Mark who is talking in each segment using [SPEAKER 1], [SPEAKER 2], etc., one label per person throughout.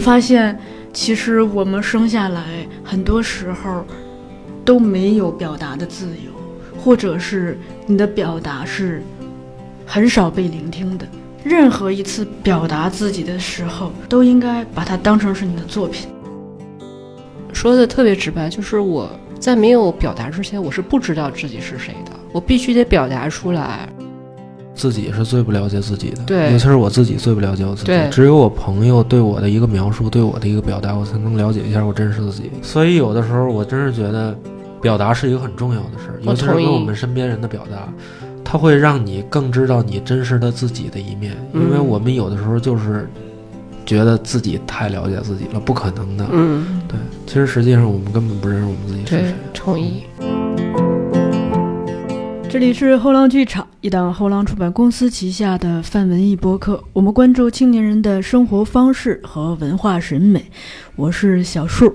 [SPEAKER 1] 发现，其实我们生下来很多时候都没有表达的自由，或者是你的表达是很少被聆听的。任何一次表达自己的时候，都应该把它当成是你的作品。
[SPEAKER 2] 说的特别直白，就是我在没有表达之前，我是不知道自己是谁的，我必须得表达出来。
[SPEAKER 3] 自己是最不了解自己的，
[SPEAKER 2] 对
[SPEAKER 3] 尤其是我自己最不了解我自己
[SPEAKER 2] 对。
[SPEAKER 3] 只有我朋友对我的一个描述，对我的一个表达，我才能了解一下我真实的自己。所以有的时候我真是觉得，表达是一个很重要的事儿，
[SPEAKER 2] 我
[SPEAKER 3] 尤其是
[SPEAKER 2] 同
[SPEAKER 3] 跟
[SPEAKER 2] 意
[SPEAKER 3] 我们身边人的表达，它会让你更知道你真实的自己的一面。
[SPEAKER 2] 嗯
[SPEAKER 3] 因为我们有的时候就是觉得自己太了解自己了，不可能的。
[SPEAKER 2] 嗯，
[SPEAKER 3] 对，其实实际上我们根本不认识我们自己是
[SPEAKER 2] 对
[SPEAKER 3] 谁。，
[SPEAKER 2] 同意。
[SPEAKER 3] 嗯
[SPEAKER 1] 这里是后浪剧场，一档后浪出版公司旗下的泛文艺播客。我们关注青年人的生活方式和文化审美。我是小树，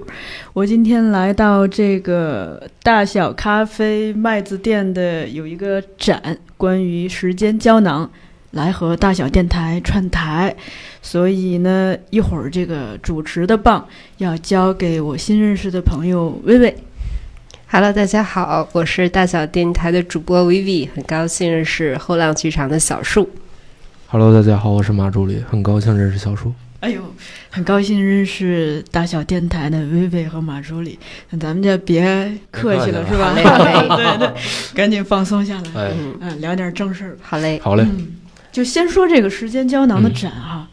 [SPEAKER 1] 我今天来到这个大小咖啡麦子店的有一个展，关于时间胶囊，来和大小电台串台。所以呢，一会儿这个主持的棒要交给我新认识的朋友薇薇。
[SPEAKER 2] Hello，大家好，我是大小电台的主播 Vivi，很高兴认识后浪剧场的小树。
[SPEAKER 3] Hello，大家好，我是马助理，很高兴认识小叔。
[SPEAKER 1] 哎呦，很高兴认识大小电台的薇薇和马助理，那咱们就别客气了，
[SPEAKER 3] 别客气了
[SPEAKER 1] 是吧？
[SPEAKER 2] 好嘞 好
[SPEAKER 1] 对对，赶紧放松下来，
[SPEAKER 3] 哎，
[SPEAKER 2] 嗯，
[SPEAKER 1] 嗯，聊点正事儿。
[SPEAKER 2] 好嘞，
[SPEAKER 3] 好嘞，嗯
[SPEAKER 1] 嗯，就先说这个时间胶囊的展哈、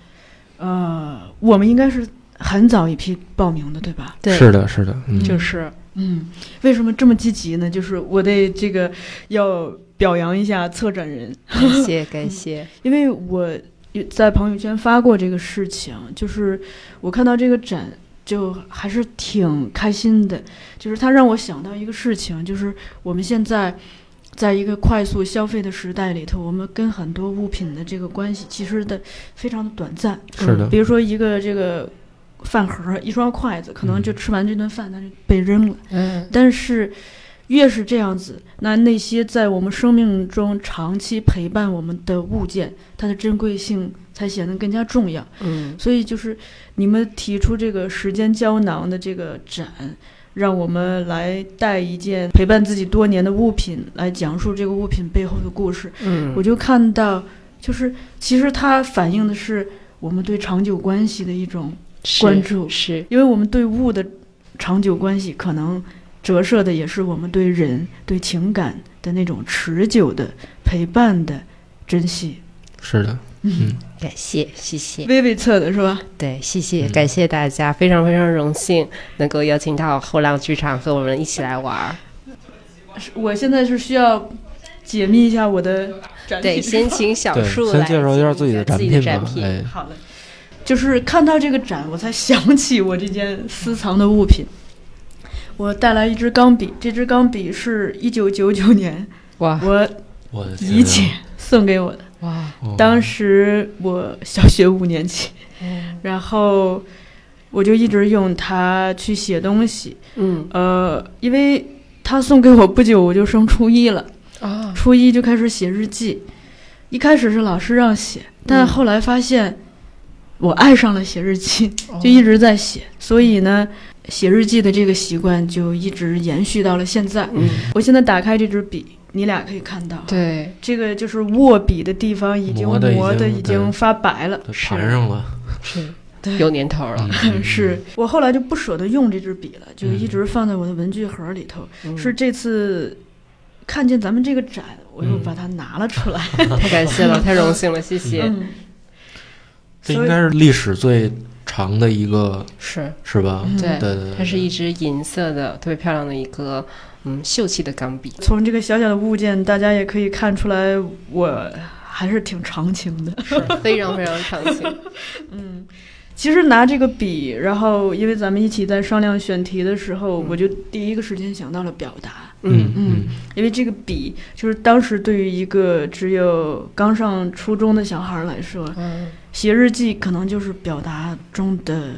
[SPEAKER 1] 呃，我们应该是很早一批报名的，对吧？
[SPEAKER 2] 对，
[SPEAKER 3] 是的，是的，嗯，
[SPEAKER 2] 就是
[SPEAKER 1] 嗯，为什么这么积极呢？就是我得这个要表扬一下策展人，
[SPEAKER 2] 感谢感谢，
[SPEAKER 1] 因为我也在朋友圈发过这个事情，就是我看到这个展就还是挺开心的，就是它让我想到一个事情，就是我们现在在一个快速消费的时代里头，我们跟很多物品的这个关系其实的非常的短暂，
[SPEAKER 3] 是的
[SPEAKER 1] 比，如说一个这个。饭盒儿、一双筷子，可
[SPEAKER 3] 嗯
[SPEAKER 1] 能就吃完这顿饭，它就被扔了。
[SPEAKER 2] 嗯，
[SPEAKER 1] 但是越是这样子，那那些在我们生命中长期陪伴我们的物件，它的珍贵性才显得更加重要。
[SPEAKER 2] 嗯，
[SPEAKER 1] 所以就是你们提出这个时间胶囊的这个展。让我们来带一件陪伴自己多年的物品来讲述这个物品背后的故事。
[SPEAKER 2] 嗯
[SPEAKER 1] 我就看到，就是其实它反映的是我们对长久关系的一种
[SPEAKER 2] 是
[SPEAKER 1] 关注
[SPEAKER 2] 是，
[SPEAKER 1] 因为我们对物的长久关系，可能折射的也是我们对人、对情感的那种持久的陪伴的珍惜。
[SPEAKER 3] 是的，嗯，
[SPEAKER 2] 感谢，谢谢，
[SPEAKER 1] 微微测的是吧？
[SPEAKER 2] 对，谢谢，
[SPEAKER 3] 嗯
[SPEAKER 2] 感谢大家，非常非常荣幸能够邀请到后浪剧场和我们一起来玩儿。
[SPEAKER 1] 是我现在是需要解密一下我的展
[SPEAKER 2] 对，
[SPEAKER 1] 品
[SPEAKER 2] 先请小
[SPEAKER 3] 对，
[SPEAKER 2] 树
[SPEAKER 3] 先
[SPEAKER 2] 来
[SPEAKER 3] 介绍一下自己的
[SPEAKER 2] 展
[SPEAKER 3] 展
[SPEAKER 2] 品
[SPEAKER 3] 品
[SPEAKER 2] 展
[SPEAKER 3] 吧。哎，
[SPEAKER 1] 好了，就是看到这个展，我才想起我这件私藏的物品。我带来一支钢笔，这支钢笔是一九九九年
[SPEAKER 2] 哇
[SPEAKER 1] 我
[SPEAKER 3] 我的嗯
[SPEAKER 1] 姨姐送给我的。
[SPEAKER 2] 哇，
[SPEAKER 1] 当时我小学五年级，然后我就一直用它去写东西。
[SPEAKER 2] 嗯
[SPEAKER 1] 呃，因为他送给我不久，我就升初一了，
[SPEAKER 2] 啊，
[SPEAKER 1] 初一就开始写日记。一开始是老师让写，
[SPEAKER 3] 嗯
[SPEAKER 1] 但后来发现我爱上了写日记，
[SPEAKER 2] 哦
[SPEAKER 1] 就一直在写。所以呢，写日记的这个习惯就一直延续到了现在。
[SPEAKER 2] 嗯，
[SPEAKER 1] 我现在打开这支笔，你俩可以看到，
[SPEAKER 2] 对，
[SPEAKER 1] 这个就是握笔的地方已经
[SPEAKER 3] 磨得已经
[SPEAKER 1] 磨的已经
[SPEAKER 3] 对
[SPEAKER 1] 发白了，
[SPEAKER 3] 时盘上 了，
[SPEAKER 2] 是
[SPEAKER 1] 对
[SPEAKER 2] 有年头了，
[SPEAKER 3] 嗯
[SPEAKER 1] 是我后来就不舍得用这支笔了，就
[SPEAKER 3] 嗯
[SPEAKER 1] 一直放在我的文具盒里头。
[SPEAKER 2] 嗯
[SPEAKER 1] 是这次看见咱们这个展，我又
[SPEAKER 3] 嗯
[SPEAKER 1] 把它拿了出来。
[SPEAKER 2] 太感谢了，太荣幸了，谢谢，
[SPEAKER 1] 嗯，
[SPEAKER 3] 这
[SPEAKER 1] 所
[SPEAKER 3] 应
[SPEAKER 1] 以
[SPEAKER 3] 该是历史最长的一个，
[SPEAKER 2] 是
[SPEAKER 3] 是吧？
[SPEAKER 1] 嗯
[SPEAKER 2] 对
[SPEAKER 3] 对，对
[SPEAKER 2] 它
[SPEAKER 3] 对，
[SPEAKER 2] 是一支银色的，特别漂亮的一个嗯秀气的 钢笔，
[SPEAKER 1] 从这个小小的物件，大家也可以看出来，我还是挺长情的。
[SPEAKER 2] 是非常非常长情，
[SPEAKER 1] 嗯，其实拿这个笔，然后因为咱们一起在商量选题的时候，我就第一个时间想到了表达，
[SPEAKER 3] 嗯
[SPEAKER 2] 嗯
[SPEAKER 3] 嗯，
[SPEAKER 1] 因为这个笔就是当时对于一个只有刚上初中的小孩儿来说，
[SPEAKER 2] 嗯
[SPEAKER 1] 写日记可能就是表达中的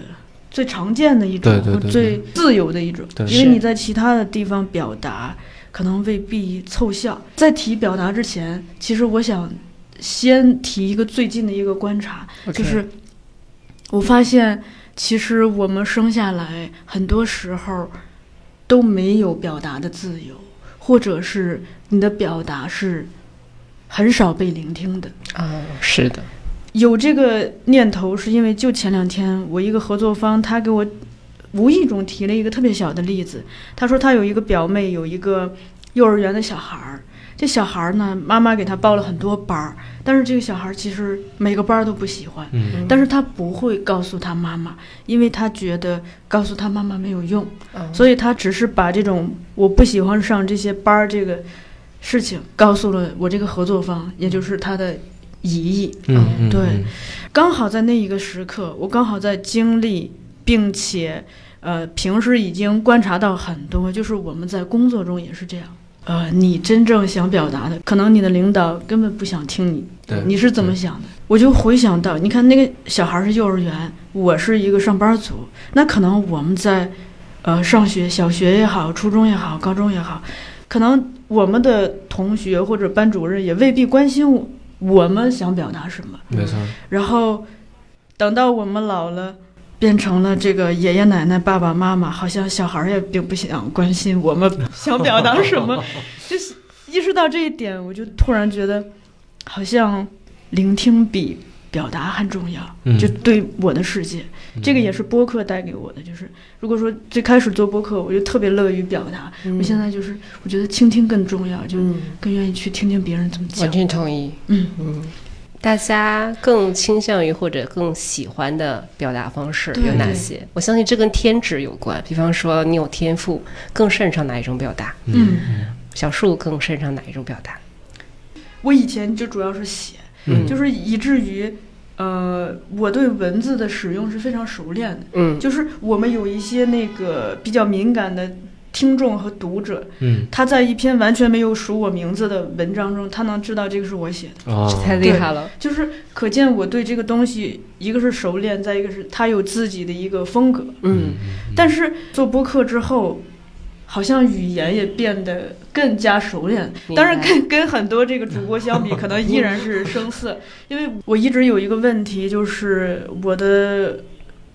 [SPEAKER 1] 最常见的一种，
[SPEAKER 3] 对对对
[SPEAKER 1] 或最自由的一种。
[SPEAKER 3] 对
[SPEAKER 1] 因为
[SPEAKER 2] 是
[SPEAKER 1] 你在其他的地方表达，可能未必凑效。在提表达之前，其实我想先提一个最近的一个观察，
[SPEAKER 2] ，OK，
[SPEAKER 1] 就是我发现其实我们生下来很多时候都没有表达的自由，或者是你的表达是很少被聆听的。
[SPEAKER 2] 啊，是的，
[SPEAKER 1] 有这个念头，是因为就前两天我一个合作方，他给我无意中提了一个特别小的例子。他说他有一个表妹，有一个幼儿园的小孩儿。这小孩儿呢，妈妈给他报了很多班儿，但是这个小孩儿其实每个班儿都不喜欢，
[SPEAKER 3] 嗯，
[SPEAKER 1] 但是他不会告诉他妈妈，因为他觉得告诉他妈妈没有用，
[SPEAKER 2] 嗯
[SPEAKER 1] 啊所以他只是把这种我不喜欢上这些班儿这个事情告诉了我这个合作方，也就是他的姨姨。
[SPEAKER 3] 嗯嗯，
[SPEAKER 1] 对
[SPEAKER 3] 嗯，
[SPEAKER 1] 刚好在那一个时刻，我刚好在经历，并且呃，平时已经观察到很多，就是我们在工作中也是这样。呃，你真正想表达的，可能你的领导根本不想听你，
[SPEAKER 3] 对，
[SPEAKER 1] 你是怎么想的？我就回想到，你看那个小孩是幼儿园，我是一个上班族，那可能我们在，呃，上学，小学也好，初中也好，高中也好，可能我们的同学或者班主任也未必关心我我们想表达什么。
[SPEAKER 3] 没错，
[SPEAKER 1] 然后等到我们老了，变成了这个爷爷奶奶、爸爸妈妈，好像小孩儿也并不想关心我们想表达什么。就是意识到这一点，我就突然觉得，好像聆听比表达还重要。
[SPEAKER 3] 嗯
[SPEAKER 1] 就对我的世界，这个也是播客带给我的。就是如果说最开始做播客，我就特别乐于表达，我现在就是我觉得倾听更重要，就
[SPEAKER 2] 嗯，
[SPEAKER 1] 更愿意去听听别人怎么讲
[SPEAKER 2] 完。全同意。
[SPEAKER 1] 嗯
[SPEAKER 2] 嗯，大家更倾向于或者更喜欢的表达方式
[SPEAKER 1] 对
[SPEAKER 2] 有哪些？我相信这跟天职有关。比方说，你有天赋，更擅长哪一种表达？
[SPEAKER 1] 嗯
[SPEAKER 2] 小树更擅长哪一种表达？
[SPEAKER 1] 我以前就主要是写。
[SPEAKER 3] 嗯
[SPEAKER 1] 就是以至于，呃，我对文字的使用是非常熟练的。
[SPEAKER 2] 嗯
[SPEAKER 1] 就是我们有一些那个比较敏感的听众和读者，
[SPEAKER 3] 嗯
[SPEAKER 1] 他在一篇完全没有署我名字的文章中，他能知道这个是我写的，
[SPEAKER 3] 啊，
[SPEAKER 2] 太厉害了。
[SPEAKER 1] 就是可见我对这个东西，一个是熟练，再一个是他有自己的一个风格。
[SPEAKER 2] 嗯，
[SPEAKER 1] 但是做播客之后。好像语言也变得更加熟练，
[SPEAKER 2] 明白
[SPEAKER 1] 当然跟跟很多这个主播相比，可能依然是生涩。因为我一直有一个问题，就是我的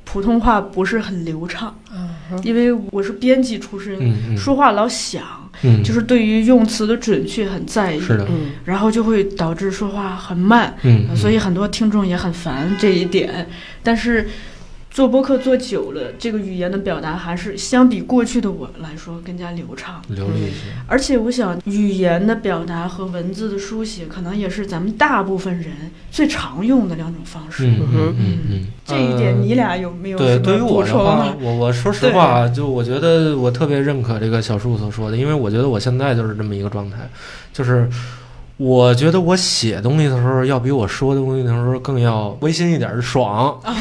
[SPEAKER 1] 普通话不是很流畅，
[SPEAKER 2] 啊
[SPEAKER 1] 因为我是编辑出身，
[SPEAKER 3] 嗯嗯，
[SPEAKER 1] 说话老想，
[SPEAKER 3] 嗯
[SPEAKER 1] 就是对于用词的准确很在意，
[SPEAKER 3] 是的，
[SPEAKER 2] 嗯
[SPEAKER 1] 然后就会导致说话很慢，
[SPEAKER 3] 嗯，
[SPEAKER 1] 所以很多听众也很烦这一点。但是做播客做久了，这个语言的表达还是相比过去的我来说更加流畅。
[SPEAKER 3] 流利一些，
[SPEAKER 1] 而且我想，语言的表达和文字的书写，可能也是咱们大部分人最常用的两种方式。
[SPEAKER 3] 嗯嗯嗯嗯，
[SPEAKER 1] 这一点你俩有没有
[SPEAKER 3] 对，
[SPEAKER 1] 什
[SPEAKER 3] 对于
[SPEAKER 1] 么
[SPEAKER 3] 我
[SPEAKER 1] 补
[SPEAKER 3] 的
[SPEAKER 1] 充
[SPEAKER 3] 话
[SPEAKER 1] 呢？，
[SPEAKER 3] 我我说实
[SPEAKER 1] 对
[SPEAKER 3] 话，就我觉得我特别认可这个小树所说的，因为我觉得我现在就是这么一个状态，就是我觉得我写东西的时候，要比我说东西的时候更要微心一点儿，爽。
[SPEAKER 1] 啊，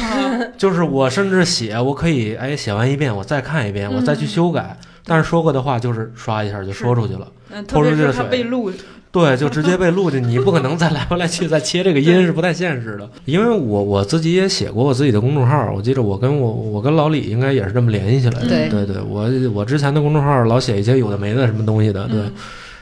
[SPEAKER 3] 就是我甚至写，我可以哎写完一遍，我再看一遍，我再去
[SPEAKER 1] 嗯
[SPEAKER 3] 修改。但是说过的话就是刷一下就是说出去了，
[SPEAKER 1] 嗯，特别
[SPEAKER 3] 泼出去
[SPEAKER 1] 是
[SPEAKER 3] 的
[SPEAKER 1] 他
[SPEAKER 3] 水
[SPEAKER 1] 被录，
[SPEAKER 3] 对，就直接被录进去，你不可能再来回来去再切这个音是不太现实的。因为我我自己也写过我自己的公众号，我记得我跟我我跟老李应该也是这么联系起来的。
[SPEAKER 1] 嗯
[SPEAKER 2] 对
[SPEAKER 3] 对对，我我之前的公众号老写一些有的没的什么东西的，对，
[SPEAKER 1] 嗯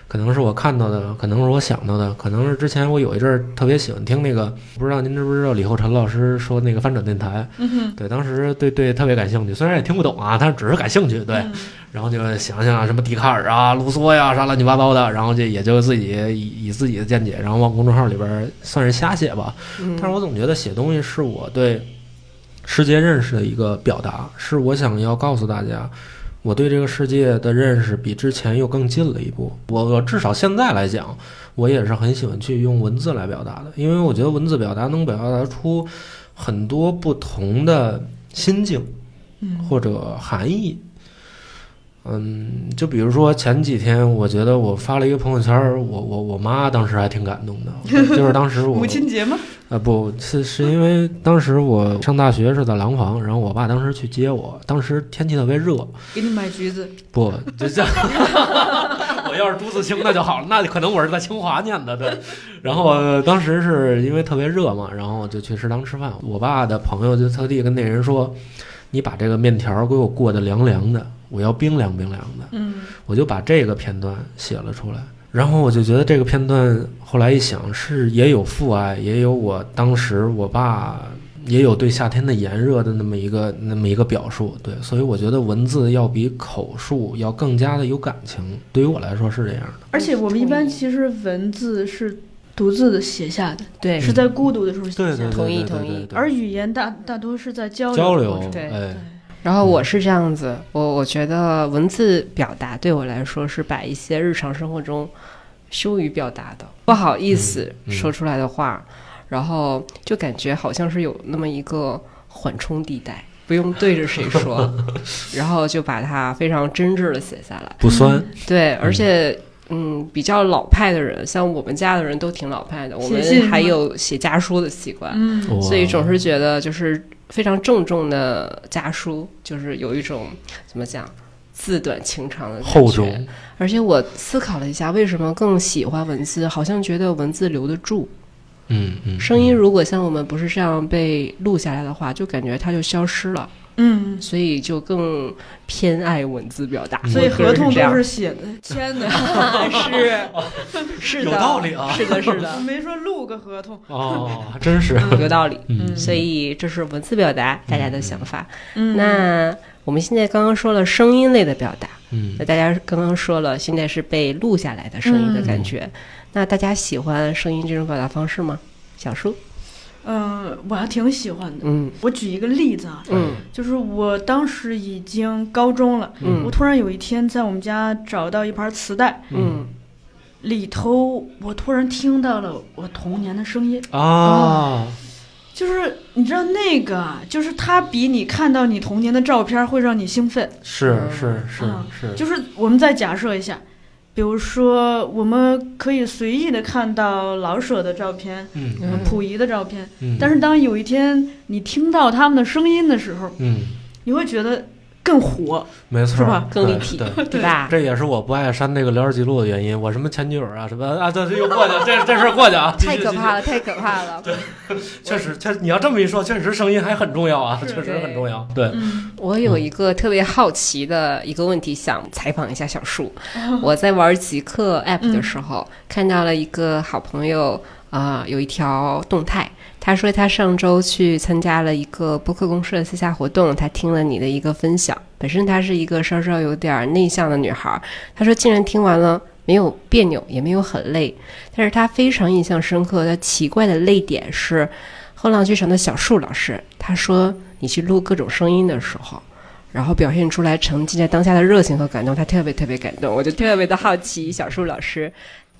[SPEAKER 3] 可能是我看到的，可能是我想到的，可能是之前我有一阵儿特别喜欢听那个，不知道您知不知道李厚辰老师说那个翻转电台，
[SPEAKER 1] 嗯哼，
[SPEAKER 3] 对，当时对对特别感兴趣，虽然也听不懂啊，但是只是感兴趣，对，
[SPEAKER 1] 嗯
[SPEAKER 3] 然后就想想什么笛卡尔啊、卢梭呀、啥乱七八糟的，然后就也就自己以以自己的见解，然后往公众号里边儿算是瞎写吧。
[SPEAKER 2] 嗯，
[SPEAKER 3] 但是我总觉得写东西是我对世界认识的一个表达，是我想要告诉大家，我对这个世界的认识比之前又更近了一步。我我至少现在来讲，我也是很喜欢去用文字来表达的，因为我觉得文字表达能表达出很多不同的心境
[SPEAKER 1] 嗯
[SPEAKER 3] 或者含义。嗯，就比如说前几天，我觉得我发了一个朋友圈儿，我我我妈当时还挺感动的，就是当时 我
[SPEAKER 1] 母亲节吗？
[SPEAKER 3] 啊，不是，是因为当时我上大学是在廊坊，然后我爸当时去接我，当时天气特别热，
[SPEAKER 1] 给你买橘子，
[SPEAKER 3] 不，就这样，我要是朱自清那就好了，那可能我是在清华念的，对。然后、呃当时是因为特别热嘛，然后就去食堂吃饭，我爸的朋友就特地跟那人说，你把这个面条给我过得凉凉的，我要冰凉冰凉的。
[SPEAKER 1] 嗯
[SPEAKER 3] 我就把这个片段写了出来。然后我就觉得这个片段后来一想是也有父爱，也有我当时我爸也有对夏天的炎热的那么一个那么一个表述。对，所以我觉得文字要比口述要更加的有感情，对于我来说是这样的。
[SPEAKER 1] 而且我们一般其实文字是独自的写下的，
[SPEAKER 2] 对
[SPEAKER 1] 是在孤独的时候写
[SPEAKER 3] 嗯对
[SPEAKER 1] 下
[SPEAKER 3] 对
[SPEAKER 1] 的，
[SPEAKER 2] 同意
[SPEAKER 3] 对对
[SPEAKER 2] 同
[SPEAKER 3] 对
[SPEAKER 2] 意
[SPEAKER 3] 对
[SPEAKER 1] 而语言大大多是在交
[SPEAKER 3] 交
[SPEAKER 1] 流的过程。，
[SPEAKER 3] 流
[SPEAKER 2] 对
[SPEAKER 3] 哎，
[SPEAKER 2] 然后我是这样子，我我觉得文字表达对我来说是把一些日常生活中羞于表达的、不好意思
[SPEAKER 3] 嗯嗯
[SPEAKER 2] 说出来的话，然后就感觉好像是有那么一个缓冲地带，不用对着谁 说，然后就把它非常真挚的写下来。
[SPEAKER 3] 不酸，
[SPEAKER 2] 对，而且。嗯，比较老派的人，像我们家的人都挺老派的，我
[SPEAKER 1] 写信
[SPEAKER 2] 们
[SPEAKER 1] 吗
[SPEAKER 2] 还有写家书的习惯。
[SPEAKER 1] 嗯，
[SPEAKER 3] 哇哦
[SPEAKER 2] 所以总是觉得就是非常郑重的家书，就是有一种怎么讲字短情长的感觉
[SPEAKER 3] 厚重。，
[SPEAKER 2] 而且我思考了一下，为什么更喜欢文字？好像觉得文字留得住，
[SPEAKER 3] 嗯 嗯，
[SPEAKER 2] 声音如果像我们不是这样被录下来的话，就感觉它就消失了，
[SPEAKER 1] 嗯，
[SPEAKER 2] 所以就更偏爱文字表
[SPEAKER 3] 嗯
[SPEAKER 2] 达。
[SPEAKER 1] 所以
[SPEAKER 2] 我个
[SPEAKER 1] 合
[SPEAKER 2] 人
[SPEAKER 1] 同
[SPEAKER 2] 这
[SPEAKER 1] 都
[SPEAKER 2] 样
[SPEAKER 1] 是写的签的，
[SPEAKER 2] 是是
[SPEAKER 3] 有
[SPEAKER 2] 的，
[SPEAKER 3] 道理啊
[SPEAKER 2] 是的，是
[SPEAKER 1] 我
[SPEAKER 2] 的，
[SPEAKER 1] 没说录个合同。
[SPEAKER 3] 哦，真是，
[SPEAKER 2] 有道理。
[SPEAKER 1] 嗯，
[SPEAKER 2] 所以这是文字表达大家的想法。
[SPEAKER 1] 嗯
[SPEAKER 2] 那我们现在刚刚说了声音类的表达，
[SPEAKER 3] 嗯
[SPEAKER 2] 那大家刚刚说了，现在是被录下来的声音的感觉。那大家喜欢声音这种表达方式吗？小叔，
[SPEAKER 1] 嗯，我还挺喜欢的。
[SPEAKER 2] 嗯
[SPEAKER 1] 我举一个例子啊，
[SPEAKER 2] 嗯
[SPEAKER 1] 就是我当时已经高中了，
[SPEAKER 2] 嗯
[SPEAKER 1] 我突然有一天在我们家找到一盘磁带，
[SPEAKER 2] 嗯，
[SPEAKER 1] 里头我突然听到了我童年的声音，
[SPEAKER 3] 啊，
[SPEAKER 1] 就是你知道那个啊，就是它比你看到你童年的照片会让你兴奋。
[SPEAKER 3] 是是是
[SPEAKER 1] 啊
[SPEAKER 3] 是，
[SPEAKER 1] 就是我们再假设一下，比如说我们可以随意的看到老舍的照片、
[SPEAKER 3] 嗯
[SPEAKER 2] 嗯
[SPEAKER 1] 溥仪的照片，
[SPEAKER 3] 嗯，
[SPEAKER 1] 但是当有一天你听到他们的声音的时候，
[SPEAKER 3] 嗯，
[SPEAKER 1] 你会觉得更火。
[SPEAKER 3] 没错，
[SPEAKER 1] 是吧
[SPEAKER 2] 更
[SPEAKER 3] 对
[SPEAKER 2] 立体
[SPEAKER 3] 对
[SPEAKER 2] 对
[SPEAKER 1] 啊
[SPEAKER 2] 吧？
[SPEAKER 3] 这也是我不爱删这个聊天记录的原因。我什么前女友啊，什么啊，这这又过去，这这事儿过去啊，
[SPEAKER 4] 太可怕
[SPEAKER 3] 了。
[SPEAKER 4] 了，太可怕了！
[SPEAKER 3] 确实，确实你要这么一说，确实声音还很重要啊，
[SPEAKER 1] 是
[SPEAKER 3] 确实
[SPEAKER 2] 对
[SPEAKER 3] 很重要。对，
[SPEAKER 1] 嗯，
[SPEAKER 2] 我有一个特别好奇的一个问题，想采访一下小树。 我在玩极客 app 的时候，看到了一个好朋友啊、呃有一条动态，他说他上周去参加了一个播客公社的线下活动，他听了你的一个分享。本身她是一个稍稍有点内向的女孩，她说竟然听完了。没有别扭，也没有很累，但是她非常印象深刻。她奇怪的泪点是，后浪剧场的小树老师，他说你去录各种声音的时候，然后表现出来沉浸在当下的热情和感动，他特别特别感动，我就特别的好奇，小树老师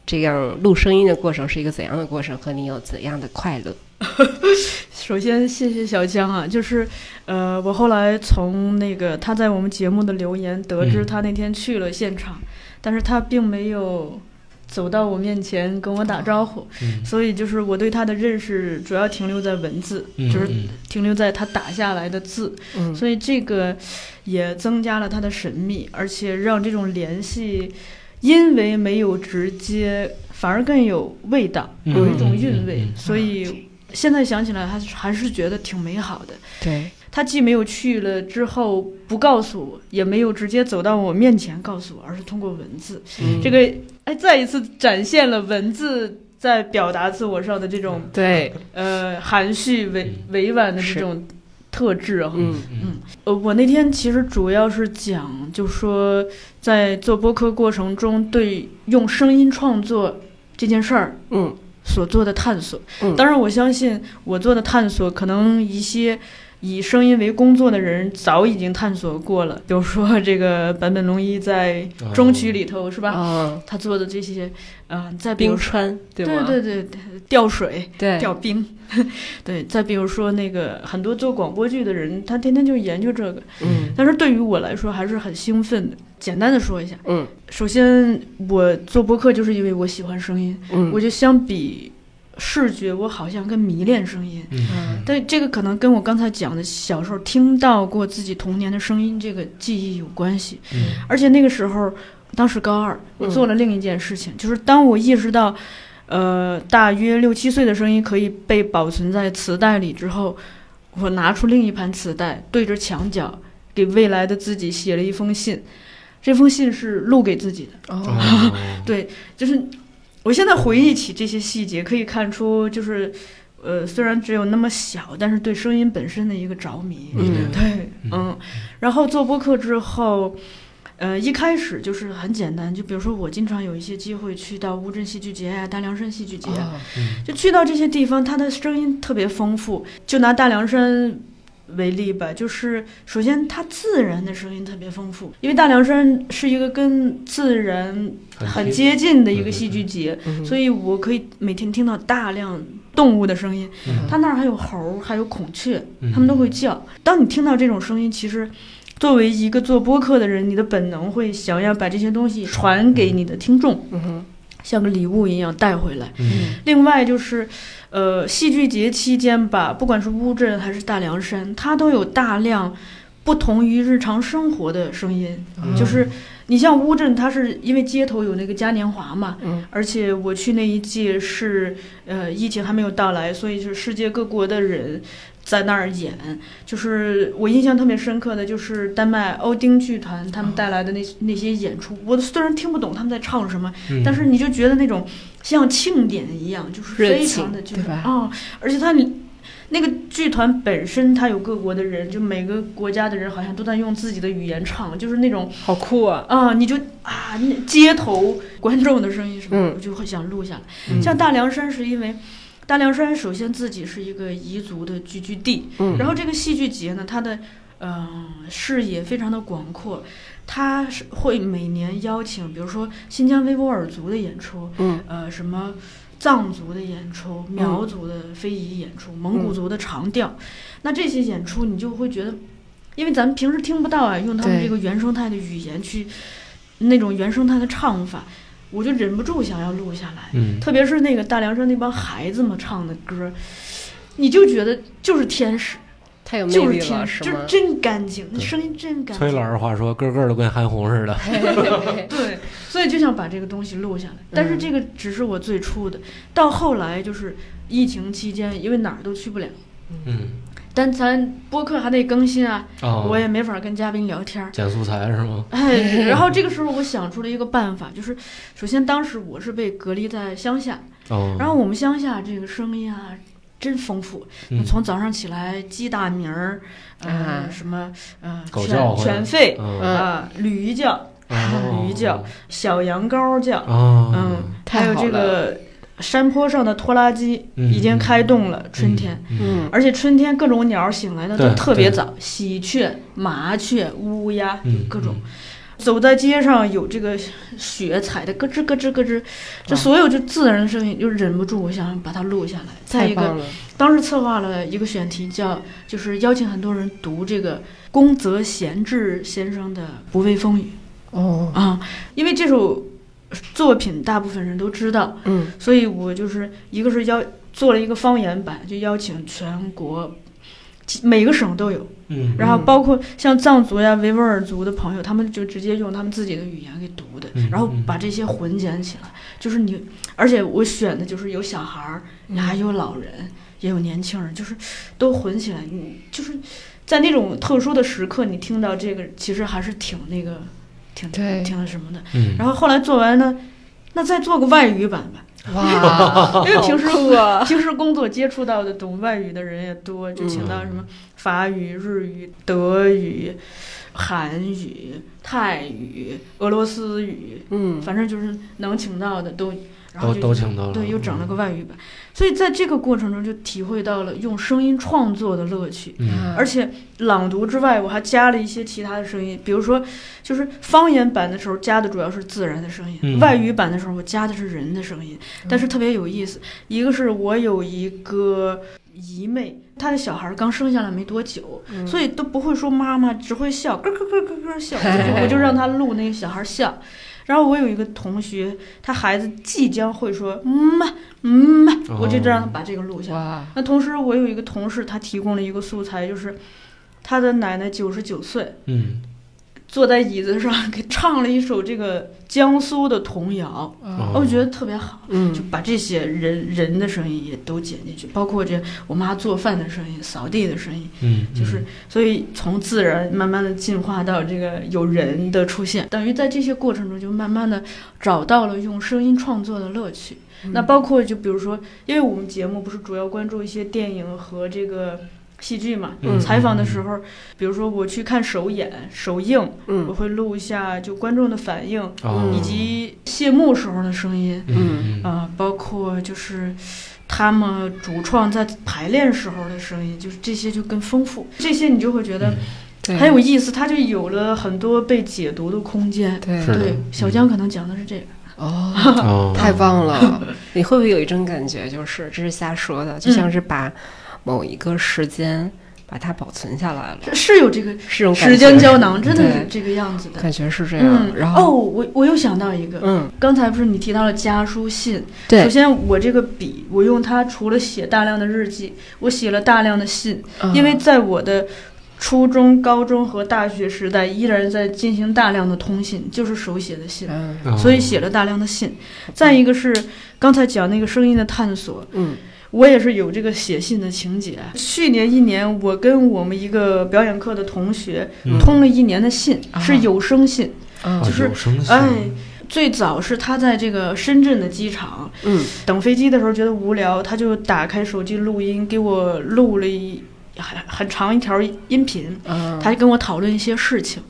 [SPEAKER 2] 这样录声音的过程是一个怎样的过程，和你有怎样的快乐？
[SPEAKER 1] 首先谢谢小江啊，就是呃，我后来从那个他在我们节目的留言得知，
[SPEAKER 3] 嗯
[SPEAKER 1] 他那天去了现场，但是他并没有走到我面前跟我打招呼，
[SPEAKER 3] 嗯
[SPEAKER 1] 所以就是我对他的认识主要停留在文字，
[SPEAKER 3] 嗯
[SPEAKER 1] 就是
[SPEAKER 3] 嗯
[SPEAKER 1] 停留在他打下来的字，
[SPEAKER 2] 嗯
[SPEAKER 1] 所以这个也增加了他的神秘，而且让这种联系，因为没有直接，反而更有味道，
[SPEAKER 3] 嗯
[SPEAKER 1] 有一种韵味，
[SPEAKER 3] 嗯嗯嗯
[SPEAKER 1] 所以现在想起来还是还是觉得挺美好的。
[SPEAKER 2] 对，
[SPEAKER 1] 他既没有去了之后不告诉我，也没有直接走到我面前告诉我，而是通过文字，
[SPEAKER 2] 嗯
[SPEAKER 1] 这个哎，再一次展现了文字在表达自我上的这种
[SPEAKER 2] 对，
[SPEAKER 1] 呃含蓄委
[SPEAKER 3] 嗯
[SPEAKER 1] 委婉的
[SPEAKER 2] 是
[SPEAKER 1] 这种特质哈。
[SPEAKER 2] 嗯
[SPEAKER 3] 嗯
[SPEAKER 1] 呃，我那天其实主要是讲，就说在做播客过程中对用声音创作这件事儿
[SPEAKER 2] 嗯
[SPEAKER 1] 所做的探索。
[SPEAKER 2] 嗯
[SPEAKER 1] 当然，我相信我做的探索，可能一些以声音为工作的人早已经探索过了，比如说这个坂本龙一在
[SPEAKER 3] 哦
[SPEAKER 1] 中曲里头、是吧？
[SPEAKER 2] 啊，
[SPEAKER 1] 他做的这些，嗯、呃，再比
[SPEAKER 2] 冰
[SPEAKER 1] 如说
[SPEAKER 2] 川对
[SPEAKER 1] 对
[SPEAKER 2] 吗？
[SPEAKER 1] 对对，掉水、
[SPEAKER 2] 对
[SPEAKER 1] 掉冰， 对。再比如说那个很多做广播剧的人，他天天就研究这个，
[SPEAKER 2] 嗯
[SPEAKER 1] 但是对于我来说还是很兴奋的。简单的说一下，
[SPEAKER 2] 嗯
[SPEAKER 1] 首先我做播客就是因为我喜欢声音，
[SPEAKER 2] 嗯，
[SPEAKER 1] 我就相比视觉，我好像更迷恋声音。
[SPEAKER 3] 嗯
[SPEAKER 2] 嗯
[SPEAKER 1] 但这个可能跟我刚才讲的小时候听到过自己童年的声音这个记忆有关系。
[SPEAKER 3] 嗯
[SPEAKER 1] 而且那个时候，当时高二，我
[SPEAKER 2] 嗯
[SPEAKER 1] 做了另一件事情，就是当我意识到，呃，大约六七岁的声音可以被保存在磁带里之后，我拿出另一盘磁带，对着墙角，给未来的自己写了一封信。这封信是录给自己的，
[SPEAKER 2] 哦，
[SPEAKER 3] 哦
[SPEAKER 1] 就是我现在回忆起这些细节，可以看出，就是呃，虽然只有那么小，但是对声音本身的一个着迷。
[SPEAKER 2] 嗯
[SPEAKER 1] 对，嗯，然后做播客之后，呃，一开始就是很简单，就比如说我经常有一些机会去到乌镇戏剧节呀、大凉山戏剧节，
[SPEAKER 2] 啊
[SPEAKER 1] 就去到这些地方，它的声音特别丰富。就拿大凉山为例吧，就是首先它自然的声音特别丰富，因为大凉山是一个跟自然很接近的一个戏剧节，
[SPEAKER 2] 嗯
[SPEAKER 1] 所以我可以每天听到大量动物的声音。
[SPEAKER 3] 嗯
[SPEAKER 1] 它那儿还有猴儿，还有孔雀，
[SPEAKER 3] 嗯
[SPEAKER 1] 它们都会叫。当你听到这种声音，其实作为一个做播客的人，你的本能会想要把这些东西传给你的听众，
[SPEAKER 2] 嗯哼
[SPEAKER 1] 像个礼物一样带回来。
[SPEAKER 3] 嗯
[SPEAKER 1] 另外就是，呃，戏剧节期间吧，不管是乌镇还是大凉山，它都有大量不同于日常生活的声音。
[SPEAKER 3] 嗯
[SPEAKER 1] 就是你像乌镇，它是因为街头有那个嘉年华嘛，
[SPEAKER 2] 嗯
[SPEAKER 1] 而且我去那一届是，呃，疫情还没有到来，所以是世界各国的人。在那儿演，就是我印象特别深刻的就是丹麦欧丁剧团他们带来的那、那些演出，我虽然听不懂他们在唱什么，
[SPEAKER 3] 嗯
[SPEAKER 1] 但是你就觉得那种像庆典一样，就是
[SPEAKER 2] 热
[SPEAKER 1] 非
[SPEAKER 2] 情
[SPEAKER 1] 常的就是
[SPEAKER 2] 对吧
[SPEAKER 1] 哦，而且它那个剧团本身，它有各国的人，就每个国家的人好像都在用自己的语言唱，就是那种
[SPEAKER 2] 好酷啊！
[SPEAKER 1] 啊，你就啊，那街头观众的声音什么的，
[SPEAKER 2] 嗯
[SPEAKER 1] 我就会想录下来。
[SPEAKER 3] 嗯
[SPEAKER 1] 像大凉山是因为。大凉山首先自己是一个彝族的聚居地，
[SPEAKER 2] 嗯
[SPEAKER 1] 然后这个戏剧节呢，它的呃视野非常的广阔，它是会每年邀请，比如说新疆维吾尔族的演出，
[SPEAKER 2] 嗯
[SPEAKER 1] 呃什么藏族的演出、苗族的非遗演出、蒙
[SPEAKER 2] 嗯
[SPEAKER 1] 古族的长调，那这些演出你就会觉得，因为咱们平时听不到啊，用他们
[SPEAKER 2] 对
[SPEAKER 1] 这个原生态的语言去那种原生态的唱法，我就忍不住想要录下来。
[SPEAKER 3] 嗯
[SPEAKER 1] 特别是那个大凉山那帮孩子们唱的歌，你就觉得就是天使，
[SPEAKER 2] 太有魅
[SPEAKER 1] 就是
[SPEAKER 2] 力了，
[SPEAKER 1] 天使，
[SPEAKER 2] 是
[SPEAKER 1] 就是
[SPEAKER 2] 吗？
[SPEAKER 1] 真干净，那
[SPEAKER 3] 对
[SPEAKER 1] 声音真干
[SPEAKER 3] 嗯崔
[SPEAKER 1] 净。
[SPEAKER 3] 老师话说，个个都跟韩红似的。
[SPEAKER 1] 对，所以就想把这个东西录下来。但是这个只是我最初的，到后来就是疫情期间，因为哪儿都去不了，
[SPEAKER 3] 嗯，
[SPEAKER 1] 但咱播客还得更新啊，
[SPEAKER 3] 哦，
[SPEAKER 1] 我也没法跟嘉宾聊天儿。
[SPEAKER 3] 剪素材是吗？
[SPEAKER 1] 哎，然后这个时候我想出了一个办法，就是首先当时我是被隔离在乡下，
[SPEAKER 3] 哦，
[SPEAKER 1] 然后我们乡下这个声音啊。真丰富，
[SPEAKER 3] 嗯
[SPEAKER 1] 从早上起来鸡打鸣儿，
[SPEAKER 2] 啊
[SPEAKER 1] 呃，什么呃，
[SPEAKER 3] 狗
[SPEAKER 1] 犬
[SPEAKER 3] 叫
[SPEAKER 1] 犬吠
[SPEAKER 3] 嗯，
[SPEAKER 1] 啊，驴叫，
[SPEAKER 3] 哦
[SPEAKER 1] 驴叫，小羊羔叫，
[SPEAKER 3] 哦，
[SPEAKER 1] 嗯，还
[SPEAKER 2] 太
[SPEAKER 1] 有
[SPEAKER 2] 好
[SPEAKER 1] 这个山坡上的拖拉机
[SPEAKER 3] 嗯
[SPEAKER 1] 已经开动了，春天。
[SPEAKER 3] 嗯，
[SPEAKER 2] 嗯
[SPEAKER 1] 而且春天各种鸟醒来的都
[SPEAKER 3] 对
[SPEAKER 1] 特别
[SPEAKER 3] 对
[SPEAKER 1] 早，喜鹊、麻雀、乌鸦，
[SPEAKER 3] 嗯，
[SPEAKER 1] 各种走在街上有这个雪踩的咯吱咯吱咯吱，这所有就自然的声音，就忍不住我想把它录下来。再
[SPEAKER 2] 太
[SPEAKER 1] 一个，
[SPEAKER 2] 棒了，
[SPEAKER 1] 当时策划了一个选题叫，就是邀请很多人读这个宫泽贤治先生的《不畏风雨
[SPEAKER 2] 哦》，
[SPEAKER 1] 啊，因为这首作品大部分人都知道，
[SPEAKER 2] 嗯
[SPEAKER 1] 所以我就是一个是邀做了一个方言版，就邀请全国几每个省都有，
[SPEAKER 3] 嗯，
[SPEAKER 1] 然后包括像藏族呀、维吾尔族的朋友，他们就直接用他们自己的语言给读的
[SPEAKER 3] 嗯，
[SPEAKER 1] 然后把这些混剪起来。就是你，而且我选的就是有小孩儿，
[SPEAKER 3] 嗯
[SPEAKER 1] 还有老人，也有年轻人，就是都混起来。你就是在那种特殊的时刻，你听到这个，其实还是挺那个，挺
[SPEAKER 2] 对
[SPEAKER 1] 挺那什么的。
[SPEAKER 3] 嗯，
[SPEAKER 1] 然后后来做完呢，那再做个外语版吧。
[SPEAKER 2] 哇，
[SPEAKER 1] 哦因为平时
[SPEAKER 2] 哦好酷 啊
[SPEAKER 1] 平时工作接触到的懂外语的人也多，就请到什么法语、日语、德语、韩语、泰语、俄罗斯语，
[SPEAKER 2] 嗯
[SPEAKER 1] 反正就是能请到的都，然后
[SPEAKER 3] 都
[SPEAKER 1] 就
[SPEAKER 3] 都请到了，
[SPEAKER 1] 对，又整了个外语版，所以在这个过程中就体会到了用声音创作的乐趣。
[SPEAKER 3] 嗯，
[SPEAKER 1] 而且朗读之外，我还加了一些其他的声音，比如说，就是方言版的时候加的主要是自然的声音，
[SPEAKER 3] 嗯
[SPEAKER 1] 外语版的时候我加的是人的声音， 但是特别有意思。一个是我有一个姨妹，她的小孩刚生下来没多久，
[SPEAKER 2] 嗯
[SPEAKER 1] 所以都不会说妈妈，只会笑，咯咯咯咯咯笑，我就我就让她录那个小孩笑。然后我有一个同学，他孩子即将会说嗯嘛嗯嘛，我就让他把这个录下来。
[SPEAKER 2] 哇，
[SPEAKER 1] 那同时，我有一个同事，他提供了一个素材，就是他的奶奶九十九岁，
[SPEAKER 3] 嗯，
[SPEAKER 1] 坐在椅子上 给唱了一首这个江苏的童谣，
[SPEAKER 3] 哦
[SPEAKER 1] 我觉得特别好。
[SPEAKER 2] 嗯
[SPEAKER 1] 就把这些人人的声音也都剪进去，包括这我妈做饭的声音、扫地的声音，
[SPEAKER 3] 嗯，嗯
[SPEAKER 1] 就是所以从自然慢慢的进化到这个有人的出现，等于在这些过程中就慢慢的找到了用声音创作的乐趣。
[SPEAKER 2] 嗯
[SPEAKER 1] 那
[SPEAKER 3] 嗯
[SPEAKER 1] 包括就比如说，因为我们节目不是主要关注一些电影和这个戏剧嘛，
[SPEAKER 3] 嗯
[SPEAKER 1] 采访的时候，比如说我去看首演、首映，我
[SPEAKER 2] 嗯
[SPEAKER 1] 会录一下就观众的反应，
[SPEAKER 3] 哦
[SPEAKER 1] 以及谢幕时候的声音。
[SPEAKER 3] 嗯嗯
[SPEAKER 1] 啊、包括就是他们主创在排练时候的声音，就是这些就更丰富，这些你就会觉得
[SPEAKER 3] 嗯
[SPEAKER 2] 对，
[SPEAKER 1] 很有意思，它就有了很多被解读的空间。
[SPEAKER 2] 对
[SPEAKER 3] 是的
[SPEAKER 1] 对，小
[SPEAKER 2] 嗯
[SPEAKER 1] 江可能讲的是这个，
[SPEAKER 2] 哦。
[SPEAKER 3] 哦，
[SPEAKER 2] 太棒 了！你会不会有一种感觉，就是这是瞎说的，就像是把某一个时间把它保存下来了，
[SPEAKER 1] 是是有这个
[SPEAKER 2] 是这种感觉
[SPEAKER 1] 时间胶囊，真的是
[SPEAKER 2] 对
[SPEAKER 1] 这个样子的。
[SPEAKER 2] 感觉是这样。
[SPEAKER 1] 嗯，
[SPEAKER 2] 然
[SPEAKER 1] 哦，
[SPEAKER 2] 后，
[SPEAKER 1] 我我又想到一个，
[SPEAKER 2] 嗯，
[SPEAKER 1] 刚才不是你提到了家书信，首
[SPEAKER 2] 对，
[SPEAKER 1] 先我这个笔，我用它除了写大量的日记，我写了大量的信，
[SPEAKER 2] 嗯
[SPEAKER 1] 因为在我的初中、高中和大学时代，依然在进行大量的通信，就是手写的信，
[SPEAKER 2] 嗯
[SPEAKER 3] 哦
[SPEAKER 1] 所以写了大量的信。再一个是刚才讲那个声音的探索，
[SPEAKER 2] 嗯
[SPEAKER 1] 我也是有这个写信的情节。去年一年，我跟我们一个表演课的同学
[SPEAKER 3] 嗯
[SPEAKER 1] 通了一年的信，
[SPEAKER 2] 啊
[SPEAKER 1] 是有声信。
[SPEAKER 2] 嗯
[SPEAKER 3] 啊
[SPEAKER 1] 就是
[SPEAKER 3] 有声线
[SPEAKER 1] 哎最早是他在这个深圳的机场
[SPEAKER 2] 嗯
[SPEAKER 1] 等飞机的时候觉得无聊，他就打开手机录音，给我录了一很很长一条音频。
[SPEAKER 2] 嗯，
[SPEAKER 1] 他就跟我讨论一些事情，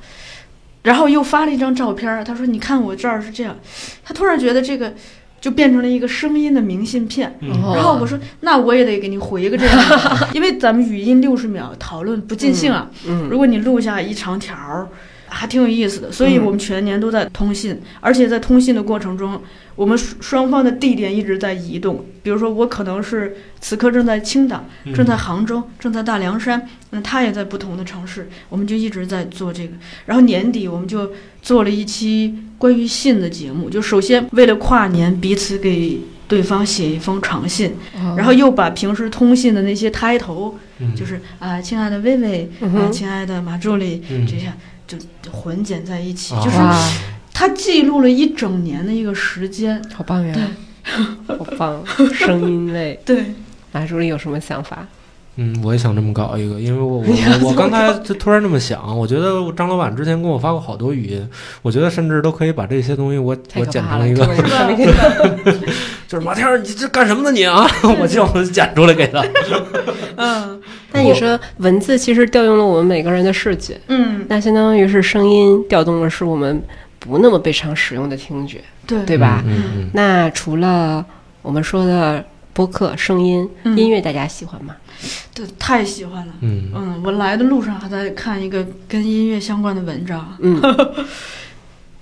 [SPEAKER 1] 然后又发了一张照片儿，他说：“你看我这儿是这样。”他突然觉得这个就变成了一个声音的明信片。
[SPEAKER 3] 嗯
[SPEAKER 2] 哦
[SPEAKER 1] 嗯然后我说：“那我也得给你回一个这样的， 因为咱们语音六十秒讨论不尽兴啊。
[SPEAKER 2] 嗯
[SPEAKER 1] 如果你录下一长条儿，还挺有意思的。所以我
[SPEAKER 2] 嗯
[SPEAKER 1] 们全年都在通信，而且在通信的过程中，我们双双方的地点一直在移动。比如说，我可能是此刻正在青岛，
[SPEAKER 3] 嗯
[SPEAKER 1] 正在杭州，正在大凉山，那他也在不同的城市，我们就一直在做这个。然后年底我们就做了一期关于信的节目，就首先为了跨年，彼此给对方写一封长信，
[SPEAKER 2] 嗯，
[SPEAKER 1] 然后又把平时通信的那些抬头，
[SPEAKER 3] 嗯
[SPEAKER 1] 就是啊，亲爱的薇薇，
[SPEAKER 2] 嗯
[SPEAKER 1] 啊，
[SPEAKER 2] 哼
[SPEAKER 1] 亲爱的马助理，
[SPEAKER 3] 嗯
[SPEAKER 1] 这样就就混剪在一起，
[SPEAKER 3] 哦
[SPEAKER 1] 就是
[SPEAKER 2] 哇，
[SPEAKER 1] 它记录了一整年的一个时间。
[SPEAKER 2] 好棒呀，好棒，声音类。
[SPEAKER 1] 对，
[SPEAKER 2] 马助理有什么想法？
[SPEAKER 3] 嗯，我也想这么搞一个，因 为我我我我刚才就突然这么想，我觉得张老板之前给我发过好多语音，我觉得甚至都可以把这些东西我
[SPEAKER 2] 太
[SPEAKER 3] 我
[SPEAKER 2] 可
[SPEAKER 3] 剪
[SPEAKER 2] 怕
[SPEAKER 3] 成
[SPEAKER 2] 了，
[SPEAKER 3] 了一个，
[SPEAKER 2] 这种声音
[SPEAKER 3] 就是马天儿，你这干什么呢你啊？ 我就剪出来给他。
[SPEAKER 1] 嗯
[SPEAKER 2] 但你说文字其实调用了我们每个人的视觉，
[SPEAKER 1] 嗯，
[SPEAKER 2] 那相当于是声音调动的是我们不那么被常使用的听觉。
[SPEAKER 1] 对
[SPEAKER 2] 对吧
[SPEAKER 3] 嗯嗯
[SPEAKER 2] 那除了我们说的播客声音、
[SPEAKER 1] 嗯
[SPEAKER 2] 音乐，大家喜欢吗？
[SPEAKER 1] 对，太喜欢了。
[SPEAKER 3] 嗯嗯
[SPEAKER 1] 嗯，我来的路上还在看一个跟音乐相关的文章。
[SPEAKER 2] 嗯，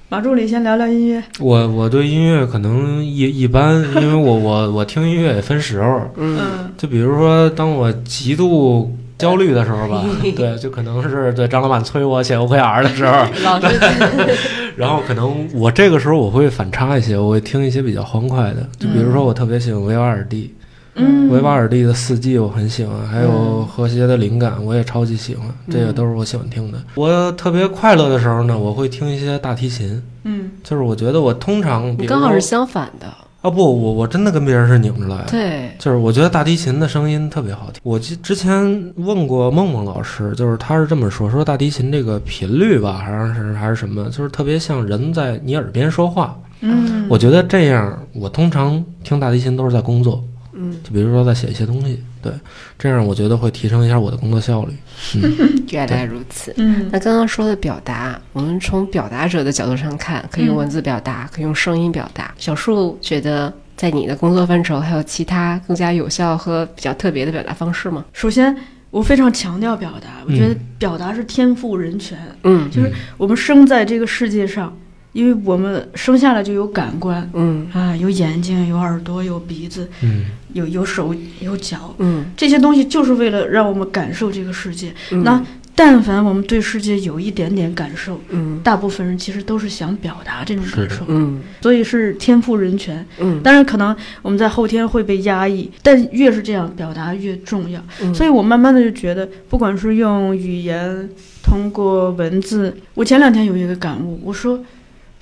[SPEAKER 1] 马助理先聊聊音乐。
[SPEAKER 3] 我我对音乐可能一一般，因为我我我听音乐也分时候，
[SPEAKER 2] 嗯，
[SPEAKER 1] 嗯
[SPEAKER 3] 就比如说当我极度焦虑的时候吧，对，就可能是对张老板催我写 OKR 的时候，
[SPEAKER 2] 老师，
[SPEAKER 3] 然后可能我这个时候我会反差一些，我会听一些比较欢快的，就比如说我特别喜欢维瓦尔第，
[SPEAKER 1] 嗯，
[SPEAKER 3] 维瓦尔第的《四季》我很喜欢，还有
[SPEAKER 2] 嗯
[SPEAKER 3] 和谐的灵感我也超级喜欢，这个
[SPEAKER 2] 嗯
[SPEAKER 3] 都是我喜欢听的。我特别快乐的时候呢，我会听一些大提琴，
[SPEAKER 1] 嗯
[SPEAKER 3] 就是我觉得我通常比
[SPEAKER 2] 你
[SPEAKER 3] 如
[SPEAKER 2] 刚好是
[SPEAKER 3] 说
[SPEAKER 2] 相反的，
[SPEAKER 3] 啊不，我我真的跟别人是拧着来的。
[SPEAKER 2] 对，
[SPEAKER 3] 就是我觉得大提琴的声音特别好听。我之之前问过梦梦老师，就是他是这么说，说大提琴这个频率吧，好像是还是什么，就是特别像人在你耳边说话。
[SPEAKER 1] 嗯，
[SPEAKER 3] 我觉得这样，我通常听大提琴都是在工作，
[SPEAKER 2] 嗯，
[SPEAKER 3] 就比如说在写一些东西，对，这样我觉得会提升一下我的工作效率。
[SPEAKER 2] 原来如此。
[SPEAKER 1] 嗯
[SPEAKER 2] 那刚刚说的表达，我们从表达者的角度上看，可以用文字表达，可以用声音表达。小树觉得，在你的工作范畴，还有其他更加有效和比较特别的表达方式吗？
[SPEAKER 1] 首先我非常强调表达，我觉
[SPEAKER 3] 嗯
[SPEAKER 1] 得表达是天赋人权。
[SPEAKER 2] 嗯
[SPEAKER 1] 就是我们生在这个世界上，因为我们生下来就有感官
[SPEAKER 2] 嗯
[SPEAKER 1] 啊，有眼睛，有耳朵，有鼻子，
[SPEAKER 3] 嗯
[SPEAKER 1] 有有手，有脚。
[SPEAKER 2] 嗯
[SPEAKER 1] 这些东西就是为了让我们感受这个世界。
[SPEAKER 2] 嗯，
[SPEAKER 1] 那但凡我们对世界有一点点感受，
[SPEAKER 2] 嗯
[SPEAKER 1] 大部分人其实都是想表达这种
[SPEAKER 3] 是
[SPEAKER 1] 感
[SPEAKER 3] 的
[SPEAKER 1] 受，
[SPEAKER 2] 嗯
[SPEAKER 1] 所以是天赋人权。
[SPEAKER 2] 嗯
[SPEAKER 1] 当然，可能我们在后天会被压抑，但越是这样，表达越重要。
[SPEAKER 2] 嗯
[SPEAKER 1] 所以我慢慢的就觉得，不管是用语言，通过文字，我前两天有一个感悟，我说，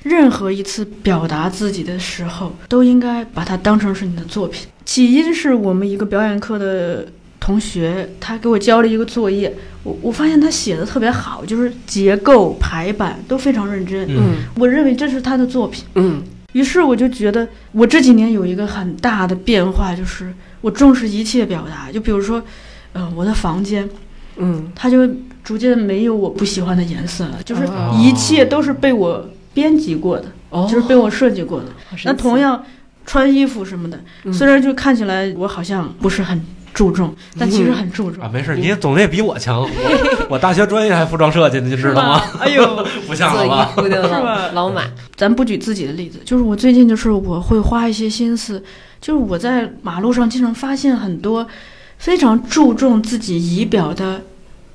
[SPEAKER 1] 任何一次表达自己的时候，都应该把它当成是你的作品。起因是我们一个表演课的同学，他给我交了一个作业，我我发现他写的特别好，就是结构、排版都非常认真，
[SPEAKER 3] 嗯
[SPEAKER 1] 我认为这是他的作品。
[SPEAKER 2] 嗯
[SPEAKER 1] 于是我就觉得，我这几年有一个很大的变化，就是我重视一切表达。就比如说，呃，我的房间，
[SPEAKER 2] 嗯，
[SPEAKER 1] 它就逐渐没有我不喜欢的颜色了，就是
[SPEAKER 2] 哦
[SPEAKER 1] 一切都是被我编辑过的，
[SPEAKER 2] 哦
[SPEAKER 1] 就是被我设计过的。
[SPEAKER 3] 哦
[SPEAKER 1] 那同样，穿衣服什么的，
[SPEAKER 2] 嗯
[SPEAKER 1] 虽然就看起来我好像不是很注重，但其实很注重。
[SPEAKER 3] 啊，没事，你总得比我强。我我大学专业还服装设计呢，你知
[SPEAKER 1] 是
[SPEAKER 3] 道吗？
[SPEAKER 1] 吧？哎呦，
[SPEAKER 3] 不像
[SPEAKER 2] 做
[SPEAKER 3] 了吧？
[SPEAKER 2] 衣 服的
[SPEAKER 1] 是吧
[SPEAKER 2] 老老马，
[SPEAKER 1] 咱不举自己的例子，就是我最近就是我会花一些心思，就是我在马路上经常发现很多非常注重自己仪表的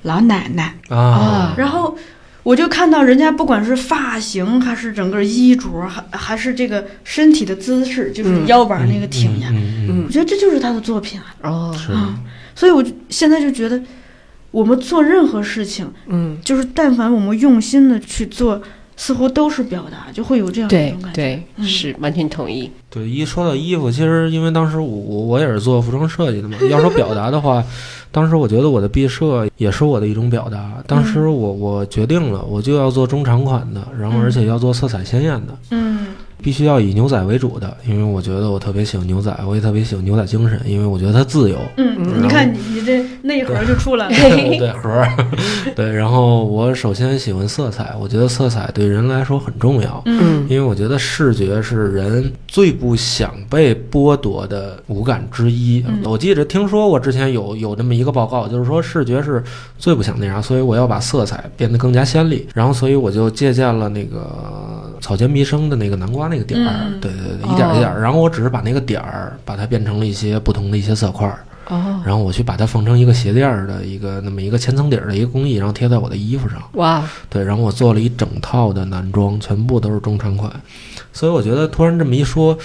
[SPEAKER 1] 老奶奶，
[SPEAKER 3] 啊
[SPEAKER 2] 啊，
[SPEAKER 1] 然后我就看到人家不管是发型还是整个衣着，还还是这个身体的姿势，就是
[SPEAKER 2] 嗯
[SPEAKER 1] 腰板那个挺呀，
[SPEAKER 3] 嗯嗯
[SPEAKER 2] 嗯
[SPEAKER 1] 我觉得这就是他的作品啊，
[SPEAKER 2] 哦
[SPEAKER 3] 嗯，是
[SPEAKER 1] 啊所以我就现在就觉得。我们做任何事情，
[SPEAKER 2] 嗯，
[SPEAKER 1] 就是但凡我们用心的去做，似乎都是表达，就会有这样一
[SPEAKER 2] 对
[SPEAKER 1] 种感觉。
[SPEAKER 2] 对，
[SPEAKER 1] 嗯
[SPEAKER 2] 是完全同意，
[SPEAKER 3] 对，一说到衣服，其实因为当时我我我也是做服装设计的嘛，要说表达的话，当时我觉得我的毕设也是我的一种表达。当时我我决定了，我就要做中长款的，然后
[SPEAKER 1] 嗯
[SPEAKER 3] 而且要做色彩鲜艳的，
[SPEAKER 1] 嗯
[SPEAKER 3] 必须要以牛仔为主的，因为我觉得我特别喜欢牛仔，我也特别喜欢牛仔精神，因为我觉得它自由。
[SPEAKER 1] 嗯，你看你你这内核就出来了。
[SPEAKER 3] 对盒儿， 对。然后我首先喜欢色彩，我觉得色彩对人来说很重要。
[SPEAKER 2] 嗯
[SPEAKER 3] 因为我觉得视觉是人最不想被剥夺的五感之一。啊
[SPEAKER 1] 嗯
[SPEAKER 3] 我记着听说过之前有有这么一个报告，就是说视觉是最不想那样，所以我要把色彩变得更加鲜丽。然后，所以我就借鉴了那个草间弥生的那个南瓜那个点儿，
[SPEAKER 1] 嗯
[SPEAKER 3] 对对对，一点儿一点儿。然后我只是把那个点儿把它变成了一些不同的一些色块儿，
[SPEAKER 2] 哦，
[SPEAKER 3] 然后我去把它缝成一个鞋垫儿的一个那么一个千层底儿的一个工艺，然后贴在我的衣服上。
[SPEAKER 2] 哇，
[SPEAKER 3] 对，然后我做了一整套的男装，全部都是中长款，所以我觉得突然这么一说，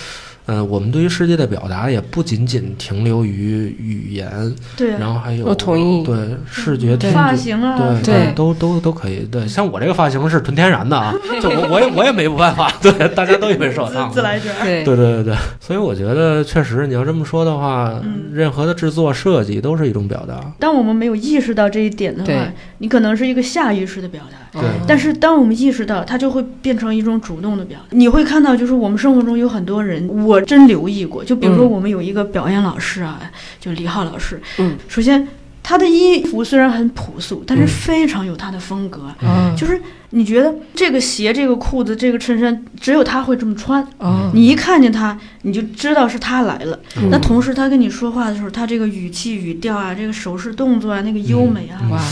[SPEAKER 3] 呃，我们对于世界的表达也不仅仅停留于语言，
[SPEAKER 1] 对啊，
[SPEAKER 3] 然后还有
[SPEAKER 2] 我同意
[SPEAKER 3] 对视觉、听
[SPEAKER 1] 发
[SPEAKER 3] 觉。
[SPEAKER 1] 型啊
[SPEAKER 3] 对，
[SPEAKER 2] 对
[SPEAKER 3] 都都都可以。对，像我这个发型是纯天然 的啊，就我我也我也没办法。对，大家都以为是我烫
[SPEAKER 1] 自自
[SPEAKER 3] 的。
[SPEAKER 1] 来卷儿。
[SPEAKER 2] 对
[SPEAKER 3] 对对对对，所以我觉得确实，你要这么说的话，
[SPEAKER 1] 嗯
[SPEAKER 3] 任何的制作设计都是一种表达。
[SPEAKER 1] 当我们没有意识到这一点的话
[SPEAKER 2] 对，
[SPEAKER 1] 你可能是一个下意识的表达。
[SPEAKER 3] 对
[SPEAKER 2] 哦
[SPEAKER 1] 但是当我们意识到，它就会变成一种主动的表达。你会看到，就是我们生活中有很多人，我真留意过。就比如说，
[SPEAKER 2] 嗯
[SPEAKER 1] 我们有一个表演老师啊，就李浩老师。
[SPEAKER 2] 嗯，
[SPEAKER 1] 首先他的衣服虽然很朴素，但是
[SPEAKER 3] 嗯
[SPEAKER 1] 非常有他的风格。
[SPEAKER 2] 哦
[SPEAKER 1] 就是你觉得这个鞋、这个裤子、这个衬衫，只有他会这么穿。
[SPEAKER 2] 哦，
[SPEAKER 1] 你一看见他，你就知道是他来了。
[SPEAKER 3] 嗯
[SPEAKER 1] 那同时，他跟你说话的时候，他这个语气、语调啊，这个手势动作啊，那个优
[SPEAKER 2] 嗯
[SPEAKER 1] 美啊，
[SPEAKER 3] 嗯
[SPEAKER 2] 哇，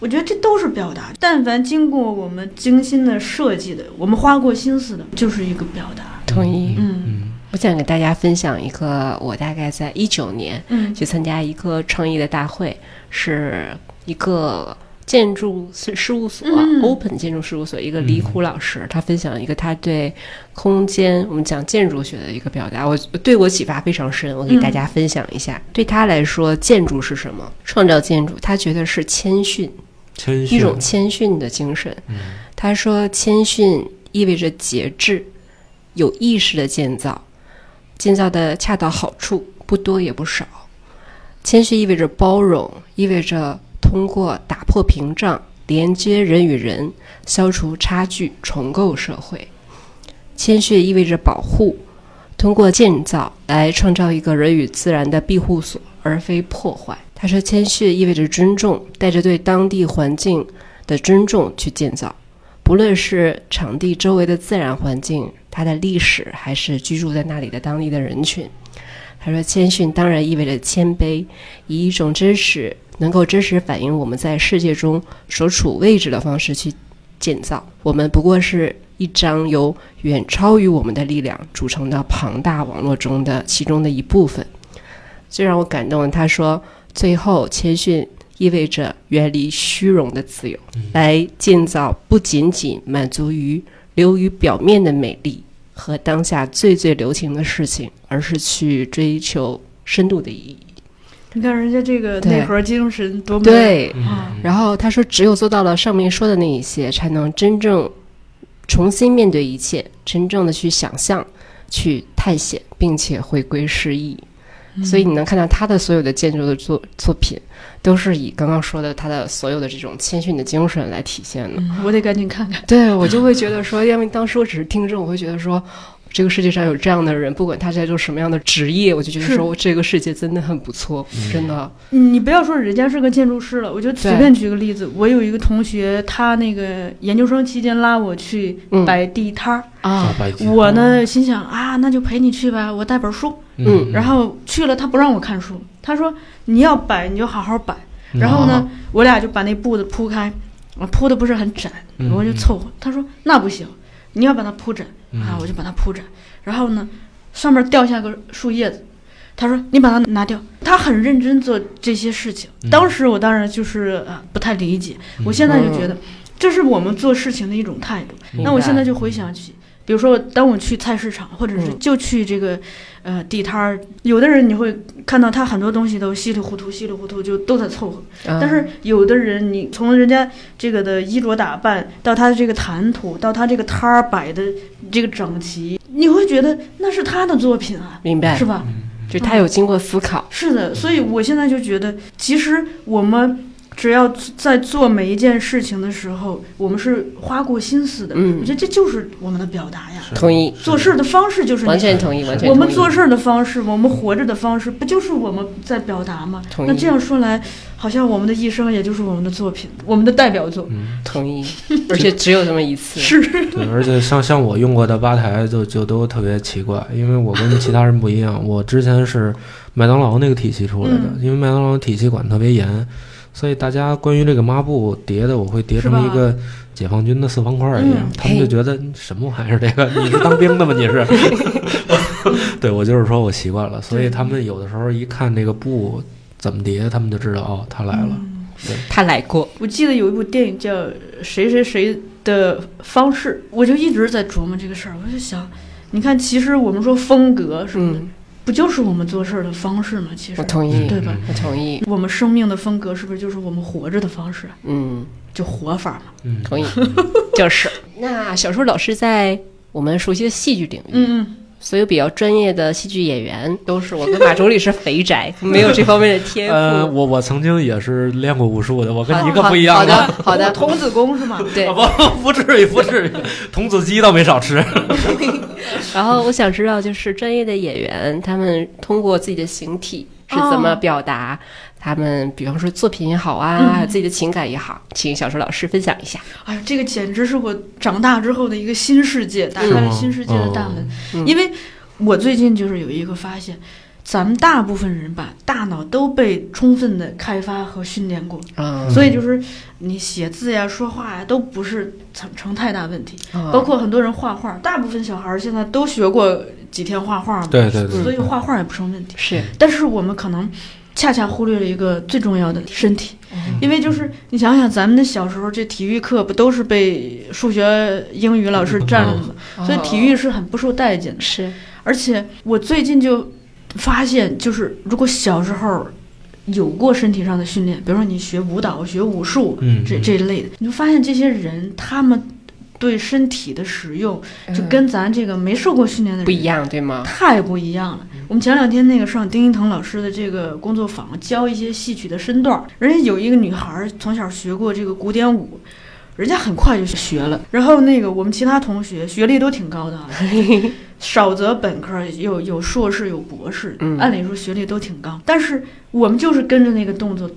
[SPEAKER 1] 我觉得这都是表达。但凡经过我们精心的设计的，我们花过心思的，就是一个表达。
[SPEAKER 2] 同意。
[SPEAKER 1] 嗯
[SPEAKER 3] 嗯
[SPEAKER 2] 我想给大家分享一个，我大概在一九年
[SPEAKER 1] 嗯
[SPEAKER 2] 去参加一个创意的大会，是一个建筑事事务所、
[SPEAKER 1] 嗯
[SPEAKER 2] Open 建筑事务所一个李虎老师，他分享一个他对空间，我们讲建筑学的一个表达，我对我启发非常深，我给大家分享一下。对他来说，建筑是什么？创造建筑，他觉得是谦逊，
[SPEAKER 3] 谦
[SPEAKER 2] 一
[SPEAKER 3] 逊，
[SPEAKER 2] 种谦逊的精神。
[SPEAKER 3] 嗯
[SPEAKER 2] 他说，谦逊意味着节制，有意识的建造，建造的恰到好处，不多也不少。谦逊意味着包容，意味着通过打破屏障，连接人与人，消除差距，重构社会。谦逊意味着保护，通过建造来创造一个人与自然的庇护所，而非破坏。他说，谦逊意味着尊重，带着对当地环境的尊重去建造，不论是场地周围的自然环境、它的历史，还是居住在那里的当地的人群。他说，谦逊当然意味着谦卑，以一种真实、能够真实反映我们在世界中所处位置的方式去建造。我们不过是一张由远超于我们的力量组成的庞大网络中的其中的一部分。最让我感动的，他说，最后谦逊意味着远离虚荣的自由，来建造不仅仅满足于流于表面的美丽和当下最最流行的事情，而是去追求深度的意义。
[SPEAKER 1] 你看人家这个
[SPEAKER 2] 对
[SPEAKER 1] 内核精神多么
[SPEAKER 2] 对，
[SPEAKER 3] 嗯
[SPEAKER 1] 啊
[SPEAKER 2] 然后他说，只有做到了上面说的那一些，才能真正重新面对一切，真正的去想象、去探险，并且回归诗意。
[SPEAKER 1] 嗯
[SPEAKER 2] 所以你能看到他的所有的建筑的作作品，都是以刚刚说的他的所有的这种谦逊的精神来体现的。
[SPEAKER 1] 嗯我得赶紧看看。
[SPEAKER 2] 对我就会觉得说，因为当时我只是听众，我会觉得说，这个世界上有这样的人，不管他在做什么样的职业，我就觉得
[SPEAKER 1] 是
[SPEAKER 2] 说，这个世界真的很不错，真的。
[SPEAKER 1] 嗯你不要说人家是个建筑师了，我就随
[SPEAKER 2] 对
[SPEAKER 1] 便举个例子，我有一个同学，他那个研究生期间拉我去
[SPEAKER 2] 嗯
[SPEAKER 1] 摆地摊儿，
[SPEAKER 2] 啊，
[SPEAKER 3] 白金
[SPEAKER 1] 我呢心想啊，那就陪你去吧，我带本书。
[SPEAKER 2] 嗯
[SPEAKER 1] 然后去了，他不让我看书，他说你要摆你就好好摆。
[SPEAKER 3] 嗯
[SPEAKER 1] 然后呢，我俩就把那布子铺开，我铺的不是很窄，
[SPEAKER 3] 嗯
[SPEAKER 1] 我就凑合。他说那不行，你要把它铺展
[SPEAKER 3] 嗯
[SPEAKER 1] 啊，我就把它铺展。然后呢，上面掉下个树叶子，他说你把它拿掉。他很认真做这些事情，
[SPEAKER 3] 嗯
[SPEAKER 1] 当时我当然就是啊不太理解，
[SPEAKER 3] 嗯
[SPEAKER 1] 我现在就觉得这是我们做事情的一种态度。
[SPEAKER 3] 明白
[SPEAKER 1] 那我现在就回想起。比如说，当我去菜市场，或者是
[SPEAKER 2] 嗯
[SPEAKER 1] 就去这个，呃，地摊儿，有的人你会看到他很多东西都稀里糊涂、稀里糊涂，就都在凑合。但
[SPEAKER 2] 但
[SPEAKER 1] 是有的人，你从人家这个的衣着打扮，到他的这个谈吐，到他这个摊儿摆的这个整齐，你会觉得那是他的作品啊，
[SPEAKER 2] 明白
[SPEAKER 1] 是，吧？
[SPEAKER 2] 就他有经过思考。
[SPEAKER 1] 是的，所以我现在就觉得，其实我们只要在做每一件事情的时候，我们是花过心思的，
[SPEAKER 2] 嗯
[SPEAKER 1] 我觉得这就是我们的表达呀。
[SPEAKER 3] 是
[SPEAKER 2] 同意，
[SPEAKER 1] 做事的方式嗯就是那
[SPEAKER 2] 完
[SPEAKER 1] 样
[SPEAKER 2] 全同意，完全同意。
[SPEAKER 1] 我们做事儿的方式，我们活着的方式，不就是我们在表达吗？
[SPEAKER 2] 同意
[SPEAKER 1] 那这样说来，好像我们的一生也就是我们的作品，我们的代表
[SPEAKER 2] 嗯
[SPEAKER 1] 作。
[SPEAKER 2] 同意，而且只有这么一次。
[SPEAKER 1] 是，
[SPEAKER 3] 对，而且像像我用过的吧台就就都特别奇怪，因为我跟其他人不一样，我之前是麦当劳那个体系出来的，
[SPEAKER 1] 嗯
[SPEAKER 3] 因为麦当劳体系管得特别严，所以大家关于这个抹布叠的，我会叠
[SPEAKER 1] 是
[SPEAKER 3] 成
[SPEAKER 1] 吧
[SPEAKER 3] 一个解放军的四方块儿一样，
[SPEAKER 1] 嗯
[SPEAKER 3] 他们就
[SPEAKER 2] 嘿
[SPEAKER 3] 觉得什么玩意儿这个，你是当兵的吗？你是？对我就是说我习惯了，所以
[SPEAKER 1] 对
[SPEAKER 3] 他们有的时候一看这个布怎么叠，他们就知道哦，他来了。
[SPEAKER 1] 嗯
[SPEAKER 2] 他来过，
[SPEAKER 1] 我记得有一部电影叫《谁谁谁的方式》，我就一直在琢磨这个事儿。我就想，你看，其实我们说风格什么的，
[SPEAKER 2] 嗯，
[SPEAKER 1] 不就是我们做事儿的方式吗？其
[SPEAKER 2] 我
[SPEAKER 1] 实，
[SPEAKER 2] 同意，
[SPEAKER 1] 嗯对吧？
[SPEAKER 2] 我同意，
[SPEAKER 1] 我们生命的风格是不是就是我们活着的方式啊？
[SPEAKER 2] 嗯，
[SPEAKER 1] 就活法嘛。
[SPEAKER 3] 嗯，
[SPEAKER 2] 同意，就是。那小树老师在我们熟悉的戏剧领域，
[SPEAKER 1] 嗯
[SPEAKER 2] 所有比较专业的戏剧演员都是我跟马助理是 肥宅，没有这方面的天赋。
[SPEAKER 3] 呃，我我曾经也是练过武术的，我跟你可
[SPEAKER 2] 好
[SPEAKER 3] 不一样
[SPEAKER 2] 好
[SPEAKER 3] 了。
[SPEAKER 2] 的，好 的，
[SPEAKER 1] 童子功是吗？
[SPEAKER 2] 对。
[SPEAKER 3] 不， 不至于，不至于。童子鸡倒没少吃。
[SPEAKER 2] 然后我想知道，就是专业的演员，他们通过自己的形体是怎
[SPEAKER 1] 哦
[SPEAKER 2] 么表达他们，比方说作品也好啊，
[SPEAKER 1] 嗯
[SPEAKER 2] 还有自己的情感也好，请小树老师分享一下。
[SPEAKER 1] 哎呀，这个简直是我长大之后的一个新世界，打开
[SPEAKER 3] 是
[SPEAKER 1] 了
[SPEAKER 3] 吗
[SPEAKER 1] 新世界的大门。
[SPEAKER 2] 嗯
[SPEAKER 1] 因为我最近就是有一个发现，咱们大部分人吧，大脑都被充分的开发和训练过，
[SPEAKER 2] 嗯
[SPEAKER 1] 所以就是你写字呀、说话呀，都不是成成太大问题。
[SPEAKER 2] 包
[SPEAKER 1] 包括很多人画画，大部分小孩儿现在都学过几天画画嘛，
[SPEAKER 3] 对对
[SPEAKER 2] 对
[SPEAKER 1] 所以画画也不成问题。
[SPEAKER 2] 是
[SPEAKER 1] 但是我们可能恰恰忽略了一个最重要的身体，因为就是你想想，咱们的小时候这体育课不都是被数学、英语老师占了吗？
[SPEAKER 2] 嗯
[SPEAKER 1] 所以体育是很不受待见的。
[SPEAKER 2] 是
[SPEAKER 1] 而且我最近就发现，就是如果小时候有过身体上的训练，比如说你学舞蹈、学武术
[SPEAKER 3] 嗯
[SPEAKER 1] 这这一类的，你就发现这些人他们对身体的使用就跟咱这个没受过训练的人
[SPEAKER 2] 嗯不一样，对吗？
[SPEAKER 1] 太不一样了。我们前两天那个上丁一腾老师的这个工作坊，教一些戏曲的身段儿。人家有一个女孩儿从小学过这个古典舞，人家很快就学了。然后那个我们其他同学学历都挺高 的啊，少则本科，有有硕士，有博士，
[SPEAKER 2] 嗯
[SPEAKER 1] 按理说学历都挺高。但是我们就是跟着那个动作。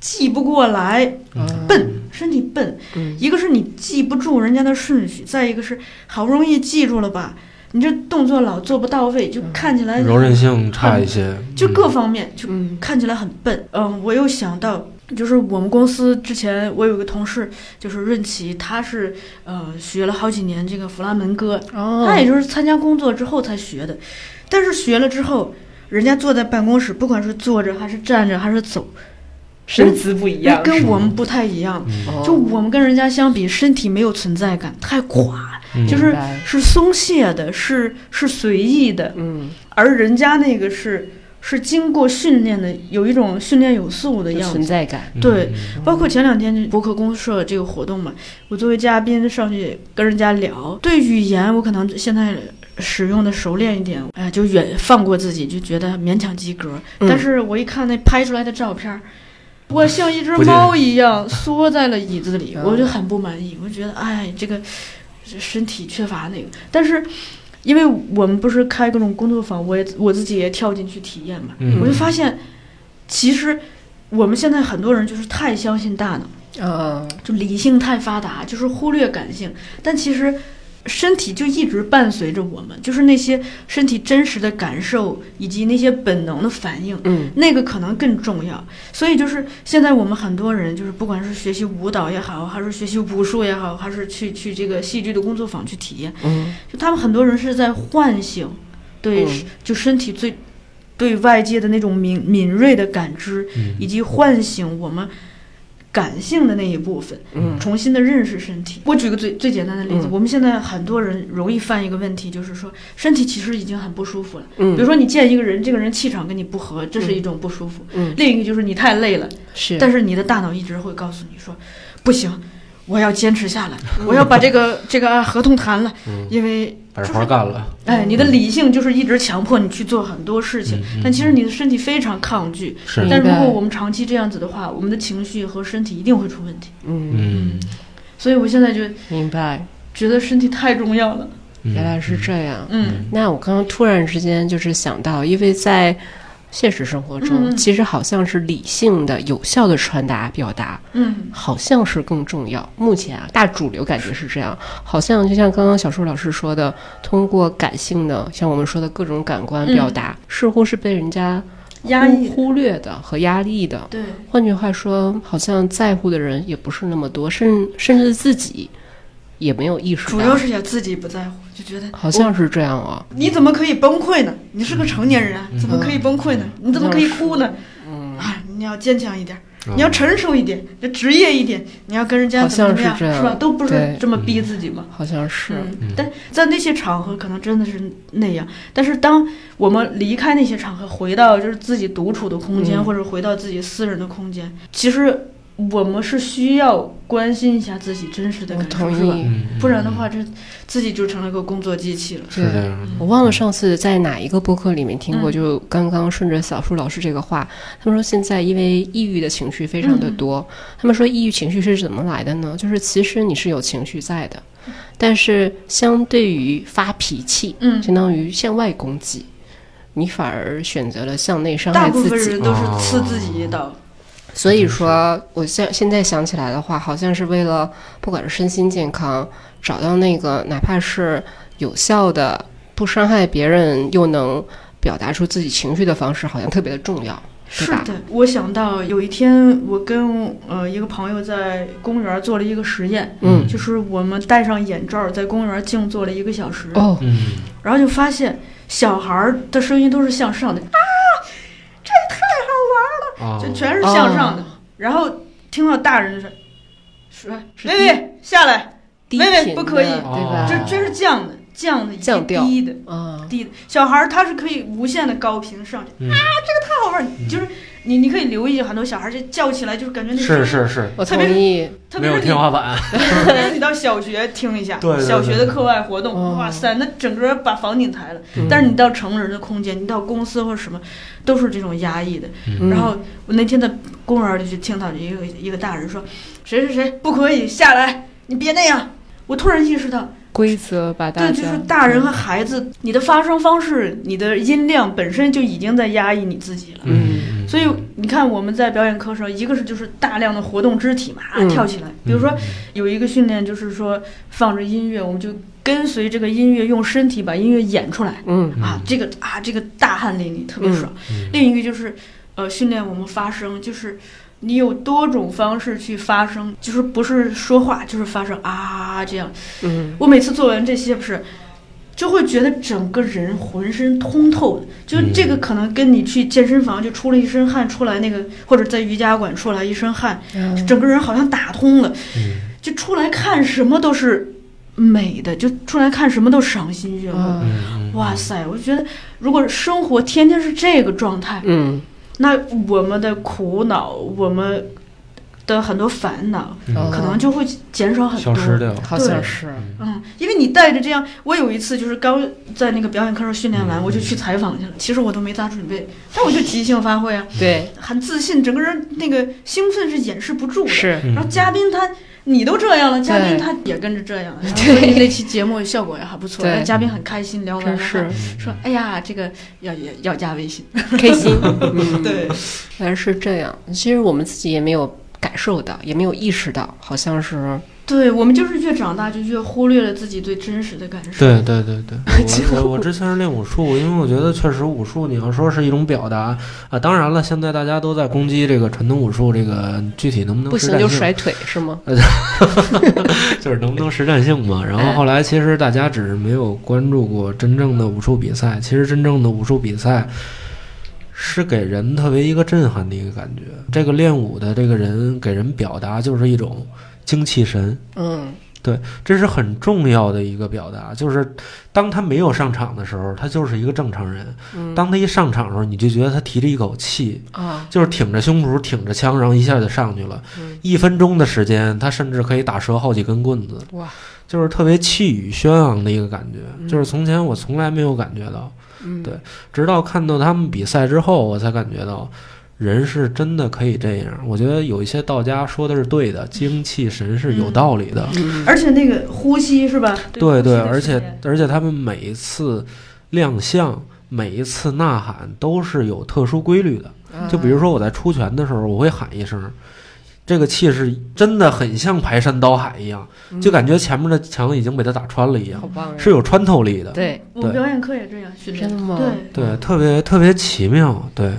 [SPEAKER 1] 记不过来，
[SPEAKER 2] 嗯
[SPEAKER 1] 笨，身体笨。
[SPEAKER 2] 嗯
[SPEAKER 1] 一个是你记不住人家的顺序，再一个是好不容易记住了吧，你这动作老做不到位，就看起来
[SPEAKER 3] 嗯柔韧性差一些，
[SPEAKER 1] 就各方面就
[SPEAKER 2] 嗯
[SPEAKER 1] 看起来很笨。嗯，我又想到，就是我们公司之前我有个同事，就是润琪，他是呃学了好几年这个弗拉门戈，
[SPEAKER 2] 哦
[SPEAKER 1] 他也就是参加工作之后才学的，但是学了之后，人家坐在办公室，不管是坐着还是站着还是走，
[SPEAKER 2] 身姿不一样，哦
[SPEAKER 1] 跟我们不太一样。
[SPEAKER 3] 嗯
[SPEAKER 1] 就我们跟人家相比，身体没有存在感，太垮了，
[SPEAKER 3] 嗯
[SPEAKER 1] 就是
[SPEAKER 2] 明白
[SPEAKER 1] 是松懈的，是是随意的，
[SPEAKER 2] 嗯，
[SPEAKER 1] 而人家那个是是经过训练的，有一种训练有素的
[SPEAKER 2] 有
[SPEAKER 1] 样
[SPEAKER 2] 存
[SPEAKER 1] 子。
[SPEAKER 2] 在
[SPEAKER 3] 嗯
[SPEAKER 2] 感，
[SPEAKER 1] 对，包括前两天博客公社这个活动嘛，我作为嘉宾上去跟人家聊，对语言我可能现在使用的熟练一点，哎、就远放过自己，就觉得勉强及格。
[SPEAKER 2] 嗯
[SPEAKER 1] 但是我一看那拍出来的照片儿，我像一只
[SPEAKER 3] 不见
[SPEAKER 1] 猫一样缩在了椅子里，
[SPEAKER 2] 嗯
[SPEAKER 1] 我就很不满意，我觉得哎，这个这身体缺乏那个，但是。因为我们不是开各种工作坊，我也我自己也跳进去体验嘛，
[SPEAKER 3] 嗯
[SPEAKER 1] 我就发现，其实我们现在很多人就是太相信大脑，
[SPEAKER 2] 嗯，
[SPEAKER 1] 就理性太发达，就是忽略感性。但其实身体就一直伴随着我们，就是那些身体真实的感受以及那些本能的反应，
[SPEAKER 2] 嗯，
[SPEAKER 1] 那个可能更重要。所以就是现在我们很多人，就是不管是学习舞蹈也好，还是学习武术也好，还是去去这个戏剧的工作坊去体验，
[SPEAKER 2] 嗯，
[SPEAKER 1] 就他们很多人是在唤醒对、
[SPEAKER 2] 嗯
[SPEAKER 1] 就身体最对外界的那种敏敏锐的感知，
[SPEAKER 3] 嗯
[SPEAKER 1] 以及唤醒我们感性的那一部分，
[SPEAKER 2] 嗯
[SPEAKER 1] 重新的认识身体。我举个最最简单的例子，
[SPEAKER 2] 嗯
[SPEAKER 1] 我们现在很多人容易犯一个问题，就是说身体其实已经很不舒服了。
[SPEAKER 2] 嗯
[SPEAKER 1] 比如说你见一个人，这个人气场跟你不合，这是一种不舒服；
[SPEAKER 2] 嗯
[SPEAKER 1] 另一个就是你太累了，
[SPEAKER 2] 是，
[SPEAKER 1] 但是你的大脑一直会告诉你说，不行，我要坚持下来，我要把这个这个啊合同谈了，
[SPEAKER 3] 嗯
[SPEAKER 1] 因为
[SPEAKER 3] 把这活儿干了，
[SPEAKER 1] 哎，你的理性就是一直强迫你去做很多事情，
[SPEAKER 3] 嗯嗯
[SPEAKER 1] 但其实你的身体非常抗拒。
[SPEAKER 3] 是
[SPEAKER 2] 明白
[SPEAKER 1] 但如果我们长期这样子的话，我们的情绪和身体一定会出问题。
[SPEAKER 2] 嗯，
[SPEAKER 3] 嗯
[SPEAKER 1] 所以我现在就
[SPEAKER 2] 明白，
[SPEAKER 1] 觉得身体太重要了。
[SPEAKER 3] 嗯，
[SPEAKER 2] 原来是这样。
[SPEAKER 1] 嗯
[SPEAKER 2] 那我刚刚突然之间就是想到，因为在现实生活中，
[SPEAKER 1] 嗯嗯
[SPEAKER 2] 其实好像是理性的、有效的传达表达，
[SPEAKER 1] 嗯
[SPEAKER 2] 好像是更重要。目前啊，大主流感觉是这样，好像就像刚刚小树老师说的，通过感性的，像我们说的各种感官表达，
[SPEAKER 1] 嗯
[SPEAKER 2] 似乎是被人家
[SPEAKER 1] 压抑
[SPEAKER 2] 忽忽略的和压力的。
[SPEAKER 1] 对，
[SPEAKER 2] 换句话说，好像在乎的人也不是那么多，甚甚至自己也没有意识
[SPEAKER 1] 主
[SPEAKER 2] 到
[SPEAKER 1] 要，是也自己不在乎，就觉得
[SPEAKER 2] 好像是这样啊。
[SPEAKER 1] 你怎么可以崩溃呢？你是个成年人啊，怎么可以崩溃呢？你怎么可以哭呢？
[SPEAKER 2] 嗯，
[SPEAKER 1] 啊，你要坚强一点，
[SPEAKER 3] 嗯
[SPEAKER 1] 你要成熟一点，你要职业一点，你要跟人家
[SPEAKER 2] 好
[SPEAKER 1] 怎么
[SPEAKER 2] 像
[SPEAKER 1] 怎么样，
[SPEAKER 2] 是这样
[SPEAKER 1] 是吧？都不是
[SPEAKER 2] 对
[SPEAKER 1] 这么逼自己嘛。
[SPEAKER 2] 好像是。
[SPEAKER 1] 嗯，但在那些场合可能真的是那样。但是当我们离开那些场合，回到就是自己独处的空间，
[SPEAKER 2] 嗯
[SPEAKER 1] 或者回到自己私人的空间，其实我们是需要关心一下自己真实的
[SPEAKER 2] 我
[SPEAKER 1] 感受，
[SPEAKER 2] 同
[SPEAKER 1] 是吧？
[SPEAKER 2] 意，
[SPEAKER 3] 嗯，
[SPEAKER 1] 不然的话，这自己就成了个工作机器了。
[SPEAKER 3] 是
[SPEAKER 2] 对
[SPEAKER 3] 这样，
[SPEAKER 2] 我忘了上次在哪一个播客里面听过，
[SPEAKER 1] 嗯
[SPEAKER 2] 就刚刚顺着小树老师这个话，他们说现在因为抑郁的情绪非常的
[SPEAKER 1] 嗯
[SPEAKER 2] 多，他们说抑郁情绪是怎么来的呢？就是其实你是有情绪在的，但是相对于发脾气，
[SPEAKER 1] 嗯，
[SPEAKER 2] 相当于向外攻击，你反而选择了向内伤
[SPEAKER 1] 大
[SPEAKER 2] 害
[SPEAKER 1] 部
[SPEAKER 2] 自
[SPEAKER 1] 分
[SPEAKER 2] 己
[SPEAKER 1] 人。都是刺自己一刀。
[SPEAKER 2] 所以说，我现现在想起来的话，好像是为了不管是身心健康，找到那个哪怕是有效的、不伤害别人又能表达出自己情绪的方式，好像特别的重要，
[SPEAKER 1] 是
[SPEAKER 2] 对吧？
[SPEAKER 1] 的，我想到有一天，我跟呃一个朋友在公园做了一个实验，
[SPEAKER 2] 嗯，
[SPEAKER 1] 就是我们戴上眼罩，在公园静坐了一个小时。
[SPEAKER 2] 哦，
[SPEAKER 3] 嗯
[SPEAKER 1] 然后就发现小孩儿的声音都是向上的，
[SPEAKER 2] 哦
[SPEAKER 3] 啊，
[SPEAKER 1] 就全是向上的。然后听到大人就是说：“妹妹下来，
[SPEAKER 2] 低
[SPEAKER 1] 妹妹
[SPEAKER 2] 频
[SPEAKER 1] 不可以
[SPEAKER 2] 的对吧？
[SPEAKER 1] 这
[SPEAKER 3] 哦
[SPEAKER 1] 这是降的，降的以及
[SPEAKER 2] 降调
[SPEAKER 1] 低的。”
[SPEAKER 2] 啊，
[SPEAKER 1] 低的小孩儿他是可以无限的高频上去，啊
[SPEAKER 3] 嗯
[SPEAKER 1] 太好玩儿。就是你你可以留意很多小孩儿就叫起来，就是感觉那个
[SPEAKER 3] 是
[SPEAKER 1] 声音，
[SPEAKER 3] 是是，
[SPEAKER 2] 我
[SPEAKER 1] 特
[SPEAKER 2] 同
[SPEAKER 1] 别是
[SPEAKER 2] 意，
[SPEAKER 1] 特别
[SPEAKER 3] 没有
[SPEAKER 1] 是你
[SPEAKER 3] 天花板，
[SPEAKER 1] 特别是你到小学听一下，
[SPEAKER 3] 对对对
[SPEAKER 1] 小学的课外活动，
[SPEAKER 2] 哦
[SPEAKER 1] 哇塞，那整个把房顶抬了。
[SPEAKER 3] 嗯
[SPEAKER 1] 但是你到成人的空间，你到公司或者什么，都是这种压抑的。
[SPEAKER 2] 嗯
[SPEAKER 1] 然后我那天在公园里就听到一个一个大人说：“谁谁谁不可以下来，你别那样。”我突然意识到，
[SPEAKER 2] 规则把大
[SPEAKER 1] 对，
[SPEAKER 2] 家
[SPEAKER 1] 就是大人和孩
[SPEAKER 3] 嗯
[SPEAKER 1] 子，你的发声方式、你的音量本身就已经在压抑你自己了。
[SPEAKER 3] 嗯，
[SPEAKER 1] 所以你看，我们在表演课上，一个是就是大量的活动肢体嘛，啊
[SPEAKER 2] 嗯
[SPEAKER 1] 跳起来。比如说有一个训练，就是说放着音乐，我们就跟随这个音乐，用身体把音乐演出来。
[SPEAKER 2] 嗯
[SPEAKER 1] 啊，这个啊，这个大汗淋漓，特别
[SPEAKER 3] 嗯
[SPEAKER 1] 爽。另一个就是，呃，训练我们发声，就是你有多种方式去发声，就是不是说话，就是发声啊这样。
[SPEAKER 2] 嗯
[SPEAKER 1] 我每次做完这些，不是就会觉得整个人浑身通透的，就是这个可能跟你去健身房就出了一身汗出来那个，或者在瑜伽馆出来一身汗，
[SPEAKER 2] 嗯
[SPEAKER 1] 整个人好像打通了，
[SPEAKER 3] 嗯
[SPEAKER 1] 就出来看什么都是美的，就出来看什么都赏心悦目。
[SPEAKER 2] 嗯
[SPEAKER 3] 嗯，
[SPEAKER 1] 哇塞，我觉得如果生活天天是这个状态，
[SPEAKER 2] 嗯，
[SPEAKER 1] 那我们的苦恼，我们的很多烦恼，
[SPEAKER 3] 嗯
[SPEAKER 2] 哦
[SPEAKER 1] 可能就会减少很
[SPEAKER 3] 消
[SPEAKER 1] 多。
[SPEAKER 3] 失掉，
[SPEAKER 2] 好
[SPEAKER 1] 对
[SPEAKER 2] 像是，
[SPEAKER 1] 嗯，因为你带着这样，我有一次就是刚在那个表演课上训练
[SPEAKER 3] 嗯
[SPEAKER 1] 完，我就去采访去了。其实我都没咋准备，但我就即兴发挥啊，
[SPEAKER 2] 对，
[SPEAKER 1] 很自信，整个人那个兴奋是掩饰不住的。
[SPEAKER 2] 是，
[SPEAKER 3] 嗯
[SPEAKER 1] 然后嘉宾他，你都这样了，嘉宾
[SPEAKER 2] 对
[SPEAKER 1] 他也跟着这样了。然后
[SPEAKER 2] 对
[SPEAKER 1] 所以那期节目效果也还不错，
[SPEAKER 2] 对
[SPEAKER 1] 让嘉宾很开心，聊完
[SPEAKER 2] 真
[SPEAKER 1] 了
[SPEAKER 2] 是
[SPEAKER 1] 说：“哎呀，这个要要要加微信。
[SPEAKER 2] 开心，嗯，
[SPEAKER 1] 对，
[SPEAKER 2] 原来是这样。其实我们自己也没有感受到，也没有意识到，好像是
[SPEAKER 1] 对我们就是越长大就越忽略了自己对真实的感受。
[SPEAKER 3] 对对对对，我我我之前是练武术，因为我觉得确实武术，你要说是一种表达啊，当然了，现在大家都在攻击这个传统武术，这个具体能不能
[SPEAKER 2] 不
[SPEAKER 3] 实
[SPEAKER 2] 行
[SPEAKER 3] 战
[SPEAKER 2] 就
[SPEAKER 3] 性
[SPEAKER 2] 甩腿是吗？
[SPEAKER 3] 就是能不能实战性
[SPEAKER 2] 哎
[SPEAKER 3] 嘛。然后后来其实大家只是没有关注过真正的武术比赛，其实真正的武术比赛是给人特别一个震撼的一个感觉。这个练武的这个人给人表达就是一种精气神，
[SPEAKER 2] 嗯，
[SPEAKER 3] 这是很重要的一个表达。就是当他没有上场的时候，他就是一个正常人；
[SPEAKER 2] 嗯
[SPEAKER 3] 当他一上场的时候，你就觉得他提着一口气，
[SPEAKER 2] 啊，
[SPEAKER 3] 就是挺着胸脯、挺着枪，然后一下就上去了。
[SPEAKER 2] 嗯
[SPEAKER 3] 一分钟的时间，他甚至可以打折好几根棍子。
[SPEAKER 2] 哇！
[SPEAKER 3] 就是特别气宇轩昂的一个感觉，
[SPEAKER 2] 嗯
[SPEAKER 3] 就是从前我从来没有感觉到，
[SPEAKER 2] 嗯，
[SPEAKER 3] 对直到看到他们比赛之后，我才感觉到。人是真的可以这样，我觉得有一些道家说的是对的，精气神是有道理的。
[SPEAKER 2] 嗯，
[SPEAKER 1] 而且那个呼吸是吧？
[SPEAKER 3] 对对，
[SPEAKER 1] 呼
[SPEAKER 3] 而
[SPEAKER 1] 吸的时
[SPEAKER 3] 且
[SPEAKER 1] 间
[SPEAKER 3] 而且他们每一次亮相，每一次呐喊都是有特殊规律的。
[SPEAKER 2] 啊
[SPEAKER 3] 就比如说我在出拳的时候，我会喊一声，这个气势真的很像排山倒海一样，就感觉前面的墙已经被他打穿了一
[SPEAKER 2] 嗯
[SPEAKER 3] 样
[SPEAKER 2] 好，棒呀，
[SPEAKER 3] 是有穿透力的。
[SPEAKER 2] 对，
[SPEAKER 1] 我
[SPEAKER 3] 对
[SPEAKER 1] 们表演课也这样训练
[SPEAKER 2] 真的吗
[SPEAKER 1] 对，
[SPEAKER 3] 对，特别特别奇妙，对，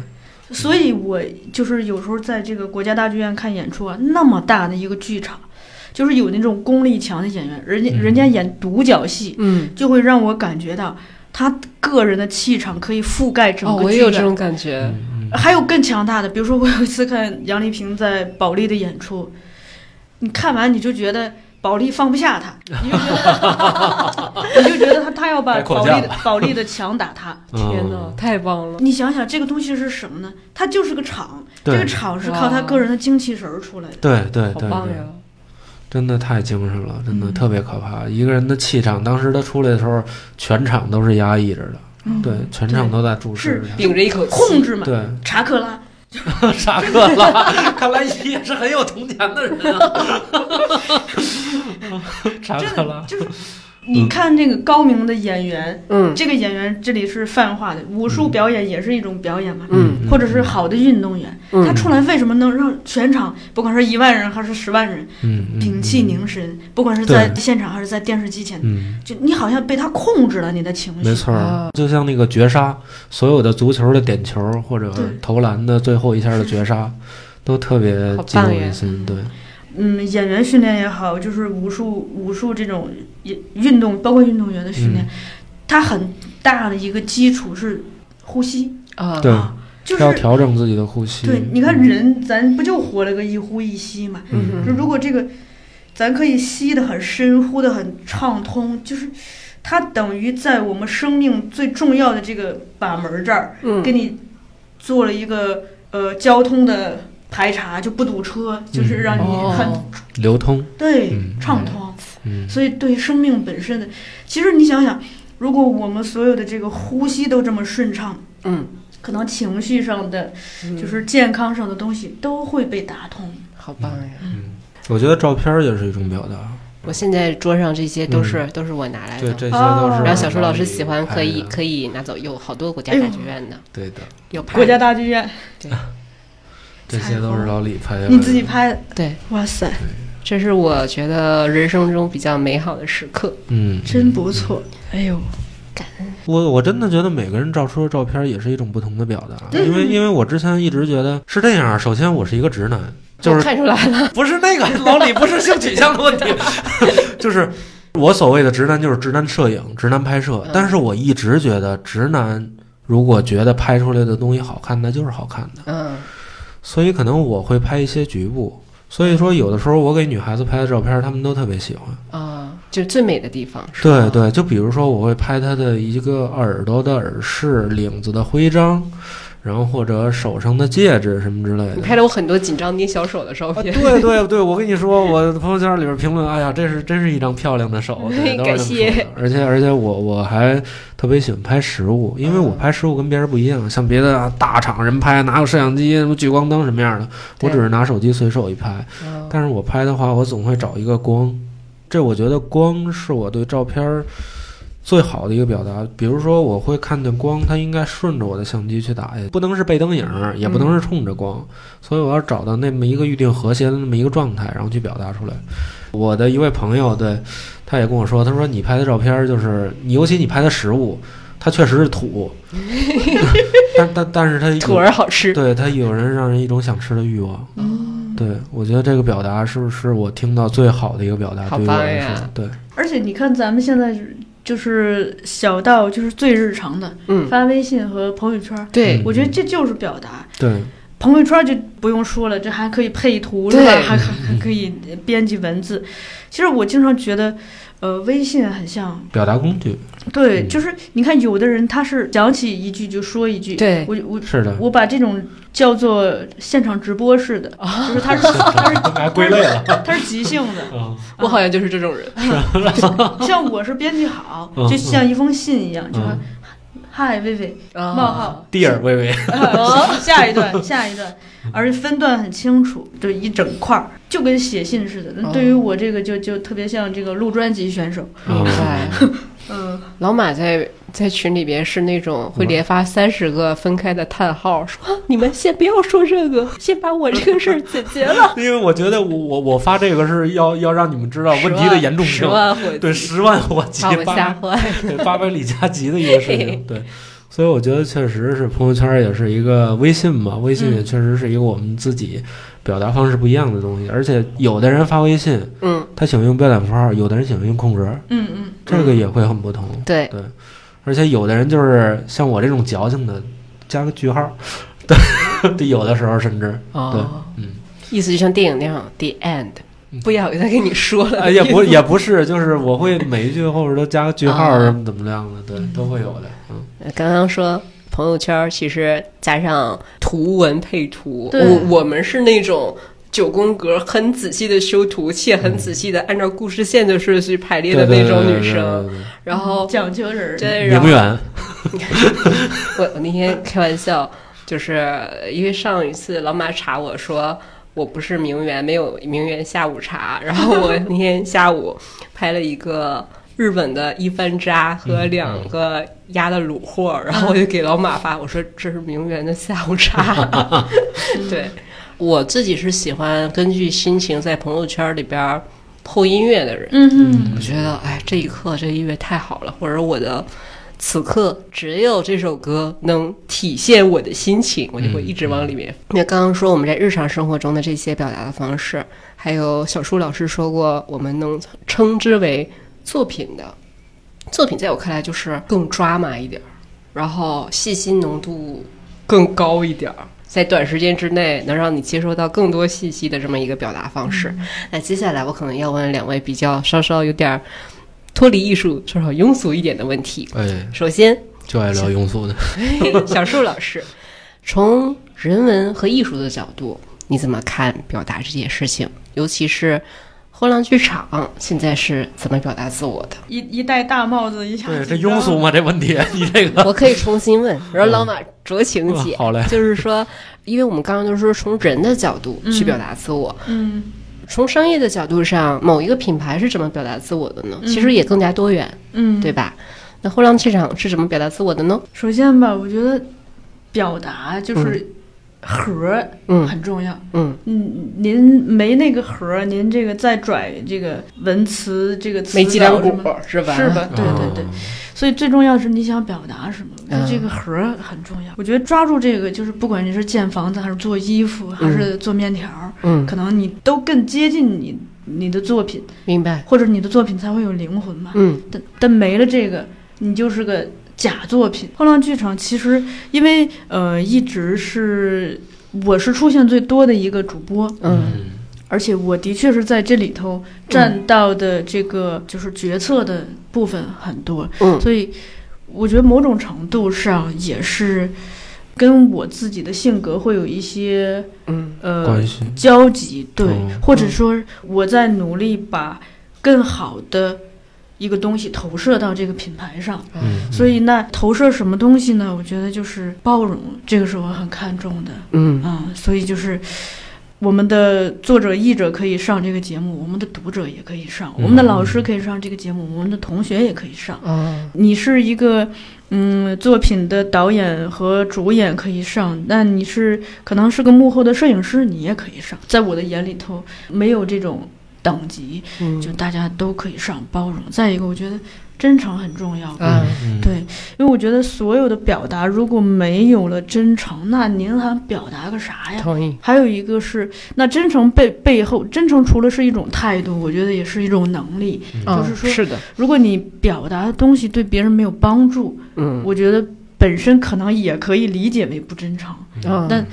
[SPEAKER 1] 所以我就是有时候在这个国家大剧院看演出啊，那么大的一个剧场，就是有那种功力强的演员，人家
[SPEAKER 3] 嗯
[SPEAKER 1] 人家演独角戏，
[SPEAKER 2] 嗯，
[SPEAKER 1] 就会让我感觉到他个人的气场可以覆盖整
[SPEAKER 2] 哦，
[SPEAKER 1] 个
[SPEAKER 2] 我也
[SPEAKER 1] 剧
[SPEAKER 2] 有这
[SPEAKER 1] 院。
[SPEAKER 2] 种感觉，
[SPEAKER 3] 嗯
[SPEAKER 1] 还有更强大的，比如说我有一次看杨丽萍在保利的演出，你看完你就觉得保利放不下 他，你就觉得你就觉得他他要把
[SPEAKER 3] 开口
[SPEAKER 1] 保利
[SPEAKER 3] 架
[SPEAKER 1] 的保利的墙打塌。
[SPEAKER 3] 嗯
[SPEAKER 2] 天哪，哦太棒了，
[SPEAKER 1] 你想想，这个东西是什么呢？它就是个场，这
[SPEAKER 3] 对
[SPEAKER 1] 个场是靠他个人的精气神儿出来的。
[SPEAKER 3] 对对
[SPEAKER 2] 好
[SPEAKER 3] 对
[SPEAKER 2] 棒
[SPEAKER 3] 对，
[SPEAKER 2] 呀，
[SPEAKER 3] 真的太精神了，真的
[SPEAKER 1] 嗯
[SPEAKER 3] 特别可怕。一个人的气场，当时他出来的时候，全场都是压抑着的，
[SPEAKER 1] 嗯
[SPEAKER 3] 对，全场都在注视
[SPEAKER 1] 是
[SPEAKER 3] 着
[SPEAKER 2] 屏着一口气，
[SPEAKER 1] 控制嘛，
[SPEAKER 3] 对，
[SPEAKER 1] 查克拉，
[SPEAKER 3] 沙克 拉，看来你也是很有童年的人 啊。沙
[SPEAKER 1] 真
[SPEAKER 3] 克
[SPEAKER 1] 的
[SPEAKER 3] 拉，
[SPEAKER 1] 就是。你看这个高明的演员，
[SPEAKER 2] 嗯
[SPEAKER 1] 这个演员这里是泛化的，武
[SPEAKER 3] 嗯
[SPEAKER 1] 术表演也是一种表演嘛，
[SPEAKER 2] 嗯
[SPEAKER 1] 或者是好的运动员，
[SPEAKER 2] 嗯
[SPEAKER 1] 他出来为什么能让全场，不管是一万人还是十万人，
[SPEAKER 3] 嗯嗯
[SPEAKER 1] 屏气凝神，不管是在
[SPEAKER 3] 对
[SPEAKER 1] 现场还是在电视机前，
[SPEAKER 3] 嗯，
[SPEAKER 1] 就你好像被他控制了你的嗯情
[SPEAKER 3] 没
[SPEAKER 1] 绪，
[SPEAKER 3] 错
[SPEAKER 2] 啊
[SPEAKER 3] 儿，就像那个绝杀，所有的足球的点球或者
[SPEAKER 1] 对
[SPEAKER 3] 投篮的最后一下的绝杀，都特别
[SPEAKER 2] 好
[SPEAKER 3] 激
[SPEAKER 2] 棒
[SPEAKER 3] 动
[SPEAKER 2] 呀
[SPEAKER 3] 人心。对，
[SPEAKER 1] 嗯，演员训练也好，就是武术武术这种也运动，包括运动员的训练，
[SPEAKER 3] 嗯
[SPEAKER 1] 它很大的一个基础是呼吸，
[SPEAKER 2] 啊，
[SPEAKER 3] 对
[SPEAKER 1] 啊就
[SPEAKER 3] 要
[SPEAKER 1] 是
[SPEAKER 3] 调整自己的呼吸。
[SPEAKER 1] 对，你看
[SPEAKER 3] 嗯，
[SPEAKER 1] 人，咱不就活了个一呼一吸嘛？
[SPEAKER 2] 嗯
[SPEAKER 1] 就如果这个，咱可以吸得很深，呼得很畅通，就是它等于在我们生命最重要的这个把门儿这儿，
[SPEAKER 2] 嗯
[SPEAKER 1] 给你做了一个呃交通的排查，就不堵车，就是
[SPEAKER 3] 嗯
[SPEAKER 1] 让你很、
[SPEAKER 2] 哦，
[SPEAKER 3] 流通，
[SPEAKER 1] 对
[SPEAKER 3] 嗯
[SPEAKER 1] 畅通。
[SPEAKER 3] 嗯，
[SPEAKER 1] 所以对生命本身的，其实你想想，如果我们所有的这个呼吸都这么顺畅，
[SPEAKER 2] 嗯，
[SPEAKER 1] 可能情绪上的，
[SPEAKER 2] 嗯
[SPEAKER 1] 就是健康上的东西都会被打通。
[SPEAKER 2] 好棒呀。
[SPEAKER 3] 我觉得照片儿也是一种表达。
[SPEAKER 2] 我现在桌上这些都是都是我拿来
[SPEAKER 3] 嗯对，
[SPEAKER 2] 的，
[SPEAKER 3] 这些都是
[SPEAKER 1] 哦
[SPEAKER 3] 我
[SPEAKER 2] 然后小舒老师
[SPEAKER 3] 哪里
[SPEAKER 2] 喜欢可以
[SPEAKER 3] 拍的
[SPEAKER 2] 可以拿走，有好多国家
[SPEAKER 1] 哎呦
[SPEAKER 2] 大剧院的，
[SPEAKER 3] 对的，
[SPEAKER 2] 有拍
[SPEAKER 1] 国家大剧院，
[SPEAKER 3] 这些都是老李拍的。
[SPEAKER 1] 你自己拍的，
[SPEAKER 2] 对，
[SPEAKER 1] 哇塞，
[SPEAKER 2] 这是我觉得人生中比较美好的时刻。
[SPEAKER 3] 嗯，
[SPEAKER 1] 真不错！哎呦，
[SPEAKER 3] 我我真的觉得每个人照出的照片也是一种不同的表达，
[SPEAKER 1] 嗯
[SPEAKER 3] 因为因为我之前一直觉得是这样。首先，我是一个直男，就
[SPEAKER 2] 我
[SPEAKER 3] 是
[SPEAKER 2] 看出来了，
[SPEAKER 3] 不是那个 老李，不是性取向的问题，就是我所谓的直男就是直男摄影、直男拍摄
[SPEAKER 2] 嗯，
[SPEAKER 3] 但是我一直觉得直男如果觉得拍出来的东西好看，那就是好看的。
[SPEAKER 2] 嗯
[SPEAKER 3] 所以可能我会拍一些局部。所以说，有的时候我给女孩子拍的照片，她们都特别喜欢。
[SPEAKER 2] 啊，就是最美的地方。是吧
[SPEAKER 3] 对，对，就比如说我会拍她的一个耳朵的耳饰、领子的徽章，然后或者手上的戒指什么之类
[SPEAKER 2] 你
[SPEAKER 3] 的。
[SPEAKER 2] 拍了我很多紧张捏小手的照
[SPEAKER 3] 啊，
[SPEAKER 2] 片。
[SPEAKER 3] 对对对，我跟你说，我的朋友圈里边评论，哎呀，这是真是一张漂亮的 手，对，都是
[SPEAKER 2] 感
[SPEAKER 3] 这么
[SPEAKER 2] 谢
[SPEAKER 3] 说的。而且而且我我还特别喜欢拍实物，因为我
[SPEAKER 2] 嗯
[SPEAKER 3] 拍实物跟别人不一样，像别的啊大厂人拍哪有摄像机、什么聚光灯什么样的，我
[SPEAKER 2] 对
[SPEAKER 3] 只是拿手机随手一拍。
[SPEAKER 2] 嗯
[SPEAKER 3] 但是我拍的话，我总会找一个光，这我觉得光是我对照片儿最好的一个表达。比如说，我会看见光，它应该顺着我的相机去打，也不能是背灯影儿，也不能
[SPEAKER 2] 嗯
[SPEAKER 3] 是冲着光，所以我要找到那么一个预定和谐的那么一个状态，然后去表达出来。我的一位朋友，对，他也跟我说，他说你拍的照片儿就是你，尤其你拍的实物，它确实 是土， 但但但是它有
[SPEAKER 2] 土儿好吃。
[SPEAKER 3] 对它有人让人一种想吃的欲望。
[SPEAKER 1] 嗯，
[SPEAKER 3] 对，我觉得这个表达是不是我听到最好的一个表达？
[SPEAKER 2] 好
[SPEAKER 3] 对于我
[SPEAKER 2] 棒
[SPEAKER 3] 来
[SPEAKER 2] 呀
[SPEAKER 3] 说，对，
[SPEAKER 1] 而且你看咱们现在就是小到就是最日常的
[SPEAKER 2] 嗯，
[SPEAKER 1] 发微信和朋友圈儿，
[SPEAKER 2] 对
[SPEAKER 3] 嗯
[SPEAKER 1] 我觉得这就是表达。
[SPEAKER 3] 对，
[SPEAKER 1] 朋友圈儿就不用说了，这还可以配图是吧？
[SPEAKER 2] 对
[SPEAKER 1] 还还还可以编辑文字。其实我经常觉得，呃，微信很像
[SPEAKER 3] 表达工具
[SPEAKER 1] 对，
[SPEAKER 3] 嗯
[SPEAKER 1] 就是你看，有的人他是想起一句就说一句，
[SPEAKER 2] 对
[SPEAKER 1] 我我
[SPEAKER 3] 是的，
[SPEAKER 1] 我把这种叫做现场直播式的，就是他是他是
[SPEAKER 3] 还归类了。
[SPEAKER 1] 他是即兴的，
[SPEAKER 3] 嗯
[SPEAKER 2] 我好像就是这种人。
[SPEAKER 1] 像我是编辑好
[SPEAKER 3] 嗯，
[SPEAKER 1] 就像一封信一样，就说
[SPEAKER 3] 嗯，
[SPEAKER 1] 嗨薇薇，
[SPEAKER 2] 冒
[SPEAKER 1] 冒 号，
[SPEAKER 3] 第二微微，
[SPEAKER 1] 啊下一段下一段，
[SPEAKER 3] 嗯
[SPEAKER 1] 而且分段很清楚，就一整块儿，就跟写信似的。那
[SPEAKER 2] 哦
[SPEAKER 1] 对于我这个就就特别像这个录专辑选手，
[SPEAKER 3] 嗯
[SPEAKER 2] 啊明白。
[SPEAKER 1] 嗯，
[SPEAKER 2] 老马在在群里边是那种会连发三十个分开的叹号，说啊你们先不要说这个，先把我这个事儿 解决了。
[SPEAKER 3] 因为我觉得我我我发这个是要要让你们知道问题的严重
[SPEAKER 2] 十
[SPEAKER 3] 性，
[SPEAKER 2] 万十万火
[SPEAKER 3] 对，十万火急
[SPEAKER 2] 把我
[SPEAKER 3] 八
[SPEAKER 2] 吓坏。
[SPEAKER 3] 对八百里加急的一个事情，对。所以我觉得确实是朋友圈也是一个微信嘛，微信也确实是一个我们自己表达方式不一样的东西，而且有的人发微信
[SPEAKER 2] 嗯，
[SPEAKER 3] 他喜欢用标点符号，有的人喜欢用空格，
[SPEAKER 1] 嗯嗯，
[SPEAKER 3] 这个也会很不同。
[SPEAKER 2] 对，
[SPEAKER 3] 而且有的人就是像我这种矫情的，加个句号，对，有的时候甚至，
[SPEAKER 2] 哦，
[SPEAKER 3] 嗯，
[SPEAKER 2] 意思就像电影那样，the end，不要再跟你说了。
[SPEAKER 3] 哎，也 不也不是，就是我会每一句后边都加个句号，
[SPEAKER 2] 啊
[SPEAKER 3] 什么怎么样的，对，都会有的，嗯，
[SPEAKER 2] 呃刚刚说朋友圈，其实加上图文配图，
[SPEAKER 1] 对
[SPEAKER 2] 我我们是那种。九宫格很仔细的修图，且很仔细的按照故事线的顺序排列的那种女生，然后
[SPEAKER 1] 讲究人儿，
[SPEAKER 2] 对，然
[SPEAKER 3] 永
[SPEAKER 2] 后
[SPEAKER 3] 远，
[SPEAKER 2] 我我那天开玩笑，就是因为上一次老马查我说我不是名媛，没有名媛下午茶，然后 我那天下午拍了一个。日本的一番渣和两个鸭的卤货，然后我就给老马发，我说这是名媛的下午茶。 对我自己是喜欢根据心情在朋友圈里边儿后音乐的人，
[SPEAKER 1] 嗯嗯，
[SPEAKER 2] 我觉得，哎，这一刻这音乐太好了，或者我的此刻只有这首歌能体现我的心情，我就会一直往里面。嗯那刚刚说我们在日常生活中的这些表达的方式，还有小舒老师说过，我们能称之为作品的作品，在我看来就是更抓马一点儿，然后细心浓度更高一点儿。在短时间之内能让你接收到更多信息的这么一个表达方式，那接下来我可能要问两位比较稍稍有点儿脱离艺术、稍稍庸俗一点的问题。
[SPEAKER 3] 哎，
[SPEAKER 2] 首先，
[SPEAKER 3] 就爱聊 庸俗的，
[SPEAKER 2] 小树老师， 从人文和艺术的角度，你怎么看表达这件事情？尤其是后浪剧场现在是怎么表达自我的？
[SPEAKER 1] 一一戴大帽子一下，
[SPEAKER 3] 对，这庸俗吗？这问 题，你这个，
[SPEAKER 2] 我可以重新问，然后老马酌情解。
[SPEAKER 3] 好嘞，
[SPEAKER 2] 就是说，因为我们刚刚都说从人的角度去表达自我，
[SPEAKER 1] 嗯。
[SPEAKER 2] 从商业的角度上，某一个品牌是怎么表达自我的呢？其实也更加多元，
[SPEAKER 1] 嗯，
[SPEAKER 2] 对吧？那后浪剧场是怎么表达自我的呢？
[SPEAKER 1] 首先吧，我觉得表达就是核儿
[SPEAKER 2] 嗯
[SPEAKER 1] 很重要。
[SPEAKER 2] 嗯，
[SPEAKER 1] 嗯，您没那个核儿，您这个再拽这个文词这个词
[SPEAKER 2] 没脊梁骨
[SPEAKER 1] 藻什么
[SPEAKER 2] 是吧？
[SPEAKER 1] 是吧？对对对，所以最重要是你想表达什么，我觉得
[SPEAKER 2] 嗯
[SPEAKER 1] 这个核儿很重要。我觉得抓住这个，就是不管你是建房子，还是做衣服，还是做面条儿，
[SPEAKER 2] 嗯
[SPEAKER 1] 可能你都更接近你你的作品，
[SPEAKER 2] 明白。
[SPEAKER 1] 或者你的作品才会有灵魂嘛。
[SPEAKER 2] 嗯，
[SPEAKER 1] 但但没了这个，你就是个假作品。后浪剧场其实因为呃一直是我是出现最多的一个主播，
[SPEAKER 2] 嗯，
[SPEAKER 1] 而且我的确是在这里头
[SPEAKER 3] 嗯
[SPEAKER 1] 占到的这个就是决策的部分很多，
[SPEAKER 2] 嗯
[SPEAKER 1] 所以我觉得某种程度上也是跟我自己的性格会有一些
[SPEAKER 2] 嗯
[SPEAKER 1] 呃
[SPEAKER 3] 关系，
[SPEAKER 1] 交集，对，
[SPEAKER 3] 嗯
[SPEAKER 1] 或者说我在努力把更好的一个东西投射到这个品牌上。
[SPEAKER 3] 嗯，
[SPEAKER 1] 所以那投射什么东西呢？我觉得就是包容，这个是我很看重的。
[SPEAKER 2] 嗯
[SPEAKER 1] 啊、所以就是我们的作者、译者可以上这个节目，我们的读者也可以上，我们的老师可以上这个节目，我们的同学也可以上。
[SPEAKER 2] 哦，
[SPEAKER 1] 你是一个嗯作品的导演和主演可以上，那你是可能是个幕后的摄影师，你也可以上。在我的眼里头，没有这种等级，
[SPEAKER 2] 嗯
[SPEAKER 1] 就大家都可以上，包容。再一个，我觉得真诚很重要。
[SPEAKER 2] 啊
[SPEAKER 3] 嗯，
[SPEAKER 1] 对，因为我觉得所有的表达如果没有了真诚，那您还表达个啥呀？
[SPEAKER 2] 同意。
[SPEAKER 1] 还有一个是，那真诚背背后，真诚除了是一种态度，我觉得也是一种能力。
[SPEAKER 2] 嗯
[SPEAKER 1] 就是说
[SPEAKER 2] 是的，
[SPEAKER 1] 如果你表达的东西对别人没有帮助，
[SPEAKER 2] 嗯，
[SPEAKER 1] 我觉得本身可能也可以理解为不真诚。
[SPEAKER 2] 嗯
[SPEAKER 1] 但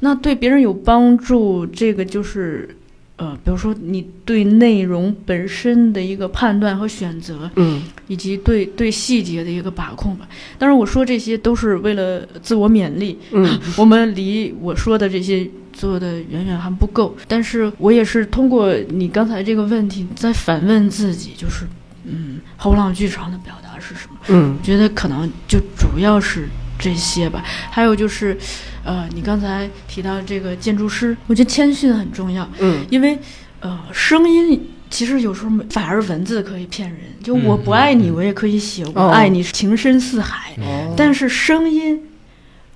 [SPEAKER 1] 那对别人有帮助，这个就是，呃，比如说你对内容本身的一个判断和选择，
[SPEAKER 2] 嗯
[SPEAKER 1] 以及对对细节的一个把控吧。当然，我说这些都是为了自我勉励，
[SPEAKER 2] 嗯
[SPEAKER 1] 我们离我说的这些做的远远还不够，但是我也是通过你刚才这个问题在反问自己，就是嗯，后浪剧场的表达是什么？
[SPEAKER 2] 嗯
[SPEAKER 1] 我觉得可能就主要是这些吧。还有就是，呃，你刚才提到这个建筑师，我觉得谦逊很重要，
[SPEAKER 2] 嗯
[SPEAKER 1] 因为呃，声音。其实有时候没反而文字可以骗人，就我不爱你，
[SPEAKER 3] 嗯嗯
[SPEAKER 1] 我也可以写“我
[SPEAKER 2] 哦
[SPEAKER 1] 爱你情深似海”，
[SPEAKER 2] 哦，
[SPEAKER 1] 但是声音，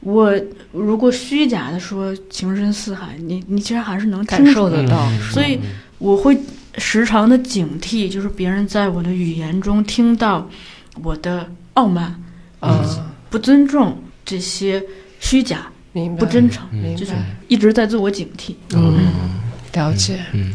[SPEAKER 1] 我如果虚假的说情深似海，你你其实还是能
[SPEAKER 2] 感
[SPEAKER 1] 听
[SPEAKER 2] 受
[SPEAKER 1] 出来
[SPEAKER 2] 得
[SPEAKER 1] 的。
[SPEAKER 3] 嗯
[SPEAKER 2] 到，
[SPEAKER 1] 所以我会时常的警惕，就是别人在我的语言中听到我的傲慢、
[SPEAKER 2] 啊，
[SPEAKER 1] 不尊重这些虚假、
[SPEAKER 2] 明白，
[SPEAKER 1] 不真诚，
[SPEAKER 3] 嗯
[SPEAKER 2] 明
[SPEAKER 1] 就是
[SPEAKER 2] 白，
[SPEAKER 1] 一直在自我警惕。
[SPEAKER 3] 嗯，
[SPEAKER 2] 了解。
[SPEAKER 3] 嗯，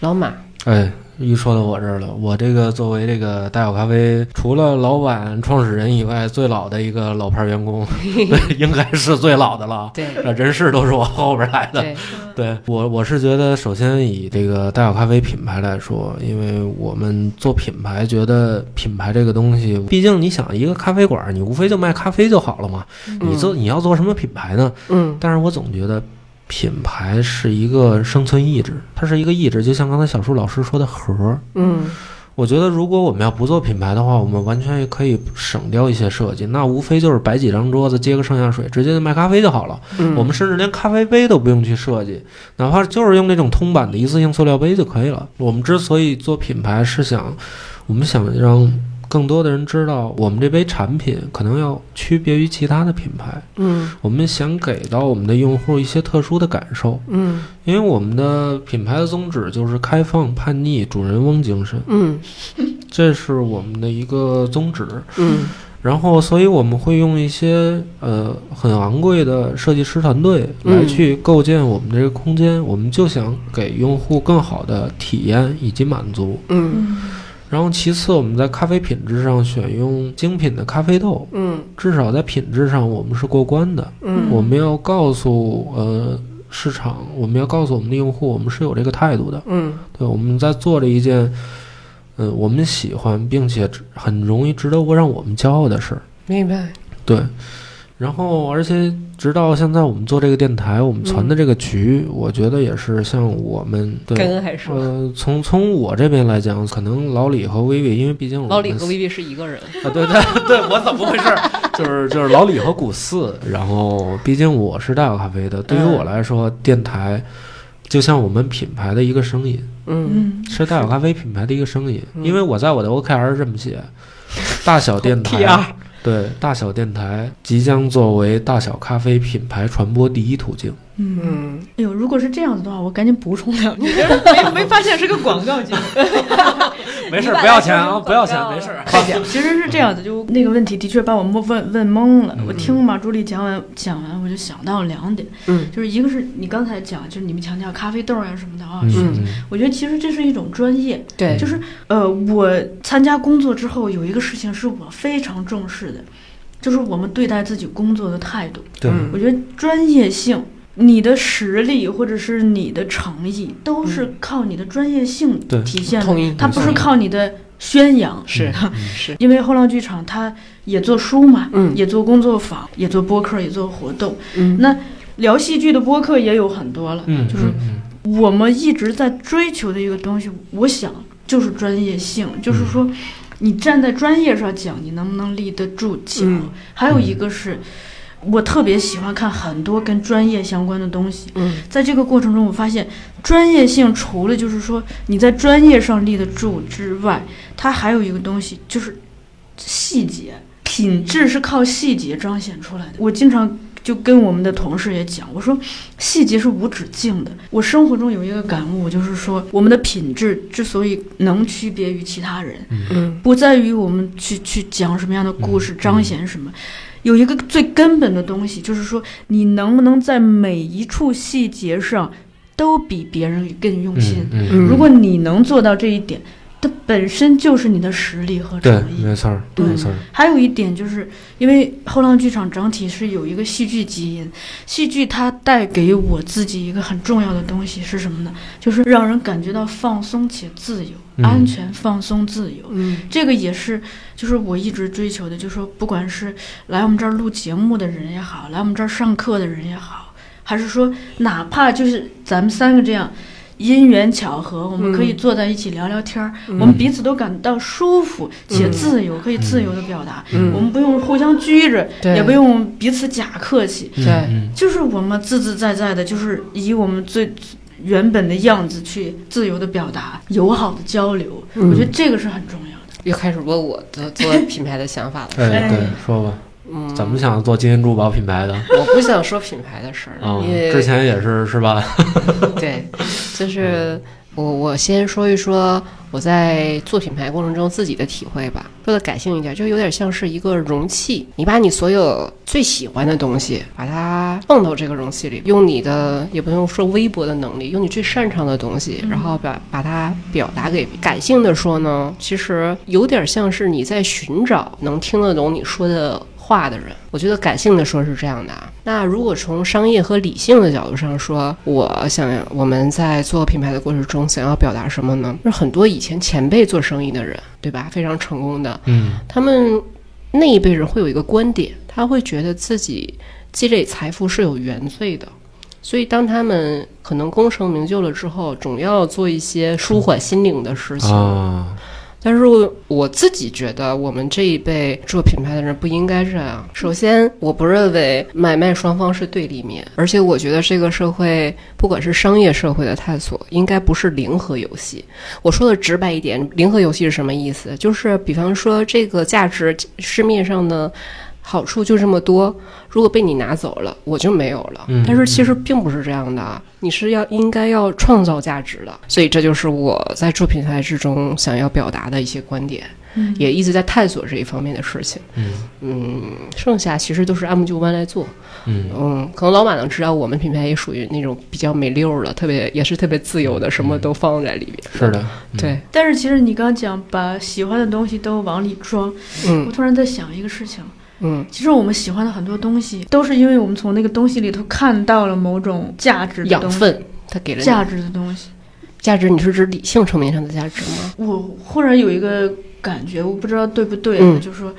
[SPEAKER 2] 老马，
[SPEAKER 3] 哎，一说到我这儿了，我这个作为这个大小咖啡除了老板、创始人以外，最老的一个老牌 员工，对，应该是最老的了。
[SPEAKER 2] 对
[SPEAKER 3] 呃人事都是我后边来的。
[SPEAKER 2] 对，
[SPEAKER 3] 对我，我是觉得，首先以这个大小咖啡品牌来说，因为我们做品牌，觉得品牌这个东西，毕竟你想一个咖啡馆，你无非就卖咖啡就好了嘛。你做你要做什么品牌呢？
[SPEAKER 2] 嗯
[SPEAKER 3] 但是我总觉得品牌是一个生存意志，它是一个意志，就像刚才小树老师说的核儿。
[SPEAKER 2] 嗯
[SPEAKER 3] 我觉得，如果我们要不做品牌的话，我们完全也可以省掉一些设计，那无非就是摆几张桌子，接个上下水，直接就卖咖啡就好了。
[SPEAKER 2] 嗯，
[SPEAKER 3] 我们甚至连咖啡杯都不用去设计，哪怕就是用那种通版的一次性塑料杯就可以了。我们之所以做品牌，是想我们想让更多的人知道，我们这杯产品可能要区别于其他的品牌，
[SPEAKER 2] 嗯
[SPEAKER 3] 我们想给到我们的用户一些特殊的感受，
[SPEAKER 2] 嗯
[SPEAKER 3] 因为我们的品牌的宗旨就是开放、叛逆、主人翁精神，
[SPEAKER 2] 嗯
[SPEAKER 3] 这是我们的一个宗旨。
[SPEAKER 2] 嗯
[SPEAKER 3] 然后，所以我们会用一些呃很昂贵的设计师团队
[SPEAKER 2] 嗯
[SPEAKER 3] 来去构建我们这个空间，我们就想给用户更好的体验以及满足。
[SPEAKER 2] 嗯
[SPEAKER 1] 嗯
[SPEAKER 3] 然后，其次我们在咖啡品质上选用精品的咖啡豆，
[SPEAKER 2] 嗯
[SPEAKER 3] 至少在品质上我们是过关的。
[SPEAKER 2] 嗯
[SPEAKER 3] 我们要告诉呃市场，我们要告诉我们的用户，我们是有这个态度的。
[SPEAKER 2] 嗯
[SPEAKER 3] 对，我们在做着一件，嗯、我们喜欢并且很容易值得我让我们骄傲的事儿。
[SPEAKER 2] 明白，
[SPEAKER 3] 对，然后而且直到现在，我们做这个电台，我们传的这个局，我觉得也是像我们
[SPEAKER 2] 刚
[SPEAKER 3] 对，
[SPEAKER 2] 刚还说
[SPEAKER 3] 呃，从从我这边来讲，可能老李和薇薇，因为毕竟我们
[SPEAKER 2] 老李和薇薇是一个人，
[SPEAKER 3] 啊，对对对，我怎么回事儿？就是就是老李和古四，然后毕竟我是大有咖啡的，对于
[SPEAKER 2] 嗯
[SPEAKER 3] 我来说，电台就像我们品牌的一个声音。
[SPEAKER 2] 嗯
[SPEAKER 1] 嗯，
[SPEAKER 3] 是大小咖啡品牌的一个声音，
[SPEAKER 2] 嗯
[SPEAKER 3] 因为我在我的 OKR 这么写：大小电
[SPEAKER 2] OKR
[SPEAKER 3] 台，对大小电台即将作为大小咖啡品牌传播第一途径。
[SPEAKER 2] 嗯，
[SPEAKER 1] 哎 呦，如果是这样子的话，我赶紧补充两句，没没发现是个广告节目。
[SPEAKER 3] 没事，
[SPEAKER 1] 你把它
[SPEAKER 3] 不要
[SPEAKER 1] 说
[SPEAKER 3] 钱
[SPEAKER 1] 成
[SPEAKER 3] 啊，
[SPEAKER 1] 广
[SPEAKER 3] 不要钱
[SPEAKER 1] 告，了
[SPEAKER 3] 没事儿。
[SPEAKER 1] 其实是这样的，
[SPEAKER 2] 嗯
[SPEAKER 1] 就那个问题的确把我问问问懵了。
[SPEAKER 3] 嗯
[SPEAKER 1] 我听马朱莉讲完讲完，我就想到两点，
[SPEAKER 2] 嗯
[SPEAKER 1] 就是一个是你刚才讲，就是你们强调咖啡豆啊什么的啊，
[SPEAKER 3] 嗯
[SPEAKER 1] 是
[SPEAKER 3] 嗯
[SPEAKER 1] 我觉得其实这是一种专业，
[SPEAKER 2] 对
[SPEAKER 1] 就是呃，我参加工作之后有一个事情是我非常重视的，就是我们对待自己工作的态度。
[SPEAKER 3] 对，
[SPEAKER 2] 嗯
[SPEAKER 1] 我觉得专业性、你的实力或者是你的诚意，都
[SPEAKER 2] 嗯
[SPEAKER 1] 是靠你的专业性
[SPEAKER 3] 对
[SPEAKER 1] 体现的，
[SPEAKER 2] 同意
[SPEAKER 1] 它不是
[SPEAKER 2] 同意
[SPEAKER 1] 靠你的宣扬。
[SPEAKER 2] 是
[SPEAKER 3] 嗯
[SPEAKER 2] 是，
[SPEAKER 1] 因为后浪剧场它也做书嘛，
[SPEAKER 2] 嗯
[SPEAKER 1] 也做工作坊，也做播客，也做活动。
[SPEAKER 2] 嗯
[SPEAKER 1] 那聊戏剧的播客也有很多了，
[SPEAKER 3] 嗯，
[SPEAKER 1] 就是
[SPEAKER 3] 嗯
[SPEAKER 1] 我们一直在追求的一个东西，我想就是专业性，就是说你站在专业上讲，你能不能立得住脚？
[SPEAKER 2] 嗯
[SPEAKER 1] 还有一个是。我特别喜欢看很多跟专业相关的东西，
[SPEAKER 2] 嗯
[SPEAKER 1] 在这个过程中，我发现专业性除了就是说你在专业上立得住之外，它还有一个东西就是细节，品质是靠细节彰显出来的。我经常就跟我们的同事也讲，我说细节是无止境的。我生活中有一个感悟，就是说我们的品质之所以能区别于其他人，
[SPEAKER 2] 嗯
[SPEAKER 1] 不在于我们去去讲什么样的故事，
[SPEAKER 3] 嗯
[SPEAKER 1] 彰显什么。有一个最根本的东西，就是说你能不能在每一处细节上都比别人更用心
[SPEAKER 3] 嗯。嗯
[SPEAKER 2] 嗯
[SPEAKER 3] 嗯，
[SPEAKER 1] 如果你能做到这一点，它本身就是你的实力和
[SPEAKER 3] 对
[SPEAKER 1] 诚，意。
[SPEAKER 3] 没错儿，
[SPEAKER 1] 对
[SPEAKER 3] 没错儿，
[SPEAKER 1] 还有一点就是，因为后浪剧场整体是有一个戏剧基因，戏剧它带给我自己一个很重要的东西是什么呢？就是让人感觉到放松且自由，
[SPEAKER 3] 嗯
[SPEAKER 1] 安全、放松、自由。
[SPEAKER 2] 嗯
[SPEAKER 1] 这个也是，就是我一直追求的，就是说，不管是来我们这儿录节目的人也好，来我们这儿上课的人也好，还是说，哪怕就是咱们三个这样，因缘巧合，我们可以
[SPEAKER 2] 嗯
[SPEAKER 1] 坐在一起聊聊天儿，
[SPEAKER 2] 嗯
[SPEAKER 1] 我们彼此都感到舒服且
[SPEAKER 2] 嗯
[SPEAKER 1] 自由，可以自由的表达，
[SPEAKER 2] 嗯
[SPEAKER 1] 我们不用互相拘着，
[SPEAKER 2] 对
[SPEAKER 1] 也不用彼此假客气，
[SPEAKER 3] 嗯
[SPEAKER 2] 对
[SPEAKER 3] 嗯
[SPEAKER 1] 就是我们自自在在的，就是以我们最原本的样子去自由的表达，友好的交流，
[SPEAKER 2] 嗯
[SPEAKER 1] 我觉得这个是很重要的。
[SPEAKER 2] 又开始问我的做品牌的想法了。
[SPEAKER 3] 哎，对
[SPEAKER 1] 哎，
[SPEAKER 3] 说吧，
[SPEAKER 2] 嗯，
[SPEAKER 3] 怎么想做金银珠宝品牌的？
[SPEAKER 2] 我不想说品牌的事儿
[SPEAKER 3] 啊
[SPEAKER 2] 了，，因为
[SPEAKER 3] 之前也是是吧？
[SPEAKER 2] 对，就是
[SPEAKER 3] 嗯
[SPEAKER 2] 我我先说一说我在做品牌过程中自己的体会吧。说的感性一点，就有点像是一个容器，你把你所有最喜欢的东西，把它放到这个容器里，用你的也不用说微薄的能力，用你最擅长的东西，然后把把它表达给别人感性的说呢，其实有点像是你在寻找能听得懂你说的话的人。我觉得感性的说是这样的啊。那如果从商业和理性的角度上说，我想我们在做品牌的过程中想要表达什么呢？就是很多以前前辈做生意的人，对吧？非常成功的，
[SPEAKER 3] 嗯
[SPEAKER 2] 他们那一辈人会有一个观点，他会觉得自己积累财富是有原罪的。所以，当他们可能功成名就了之后，总要做一些舒缓心灵的事情。
[SPEAKER 3] 啊，
[SPEAKER 2] 但是我自己觉得，我们这一辈做品牌的人不应该这样。首先，我不认为买卖双方是对立面，而且我觉得这个社会，不管是商业社会的探索，应该不是零和游戏。我说的直白一点，零和游戏是什么意思？就是比方说，这个价值市面上的。好处就这么多，如果被你拿走了，我就没有了。
[SPEAKER 3] 嗯
[SPEAKER 2] 但是其实并不是这样的，你是要应该要创造价值
[SPEAKER 3] 嗯
[SPEAKER 2] 的。所以这就是我在做品牌之中想要表达的一些观点，
[SPEAKER 1] 嗯
[SPEAKER 2] 也一直在探索这一方面的事情。
[SPEAKER 3] 嗯
[SPEAKER 2] 嗯，剩下其实都是按部就班来做。
[SPEAKER 3] 嗯
[SPEAKER 2] 嗯，可能老马能知道，我们品牌也属于那种比较没溜儿的，特别也是特别自由的，什么都放在里面。
[SPEAKER 3] 是的，嗯
[SPEAKER 2] 对，
[SPEAKER 1] 但是其实你刚讲把喜欢的东西都往里装，我
[SPEAKER 2] 嗯
[SPEAKER 1] 突然在想一个事情，
[SPEAKER 2] 嗯，
[SPEAKER 1] 其实我们喜欢的很多东西，都是因为我们从那个东西里头看到了某种价值的
[SPEAKER 2] 养
[SPEAKER 1] 东西，
[SPEAKER 2] 分，它给了你
[SPEAKER 1] 价值的东西。
[SPEAKER 2] 价值，你是指理性层面上的价值吗？
[SPEAKER 1] 我忽然有一个感觉，我不知道对不对，啊
[SPEAKER 2] 嗯
[SPEAKER 1] 就是说，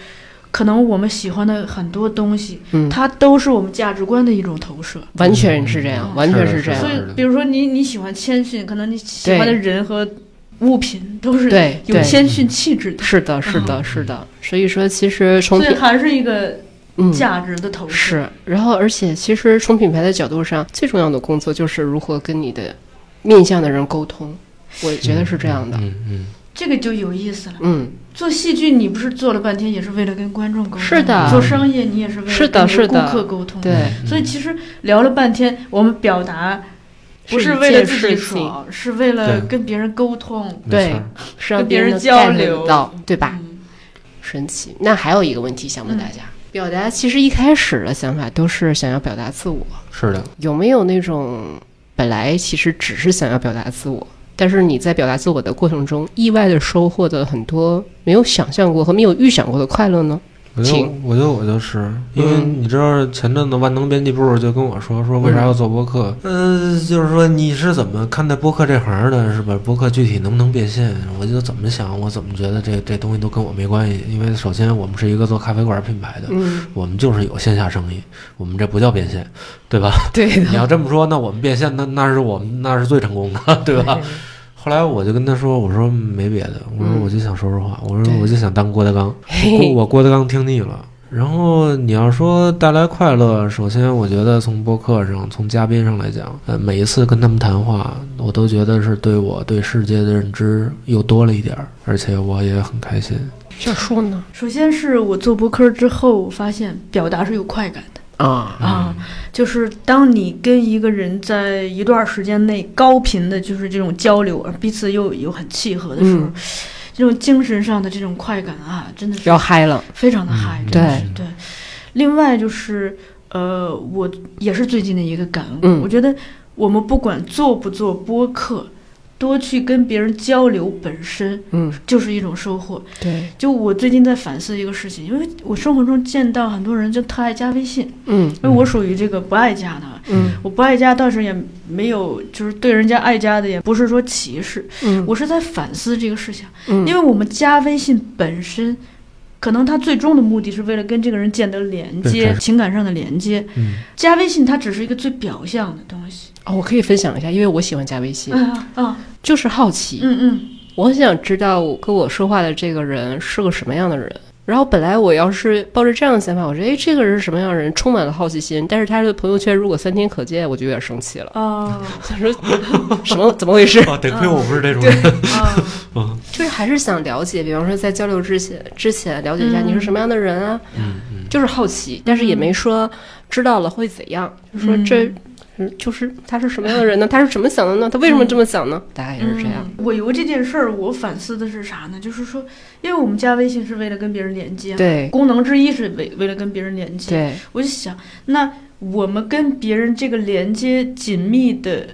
[SPEAKER 1] 可能我们喜欢的很多东西，
[SPEAKER 2] 嗯，
[SPEAKER 1] 它都是我们价值观的一种投射。
[SPEAKER 2] 完全是这样，
[SPEAKER 1] 嗯
[SPEAKER 2] 完全这
[SPEAKER 3] 是
[SPEAKER 2] 样
[SPEAKER 1] 所。
[SPEAKER 3] 的
[SPEAKER 1] 以，比如说你你喜欢谦逊，可能你喜欢的人和物品都是
[SPEAKER 2] 对
[SPEAKER 1] 有
[SPEAKER 2] 对，
[SPEAKER 1] 谦逊气质的，
[SPEAKER 2] 是的，是
[SPEAKER 3] 嗯
[SPEAKER 2] 的，是的。所以说，其实从
[SPEAKER 1] 所以
[SPEAKER 2] 品
[SPEAKER 1] 还是一个
[SPEAKER 2] 嗯
[SPEAKER 1] 价值的投射。
[SPEAKER 2] 是，然后而且其实从品牌的角度上，最重要的工作就是如何跟你的面向的人沟通，我觉得是这样的。
[SPEAKER 3] 嗯嗯
[SPEAKER 1] 这个就有意思了。
[SPEAKER 2] 嗯，
[SPEAKER 1] 做戏剧，你不是做了半天也是为了跟观众沟通？
[SPEAKER 2] 是的
[SPEAKER 1] 做商业，你也是为了
[SPEAKER 2] 是的
[SPEAKER 1] 跟你
[SPEAKER 2] 是的
[SPEAKER 1] 顾客沟通。
[SPEAKER 2] 对，
[SPEAKER 3] 嗯
[SPEAKER 1] 所以其实聊了半天，我们表达不
[SPEAKER 2] 是
[SPEAKER 1] 是
[SPEAKER 2] 一
[SPEAKER 1] 为了
[SPEAKER 2] 件
[SPEAKER 1] 自己
[SPEAKER 2] 事情，
[SPEAKER 1] 爽，是为了
[SPEAKER 3] 对
[SPEAKER 1] 跟别人沟通，
[SPEAKER 3] 没错
[SPEAKER 2] 嗯对
[SPEAKER 3] 儿，
[SPEAKER 2] 是让
[SPEAKER 1] 跟别人
[SPEAKER 2] 能
[SPEAKER 1] 交
[SPEAKER 2] get
[SPEAKER 1] 流
[SPEAKER 2] 到，对吧？
[SPEAKER 1] 嗯
[SPEAKER 2] 神奇。那还有一个问题想问大家，表达其实一开始的想法都是想要表达自我，
[SPEAKER 3] 是的，
[SPEAKER 2] 有没有那种本来其实只是想要表达自我，但是你在表达自我的过程中，意外的收获的很多没有想象过和没有预想过的快乐呢？
[SPEAKER 3] 我就
[SPEAKER 2] 请
[SPEAKER 3] 我就我就是，因为
[SPEAKER 2] 嗯
[SPEAKER 3] 你知道前阵子万能编辑部就跟我说说为啥要做播客，嗯、呃，就是说你是怎么看待播客这行的，是吧？播客具体能不能变现？我就怎么想，我怎么觉得这这东西都跟我没关系，因为首先我们是一个做咖啡馆品牌的，
[SPEAKER 2] 嗯，
[SPEAKER 3] 我们就是有线下生意，我们这不叫变现，对吧？
[SPEAKER 2] 对的，
[SPEAKER 3] 你要这么说，那我们变现，那那是我们那是最成功的， 对吧？后来我就跟他说：“我说没别的，我说
[SPEAKER 2] 嗯
[SPEAKER 3] 我就想说说话，我说
[SPEAKER 2] 对
[SPEAKER 3] 我就想当郭德 纲，
[SPEAKER 2] 嘿
[SPEAKER 3] 我我郭德纲听腻了。然后你要说带来快乐，首先我觉得从播客上，从嘉宾上来讲，呃，每一次跟他们谈话，我都觉得是对我对世界的认知又多了一点儿，而且我也很开心。
[SPEAKER 2] 小树呢？
[SPEAKER 1] 首先是我做播客之后，我发现表达是有快感的
[SPEAKER 2] 啊，
[SPEAKER 1] 啊，就是当你跟一个人在一段时间内高频的，就是这种交流，而彼此又有很契合的时候，
[SPEAKER 2] 嗯
[SPEAKER 1] 这种精神上的这种快感啊，真的是
[SPEAKER 2] 要嗨了，
[SPEAKER 1] 非常的嗨、
[SPEAKER 3] 嗯
[SPEAKER 1] 真的是
[SPEAKER 3] 嗯
[SPEAKER 1] 对。另外就是，呃，我也是最近的一个感悟，
[SPEAKER 2] 嗯
[SPEAKER 1] 我觉得我们不管做不做播客，多去跟别人交流本身
[SPEAKER 2] 嗯，
[SPEAKER 1] 就是一种收获。
[SPEAKER 2] 对，
[SPEAKER 1] 就我最近在反思一个事情，因为我生活中见到很多人就特爱加微信，
[SPEAKER 2] 嗯
[SPEAKER 1] 因为我属于这个不爱加的。
[SPEAKER 2] 嗯
[SPEAKER 1] 我不爱加，倒是也没有，就是对人家爱加的也不是说歧视，
[SPEAKER 2] 嗯，
[SPEAKER 1] 我是在反思这个事情。
[SPEAKER 2] 嗯
[SPEAKER 1] 因为我们加微信本身，可能他最终的目的是为了跟这个人建得连
[SPEAKER 3] 对这
[SPEAKER 1] 接，
[SPEAKER 3] 是
[SPEAKER 1] 情感上的连接。
[SPEAKER 3] 嗯，
[SPEAKER 1] 加微信它只是一个最表象的东西。
[SPEAKER 2] 哦，我可以分享一下，因为我喜欢加微信，
[SPEAKER 1] 嗯啊啊
[SPEAKER 2] 就是好奇，
[SPEAKER 1] 嗯嗯
[SPEAKER 2] 我很想知道我跟我说话的这个人是个什么样的人。然后本来我要是抱着这样的想法，我觉得哎，这个人是什么样的人，充满了好奇心。但是他的朋友圈如果三天可见，我就有点生 气了。
[SPEAKER 1] 哦
[SPEAKER 2] 他说什么怎么回事？
[SPEAKER 3] 啊，得亏我不 是这种人。
[SPEAKER 1] 啊
[SPEAKER 3] 嗯
[SPEAKER 2] 就是还是想了解，比方说在交流之前之前了解一下
[SPEAKER 1] 嗯
[SPEAKER 2] 你是什么样的人啊，
[SPEAKER 3] 嗯嗯，
[SPEAKER 2] 就是好奇，但是也没说知道了会怎样，就说
[SPEAKER 1] 嗯
[SPEAKER 2] 这。嗯就是他是什么样的人呢？他是怎么想的呢？他为什么这么想呢？大概也是这样。
[SPEAKER 1] 嗯。我由这件事儿，我反思的是啥呢？就是说，因为我们加微信是为了跟别人连接嘛，
[SPEAKER 2] 嗯对
[SPEAKER 1] 功能之一是为为了跟别人连接。
[SPEAKER 2] 对，
[SPEAKER 1] 我就想，那我们跟别人这个连接紧密的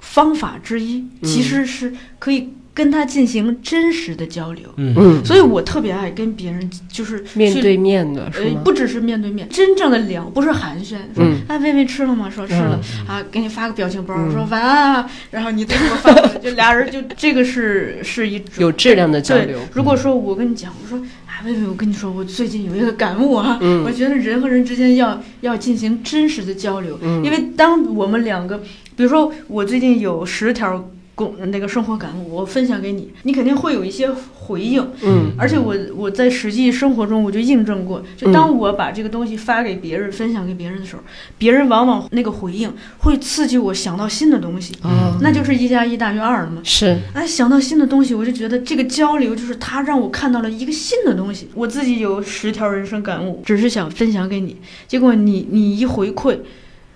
[SPEAKER 1] 方法之一，
[SPEAKER 2] 嗯
[SPEAKER 1] 其实是可以跟他进行真实的交流。
[SPEAKER 3] 嗯
[SPEAKER 2] 嗯
[SPEAKER 1] 所以我特别爱跟别人，就是
[SPEAKER 2] 面
[SPEAKER 1] 去
[SPEAKER 2] 对面的是
[SPEAKER 1] 呃，
[SPEAKER 2] 吗？
[SPEAKER 1] 不只是面对面，真正的聊，不是寒暄。说
[SPEAKER 2] 嗯，
[SPEAKER 1] 哎，薇薇吃了吗？说吃了、
[SPEAKER 3] 嗯
[SPEAKER 1] 啊，给你发个表情包，
[SPEAKER 2] 嗯
[SPEAKER 1] 说晚安啊。然后你再给我发个，就俩人就这个是是一种
[SPEAKER 2] 有质量的交
[SPEAKER 1] 对
[SPEAKER 2] 流。，
[SPEAKER 1] 如果说我跟你讲，我说啊，薇薇，我跟你说，我最近有一个感悟啊，
[SPEAKER 2] 嗯
[SPEAKER 1] 我觉得人和人之间要要进行真实的交流，
[SPEAKER 2] 嗯
[SPEAKER 1] 因为当我们两个，比如说我最近有十条共那个生活感悟，我分享给你，你肯定会有一些回应。
[SPEAKER 2] 嗯
[SPEAKER 1] 而且我我在实际生活中我就印证过，就
[SPEAKER 2] 嗯
[SPEAKER 1] 当我把这个东西发给别人、分享给别人的时候，别人往往那个回应会刺激我想到新的东西，
[SPEAKER 2] 哦
[SPEAKER 1] 那就是一加一大于二了嘛。
[SPEAKER 2] 是
[SPEAKER 1] 哎，想到新的东西，我就觉得这个交流就是他让我看到了一个新的东西。我自己有十条人生感悟，只是想分享给你。结果你你一回馈，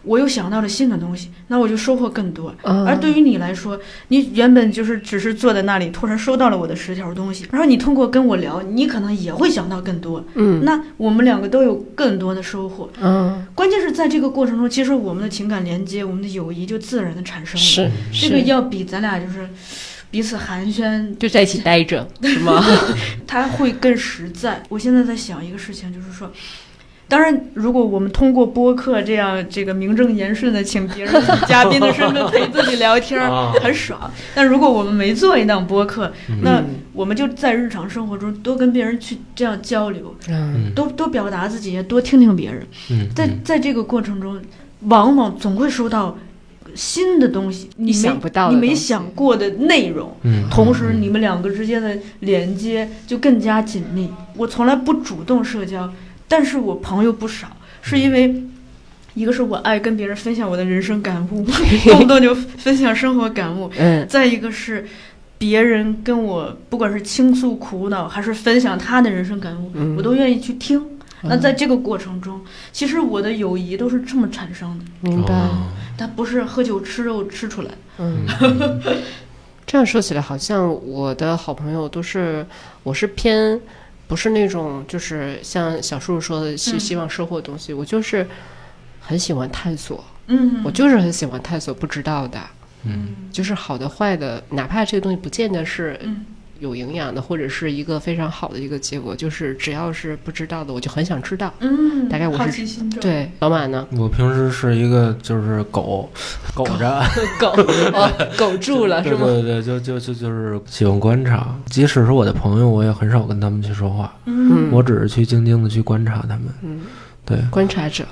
[SPEAKER 1] 我又想到了新的东西，那我就收获更多。
[SPEAKER 2] 啊
[SPEAKER 1] 而对于你来说，你原本就是只是坐在那里，突然收到了我的十条东西，然后你通过跟我聊，你可能也会想到更多。
[SPEAKER 2] 嗯
[SPEAKER 1] 那我们两个都有更多的收获。
[SPEAKER 2] 嗯
[SPEAKER 1] 关键是在这个过程中，其实我们的情感连接，我们的友谊就自然的产生了。这
[SPEAKER 2] 是
[SPEAKER 1] 个
[SPEAKER 2] 是，
[SPEAKER 1] 要比咱俩就是彼此寒暄，
[SPEAKER 2] 就在一起待着是吗？
[SPEAKER 1] 它会更实在。我现在在想一个事情，就是说。当然，如果我们通过播客这样这个名正言顺的请别 人以嘉宾的身份陪自己聊天儿，
[SPEAKER 3] 啊，
[SPEAKER 1] 很爽。但如果我们没做一档播客，
[SPEAKER 2] 嗯
[SPEAKER 1] 那我们就在日常生活中多跟别人去这样交流，
[SPEAKER 2] 嗯
[SPEAKER 1] 多多表达自己，多听听别人。
[SPEAKER 3] 嗯，
[SPEAKER 1] 在在这个过程中，往往总会收到新的东西，你没
[SPEAKER 2] 想不到的
[SPEAKER 1] 你没
[SPEAKER 2] 东西
[SPEAKER 1] 想过的内容。
[SPEAKER 3] 嗯，
[SPEAKER 1] 同时，你们两个之间的连接就更加紧密。我从来不主动社交，但是我朋友不少，是因为一个是我爱跟别人分享我的人生感悟，动不动就分享生活感悟；
[SPEAKER 2] 嗯
[SPEAKER 1] 再一个是别人跟我不管是倾诉苦恼，还是分享他的人生感悟，
[SPEAKER 2] 嗯
[SPEAKER 1] 我都愿意去听。那在这个过程中，其实我的友谊都是这么产生的，
[SPEAKER 2] 明白。
[SPEAKER 3] 哦
[SPEAKER 1] 但不是喝酒吃肉吃出来的。
[SPEAKER 2] 嗯，
[SPEAKER 3] 嗯
[SPEAKER 2] 这样说起来，好像我的好朋友都是，我是偏不是那种就是像小叔叔说的，是
[SPEAKER 1] 嗯
[SPEAKER 2] 希望收获东西，我就是很喜欢探索，
[SPEAKER 1] 嗯
[SPEAKER 2] 我就是很喜欢探索不知道的，
[SPEAKER 3] 嗯
[SPEAKER 2] 就是好的坏的，哪怕这个东西不见得是
[SPEAKER 1] 嗯
[SPEAKER 2] 有营养的，或者是一个非常好的一个结果，就是只要是不知道的，我就很想知道。
[SPEAKER 1] 嗯，
[SPEAKER 2] 大概我是
[SPEAKER 1] 好奇心重。
[SPEAKER 2] 对，老马呢？
[SPEAKER 3] 我平时是一个就是狗，狗着，
[SPEAKER 2] 狗，哦，狗住了是
[SPEAKER 3] 对
[SPEAKER 2] 吗？
[SPEAKER 3] 对对，就就就就是喜欢观察，即使是我的朋友，我也很少跟他们去说话，
[SPEAKER 1] 嗯，
[SPEAKER 2] 嗯
[SPEAKER 3] 我只是去静静的去观察他们。
[SPEAKER 2] 嗯，
[SPEAKER 3] 对
[SPEAKER 2] 观察者，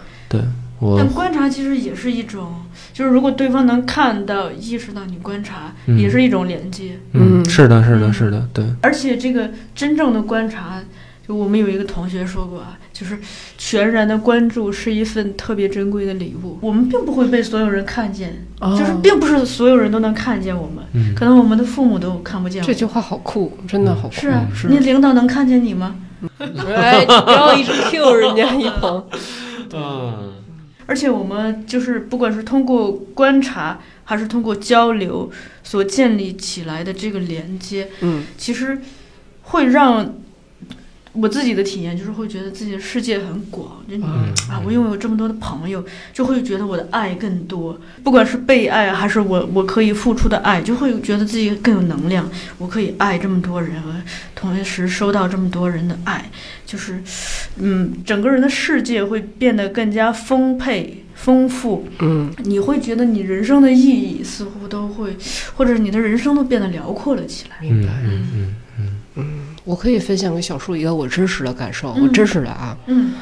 [SPEAKER 3] 我
[SPEAKER 1] 但，观察其实也是一种，就是如果对方能看到、意识到你观察，
[SPEAKER 3] 嗯
[SPEAKER 1] 也是一种连接。
[SPEAKER 2] 嗯
[SPEAKER 3] 是的，是
[SPEAKER 1] 嗯
[SPEAKER 3] 的，是的，对，
[SPEAKER 1] 而且这个真正的观察，就我们有一个同学说过啊，就是全然的关注是一份特别珍贵的礼物。我们并不会被所有人看见，
[SPEAKER 2] 哦
[SPEAKER 1] 就是并不是所有人都能看见我们，
[SPEAKER 3] 嗯
[SPEAKER 1] 可能我们的父母都看不见我
[SPEAKER 2] 这
[SPEAKER 1] 们。
[SPEAKER 2] 句话好酷，真的好酷。
[SPEAKER 1] 是啊，
[SPEAKER 3] 嗯
[SPEAKER 1] 你领导能看见你吗？
[SPEAKER 2] 哎，你不要一直 Q 人家一鹏。
[SPEAKER 3] 嗯
[SPEAKER 1] 而且我们就是不管是通过观察还是通过交流所建立起来的这个连接，
[SPEAKER 2] 嗯
[SPEAKER 1] 其实会让我自己的体验就是会觉得自己的世界很广，就你
[SPEAKER 3] 嗯
[SPEAKER 1] 啊，我拥有这么多的朋友，就会觉得我的爱更多，不管是被爱还是我我可以付出的爱，就会觉得自己更有能量，我可以爱这么多人，我同时收到这么多人的爱，就是，嗯，整个人的世界会变得更加丰沛。丰富，
[SPEAKER 2] 嗯
[SPEAKER 1] 你会觉得你人生的意义似乎都会，或者你的人生都变得辽阔了起来。
[SPEAKER 2] 明
[SPEAKER 3] 嗯
[SPEAKER 2] 白。
[SPEAKER 3] 嗯嗯
[SPEAKER 2] 我可以分享给小树一个我真实的感受，我
[SPEAKER 1] 嗯
[SPEAKER 2] 真实的啊，
[SPEAKER 1] 嗯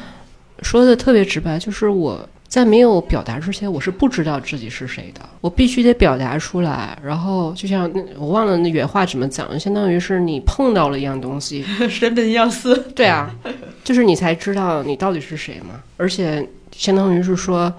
[SPEAKER 2] 说的特别直白，就是我在没有表达之前，我是不知道自己是谁的，我必须得表达出来。然后就像那我忘了那原话怎么讲，相当于是你碰到了一样东西，
[SPEAKER 1] 神本耀司。
[SPEAKER 2] 对啊，就是你才知道你到底是谁嘛。而且相当于是说，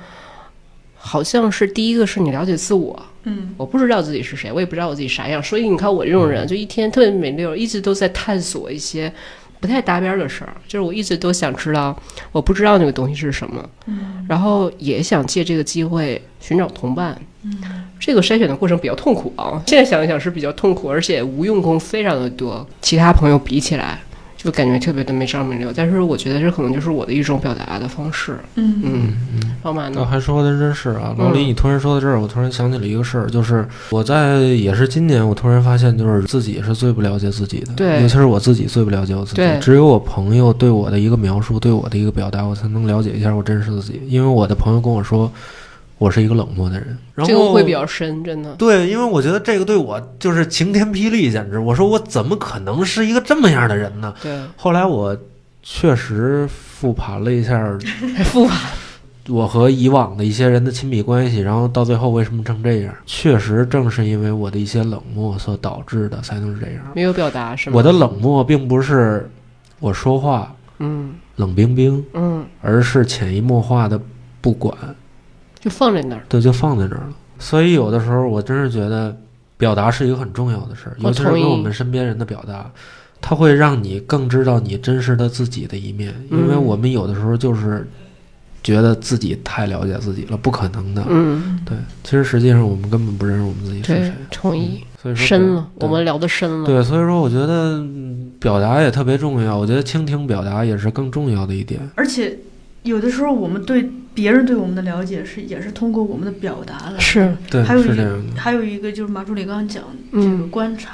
[SPEAKER 2] 好像是第一个是你了解自我，
[SPEAKER 1] 嗯
[SPEAKER 2] 我不知道自己是谁，我也不知道我自己啥样，所以你看我这种人，就一天特别没溜儿，一直都在探索一些不太搭边儿的事儿。就是我一直都想知道我不知道那个东西是什么，
[SPEAKER 1] 嗯
[SPEAKER 2] 然后也想借这个机会寻找同伴。
[SPEAKER 1] 嗯
[SPEAKER 2] 这个筛选的过程比较痛苦啊，现在想一想是比较痛苦，而且无用功非常的多。其他朋友比起来，就感觉特别的没上没溜。但是我觉得这可能就是我的一种表达的方式。
[SPEAKER 1] 嗯
[SPEAKER 2] 嗯，
[SPEAKER 3] 嗯嗯。
[SPEAKER 2] 老马
[SPEAKER 3] 那
[SPEAKER 2] 呢？
[SPEAKER 3] 还说的真是啊，老李，
[SPEAKER 2] 嗯
[SPEAKER 3] 你突然说到这儿，我突然想起了一个事儿，就是我在也是今年，我突然发现，就是自己是最不了解自己的，
[SPEAKER 2] 对
[SPEAKER 3] 尤其是我自己最不了解我自己
[SPEAKER 2] 对，
[SPEAKER 3] 只有我朋友对我的一个描述，对我的一个表达，我才能了解一下我真实的自己，因为我的朋友跟我说，我是一个冷漠的人，然后
[SPEAKER 2] 这个会比较深，真的。
[SPEAKER 3] 对，因为我觉得这个对我就是晴天霹雳，简直，我说我怎么可能是一个这么样的人呢？
[SPEAKER 2] 对，
[SPEAKER 3] 后来我确实复盘了一下
[SPEAKER 2] 复盘。
[SPEAKER 3] 我和以往的一些人的亲密关系，然后到最后为什么成这样？确实正是因为我的一些冷漠所导致的，才能是这样。
[SPEAKER 2] 没有表达是吗？
[SPEAKER 3] 我的冷漠并不是我说话
[SPEAKER 2] 嗯
[SPEAKER 3] 冷冰冰，
[SPEAKER 2] 嗯，
[SPEAKER 3] 而是潜移默化的不管，
[SPEAKER 2] 就放在那儿。
[SPEAKER 3] 对，就放在这儿了。所以有的时候我真是觉得，表达是一个很重要的事儿，
[SPEAKER 2] 我
[SPEAKER 3] 尤其是
[SPEAKER 2] 同意
[SPEAKER 3] 跟我们身边人的表达，它会让你更知道你真实的自己的一面。因为
[SPEAKER 2] 嗯
[SPEAKER 3] 我们有的时候就是觉得自己太了解自己了，不可能的。
[SPEAKER 2] 嗯，
[SPEAKER 3] 对，其实实际上我们根本不认识我们自己是
[SPEAKER 2] 对
[SPEAKER 3] 谁，，嗯
[SPEAKER 2] 同意。
[SPEAKER 3] 所以说
[SPEAKER 2] 深了，
[SPEAKER 3] 对
[SPEAKER 2] 我们聊的深了。
[SPEAKER 3] 对，所以说我觉得嗯表达也特别重要，我觉得倾听表达也是更重要的一点。
[SPEAKER 1] 而且有的时候我们对别人对我们的了解是也是通过我们的表达来。
[SPEAKER 2] 是，
[SPEAKER 3] 对，
[SPEAKER 1] 还有一
[SPEAKER 3] 是这样的。
[SPEAKER 1] 还有一个就是马助理刚刚讲的这个
[SPEAKER 2] 嗯
[SPEAKER 1] 观察，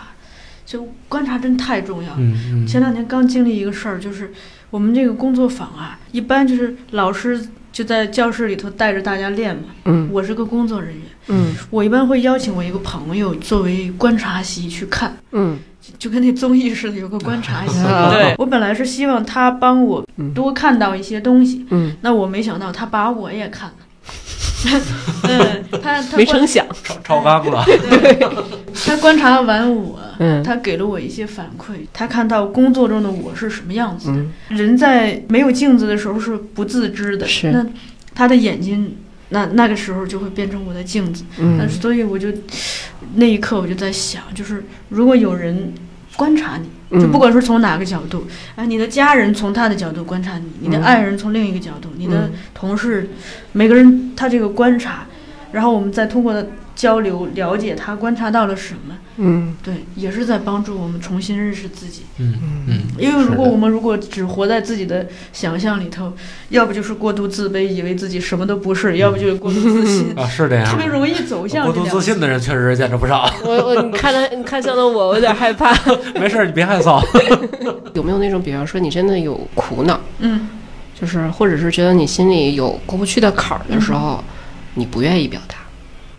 [SPEAKER 1] 就观察真太重要了。
[SPEAKER 3] 嗯
[SPEAKER 1] 前
[SPEAKER 3] 嗯，
[SPEAKER 1] 两天刚经历一个事儿，就是我们这个工作坊啊，一般就是老师就在教室里头带着大家练嘛。
[SPEAKER 2] 嗯
[SPEAKER 1] 我是个工作人员，
[SPEAKER 2] 嗯
[SPEAKER 1] 我一般会邀请我一个朋友作为观察席去看。
[SPEAKER 2] 嗯
[SPEAKER 1] 就跟那综艺似的，有个观察 席。
[SPEAKER 2] 啊
[SPEAKER 1] 对我本来是希望他帮我
[SPEAKER 2] 嗯
[SPEAKER 1] 多看到一些东西，
[SPEAKER 2] 嗯，
[SPEAKER 1] 那我没想到他把我也 看了。嗯，他他
[SPEAKER 2] 没
[SPEAKER 1] 观
[SPEAKER 2] 成想。
[SPEAKER 3] 超超纲 了。
[SPEAKER 1] 他观察完我，
[SPEAKER 2] 嗯
[SPEAKER 1] 他给了我一些反馈，他看到工作中的我是什么样子。
[SPEAKER 2] 嗯
[SPEAKER 1] 人在没有镜子的时候是不自知的，
[SPEAKER 2] 是
[SPEAKER 1] 那他的眼睛，那那个时候就会变成我的镜子。那
[SPEAKER 2] 嗯
[SPEAKER 1] 所以我就那一刻我就在想，就是如果有人观察你。
[SPEAKER 2] 嗯
[SPEAKER 1] 就不管说从哪个角度，啊，你的家人从他的角度观察你，你的
[SPEAKER 2] 嗯
[SPEAKER 1] 爱人从另一个角度，你的
[SPEAKER 2] 嗯
[SPEAKER 1] 同事，每个人他这个观察，然后我们再通过的交流了解他观察到了什么，
[SPEAKER 2] 嗯
[SPEAKER 1] 对，也是在帮助我们重新认识自己。
[SPEAKER 3] 嗯
[SPEAKER 2] 嗯
[SPEAKER 3] 嗯，
[SPEAKER 1] 因为
[SPEAKER 3] 是
[SPEAKER 1] 如果
[SPEAKER 3] 的，
[SPEAKER 1] 我们如果只活在自己的想象里头，要不就是过度自卑，以为自己什么都不是，要不就是过度自信
[SPEAKER 3] 啊，是这样
[SPEAKER 1] 特别
[SPEAKER 3] 的。
[SPEAKER 1] 容易走向
[SPEAKER 3] 过
[SPEAKER 1] 这
[SPEAKER 3] 度
[SPEAKER 1] 两
[SPEAKER 3] 自信的人确实见着 不少。
[SPEAKER 2] 我我你看他，你看像到我，我有点害怕。
[SPEAKER 3] 没事儿，你别害臊。
[SPEAKER 2] 有没有那种，比方说你真的有苦恼，
[SPEAKER 1] 嗯
[SPEAKER 2] 就是或者是觉得你心里有过不去的坎儿的时
[SPEAKER 1] 嗯
[SPEAKER 2] 候，你不愿意表达？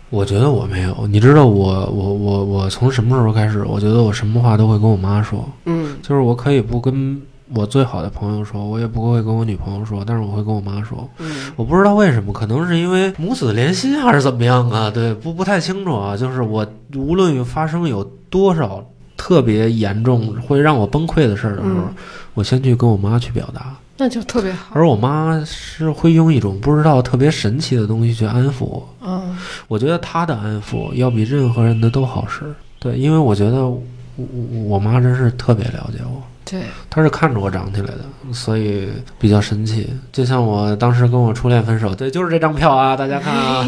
[SPEAKER 3] 我觉得我没有，你知道我我我我从什么时候开始？我觉得我什么话都会跟我妈说，
[SPEAKER 2] 嗯
[SPEAKER 3] 就是我可以不跟我最好的朋友说，我也不会跟我女朋友说，但是我会跟我妈说。
[SPEAKER 2] 嗯
[SPEAKER 3] 我不知道为什么，可能是因为母子连心还是怎么样啊？对，不不太清楚啊。就是我无论发生有多少特别严重会让我崩溃的事儿的时候，
[SPEAKER 2] 嗯
[SPEAKER 3] 我先去跟我妈去表达，
[SPEAKER 2] 那就特别好。
[SPEAKER 3] 而我妈是会用一种不知道特别神奇的东西去安抚我。
[SPEAKER 2] 嗯
[SPEAKER 3] 我觉得她的安抚要比任何人的都好使。对，因为我觉得我我我妈真是特别了解我。
[SPEAKER 2] 对，
[SPEAKER 3] 他是看着我长起来的，所以比较神奇。就像我当时跟我初恋分手，对，就是这张票啊，大家看 啊，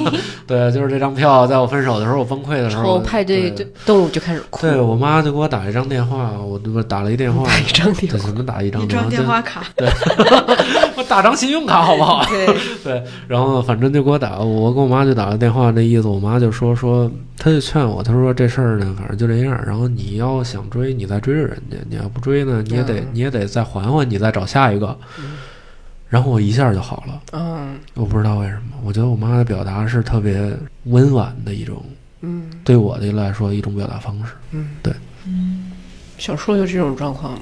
[SPEAKER 3] 对，就是这张票。在我分手的时候，我崩溃的时
[SPEAKER 2] 然
[SPEAKER 3] 候，
[SPEAKER 2] 后派对
[SPEAKER 3] 对，
[SPEAKER 2] 动物就开始哭，
[SPEAKER 3] 对我妈就给我打了一张电话，我我打了一电话，
[SPEAKER 2] 打一张电
[SPEAKER 3] 对，
[SPEAKER 2] 话。
[SPEAKER 3] 什么打一张
[SPEAKER 1] 一张电
[SPEAKER 3] 就
[SPEAKER 1] 话卡，
[SPEAKER 3] 我打张信用卡好不好？
[SPEAKER 2] 对，
[SPEAKER 3] 然后反正就给我打，我跟我妈就打了电话，那意思我妈就说说，她就劝我，她说这事儿呢，反正就这样。然后你要想追，你再追着人家；你要不追呢，你也得、
[SPEAKER 2] 嗯
[SPEAKER 3] 你也得再缓缓，你再找下一个。然后我一下就好了，
[SPEAKER 2] 嗯
[SPEAKER 3] 我不知道为什么，我觉得我妈的表达是特别温婉的一种，
[SPEAKER 2] 嗯
[SPEAKER 3] 对我的来说一种表达方式。
[SPEAKER 2] 嗯，
[SPEAKER 3] 对，
[SPEAKER 1] 嗯，
[SPEAKER 2] 小树有这种状况吗？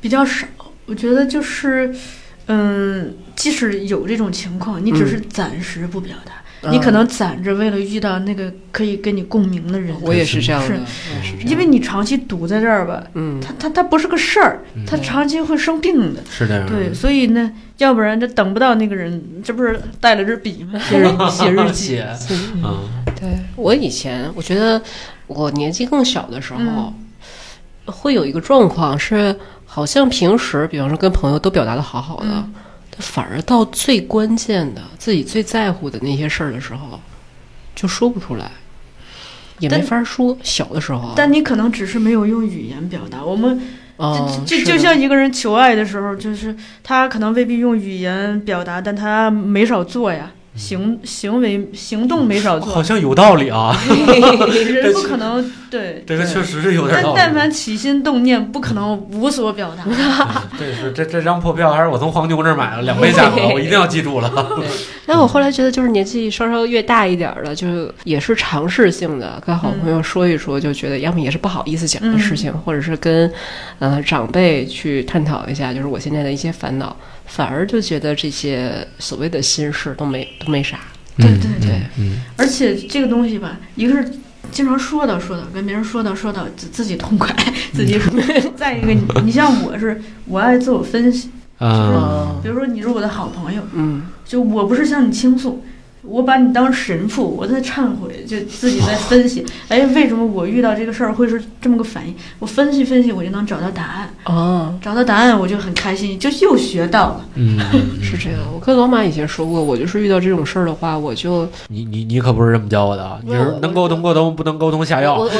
[SPEAKER 1] 比较少。我觉得就是，嗯，即使有这种情况，你只是
[SPEAKER 2] 嗯
[SPEAKER 1] 暂时不表达，你可能攒着为了遇到那个可以跟你共鸣的人，
[SPEAKER 2] 嗯我也是这样的，
[SPEAKER 1] 是
[SPEAKER 2] 我也是这样的
[SPEAKER 1] 因为你长期堵在这儿吧，
[SPEAKER 2] 嗯
[SPEAKER 1] 他他他不是个事儿，
[SPEAKER 3] 嗯
[SPEAKER 1] 他长期会生病的。
[SPEAKER 3] 是这
[SPEAKER 2] 嗯
[SPEAKER 3] 样的。
[SPEAKER 1] 对，所以呢，要不然这等不到那个人，这不是带了支笔吗？
[SPEAKER 2] 写日写日记，
[SPEAKER 3] 姐，嗯，
[SPEAKER 2] 对我以前，我觉得我年纪更小的时候，
[SPEAKER 1] 嗯
[SPEAKER 2] 会有一个状况是，好像平时，比方说跟朋友都表达的好好的，
[SPEAKER 1] 嗯
[SPEAKER 2] 但反而到最关键的、自己最在乎的那些事儿的时候，就说不出来，也没
[SPEAKER 1] 但
[SPEAKER 2] 法说。小的时候啊，
[SPEAKER 1] 但你可能只是没有用语言表达。我们
[SPEAKER 3] 哦
[SPEAKER 2] 嗯，
[SPEAKER 1] 就是就
[SPEAKER 2] 的
[SPEAKER 1] 像一个人求爱的时候，就是他可能未必用语言表达，但他没少做呀，
[SPEAKER 3] 嗯
[SPEAKER 1] 行行为行动没少
[SPEAKER 3] 好
[SPEAKER 1] 做。
[SPEAKER 3] 像有道理啊，
[SPEAKER 1] 人不可能对，
[SPEAKER 3] 这个确实是有点
[SPEAKER 1] 但
[SPEAKER 3] 道理。
[SPEAKER 1] 但凡起心动念，不可能无所表达。
[SPEAKER 2] 啊
[SPEAKER 3] 这是嗯这这张破票还是我从黄牛那儿买的，两倍价格，我一定要记住了。
[SPEAKER 2] 但我后来觉得，就是年纪稍稍越大一点儿了，就是也是尝试性的跟好朋友说一说，就觉得要么也是不好意思讲的事情，或者是跟呃长辈去探讨一下，就是我现在的一些烦恼，反而就觉得这些所谓的心事都没都没啥。
[SPEAKER 1] 对对
[SPEAKER 2] 对
[SPEAKER 3] 嗯，嗯
[SPEAKER 1] 而且这个东西吧，一个是经常说道说道，跟别人说道说道，自自己痛快，自己 爽。再一个，你你像我是，我爱自我分析。
[SPEAKER 3] 啊
[SPEAKER 1] 比如说，你是我的好朋友，
[SPEAKER 2] 嗯，
[SPEAKER 1] 就我不是向你倾诉，我把你当神父，我在忏悔，就自己在分析，哎，为什么我遇到这个事儿会是这么个反应？我分析分析，我就能找到答案，
[SPEAKER 2] 哦，
[SPEAKER 1] 找到答案我就很开心，就又学到了。
[SPEAKER 3] 嗯，嗯
[SPEAKER 2] 是这样。我跟老马以前说过，我就是遇到这种事儿的话，我就
[SPEAKER 3] 你你你可不是这么教我的啊！你
[SPEAKER 2] 不是
[SPEAKER 3] 是
[SPEAKER 2] 我
[SPEAKER 3] 能沟通沟通，不能沟通下
[SPEAKER 2] 我
[SPEAKER 3] 药。
[SPEAKER 2] 我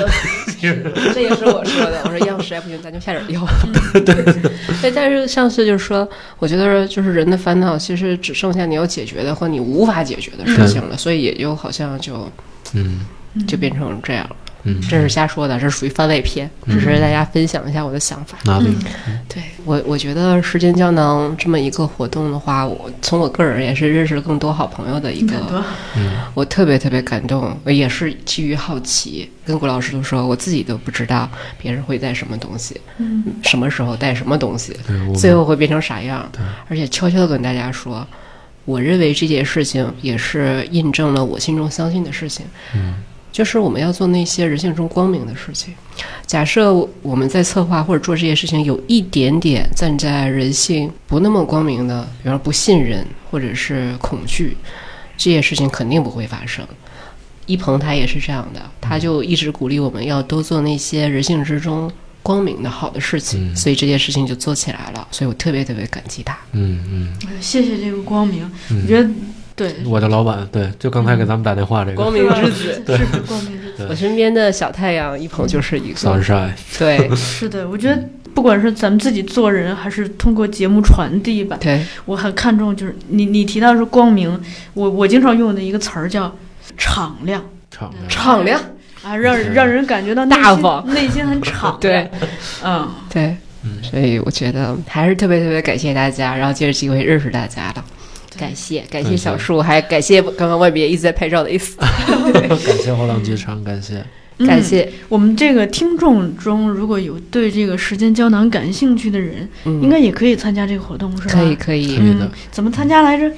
[SPEAKER 2] 这也是我说的，我说要不实在不行咱就下点药。嗯 对，但是上次就是说，我觉得就是人的烦恼其实只剩下你要解决的或你无法解决的事情了，所以也就好像就
[SPEAKER 3] 嗯
[SPEAKER 1] 嗯
[SPEAKER 2] 就变成这样了。
[SPEAKER 3] 嗯，
[SPEAKER 2] 这是瞎说的，这属于番外篇，
[SPEAKER 3] 嗯
[SPEAKER 2] 只是大家分享一下我的想法。
[SPEAKER 3] 哪里？
[SPEAKER 1] 嗯
[SPEAKER 2] 对我，我觉得时间胶囊这么一个活动的话，我从我个人也是认识了更多好朋友的一
[SPEAKER 1] 你
[SPEAKER 2] 个
[SPEAKER 1] 看多好，
[SPEAKER 3] 嗯
[SPEAKER 2] 我特别特别感动，我也是基于好奇，跟谷老师都说，我自己都不知道别人会带什么东西，
[SPEAKER 1] 嗯，
[SPEAKER 2] 什么时候带什么东西，
[SPEAKER 3] 对，我
[SPEAKER 2] 最后会变成啥样
[SPEAKER 3] 对。
[SPEAKER 2] 而且悄悄地跟大家说，我认为这件事情也是印证了我心中相信的事情，
[SPEAKER 3] 嗯
[SPEAKER 2] 就是我们要做那些人性中光明的事情。假设我们在策划或者做这些事情有一点点站在人性不那么光明的，比方说不信任或者是恐惧，这些事情肯定不会发生。一鹏他也是这样的，他就一直鼓励我们要多做那些人性之中光明的好的事情，
[SPEAKER 3] 嗯
[SPEAKER 2] 所以这件事情就做起来了。所以我特别特别感激他。
[SPEAKER 3] 嗯嗯
[SPEAKER 1] 谢谢这个光明，我
[SPEAKER 3] 嗯，
[SPEAKER 1] 觉得对，
[SPEAKER 3] 我的老板对，就刚才给咱们打电话这
[SPEAKER 2] 光
[SPEAKER 3] 个
[SPEAKER 2] 明之
[SPEAKER 1] 是
[SPEAKER 2] 子，
[SPEAKER 1] 吧是是光明之子，
[SPEAKER 3] 对
[SPEAKER 2] 我身边的小太阳一鹏就是一个，
[SPEAKER 3] ，Sunshine，
[SPEAKER 2] 对
[SPEAKER 1] 是的，我觉得不管是咱们自己做人，还是通过节目传递吧，
[SPEAKER 2] 对，
[SPEAKER 1] 我很看重就是你你提到是光明，我我经常用的一个词儿叫敞亮
[SPEAKER 3] 敞亮，
[SPEAKER 2] 敞亮，
[SPEAKER 1] 啊，让让人感觉到内心
[SPEAKER 2] 大方，
[SPEAKER 1] 内心很敞亮，
[SPEAKER 2] 对，
[SPEAKER 1] 嗯，
[SPEAKER 2] 对，
[SPEAKER 3] 嗯
[SPEAKER 2] 所以我觉得还是特别特别感谢大家，然后借着机会认识大家了。感谢感谢小树，还感谢刚刚外面一直在拍照的 S，嗯
[SPEAKER 3] 感谢后浪机场，感谢，
[SPEAKER 1] 嗯
[SPEAKER 2] 感谢，
[SPEAKER 1] 我们这个听众中如果有对这个时间胶囊感兴趣的人，
[SPEAKER 2] 嗯，
[SPEAKER 1] 应该也可以参加这个活动，是吧？
[SPEAKER 2] 可以可以，
[SPEAKER 3] 以的
[SPEAKER 1] 嗯，怎么参加来着？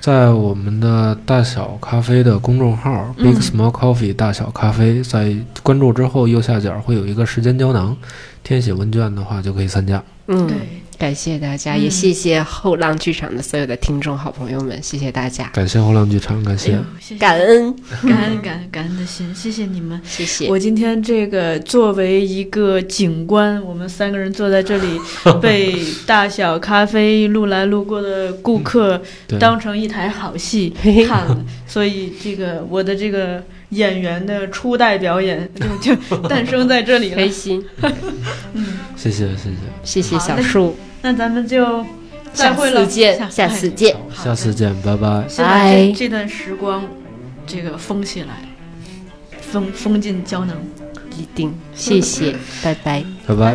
[SPEAKER 3] 在我们的大小咖啡的公众号、
[SPEAKER 1] 嗯
[SPEAKER 3] Big Small Coffee 大小咖啡，在关注之后右下角会有一个时间胶囊，填写问卷的话就可以参加。
[SPEAKER 2] 嗯，
[SPEAKER 1] 对，
[SPEAKER 2] 感谢大家，
[SPEAKER 1] 嗯
[SPEAKER 2] 也谢谢后浪剧场的所有的听众好朋友们，谢谢大家，
[SPEAKER 3] 感谢后浪剧场，感谢。
[SPEAKER 1] 哎呦谢谢
[SPEAKER 2] 感恩，
[SPEAKER 1] 感恩感恩感恩的心，谢谢你们。
[SPEAKER 2] 谢谢，
[SPEAKER 1] 我今天这个作为一个警官，我们三个人坐在这 里，被大小咖啡路来路过的顾客
[SPEAKER 3] 对，
[SPEAKER 1] 当成一台好 戏看了，所以这个我的这个演员的初代表演就 就诞生在这里
[SPEAKER 2] 开
[SPEAKER 1] 了。
[SPEAKER 2] 心，
[SPEAKER 3] 谢谢谢谢，
[SPEAKER 2] 谢谢
[SPEAKER 1] 好
[SPEAKER 2] 小
[SPEAKER 1] 嘞
[SPEAKER 2] 树，
[SPEAKER 1] 那咱们就再
[SPEAKER 2] 下
[SPEAKER 1] 会
[SPEAKER 2] 次
[SPEAKER 1] 了，
[SPEAKER 2] 见，下次。见，
[SPEAKER 1] 好
[SPEAKER 3] 下次见，拜拜。
[SPEAKER 1] 希望这
[SPEAKER 2] 拜
[SPEAKER 1] 这段时光，这个封起来，封封进胶囊。
[SPEAKER 2] 一定，谢谢，拜拜。
[SPEAKER 3] 拜
[SPEAKER 1] 拜。
[SPEAKER 3] 拜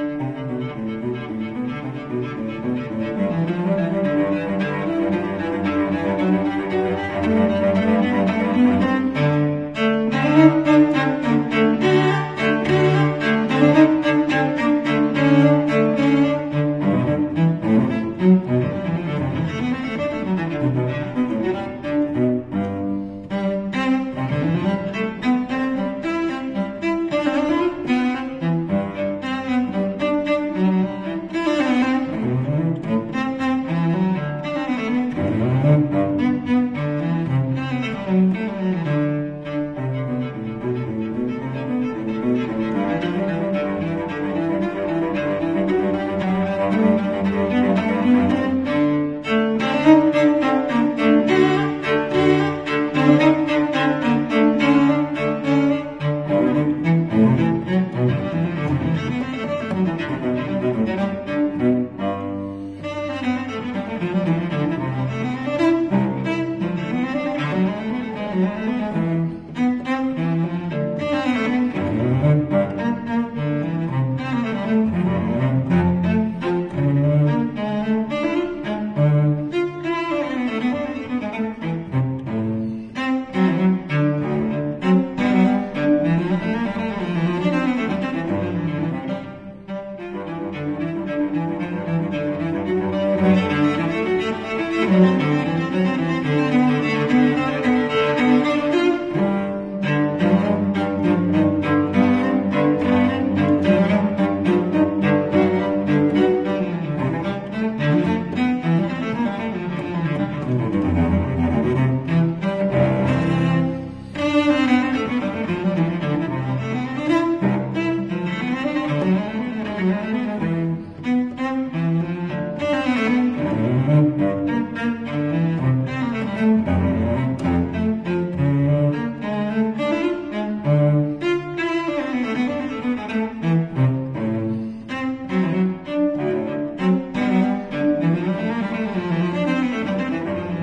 [SPEAKER 1] 拜。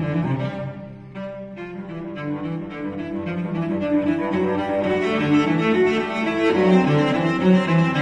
[SPEAKER 4] Thank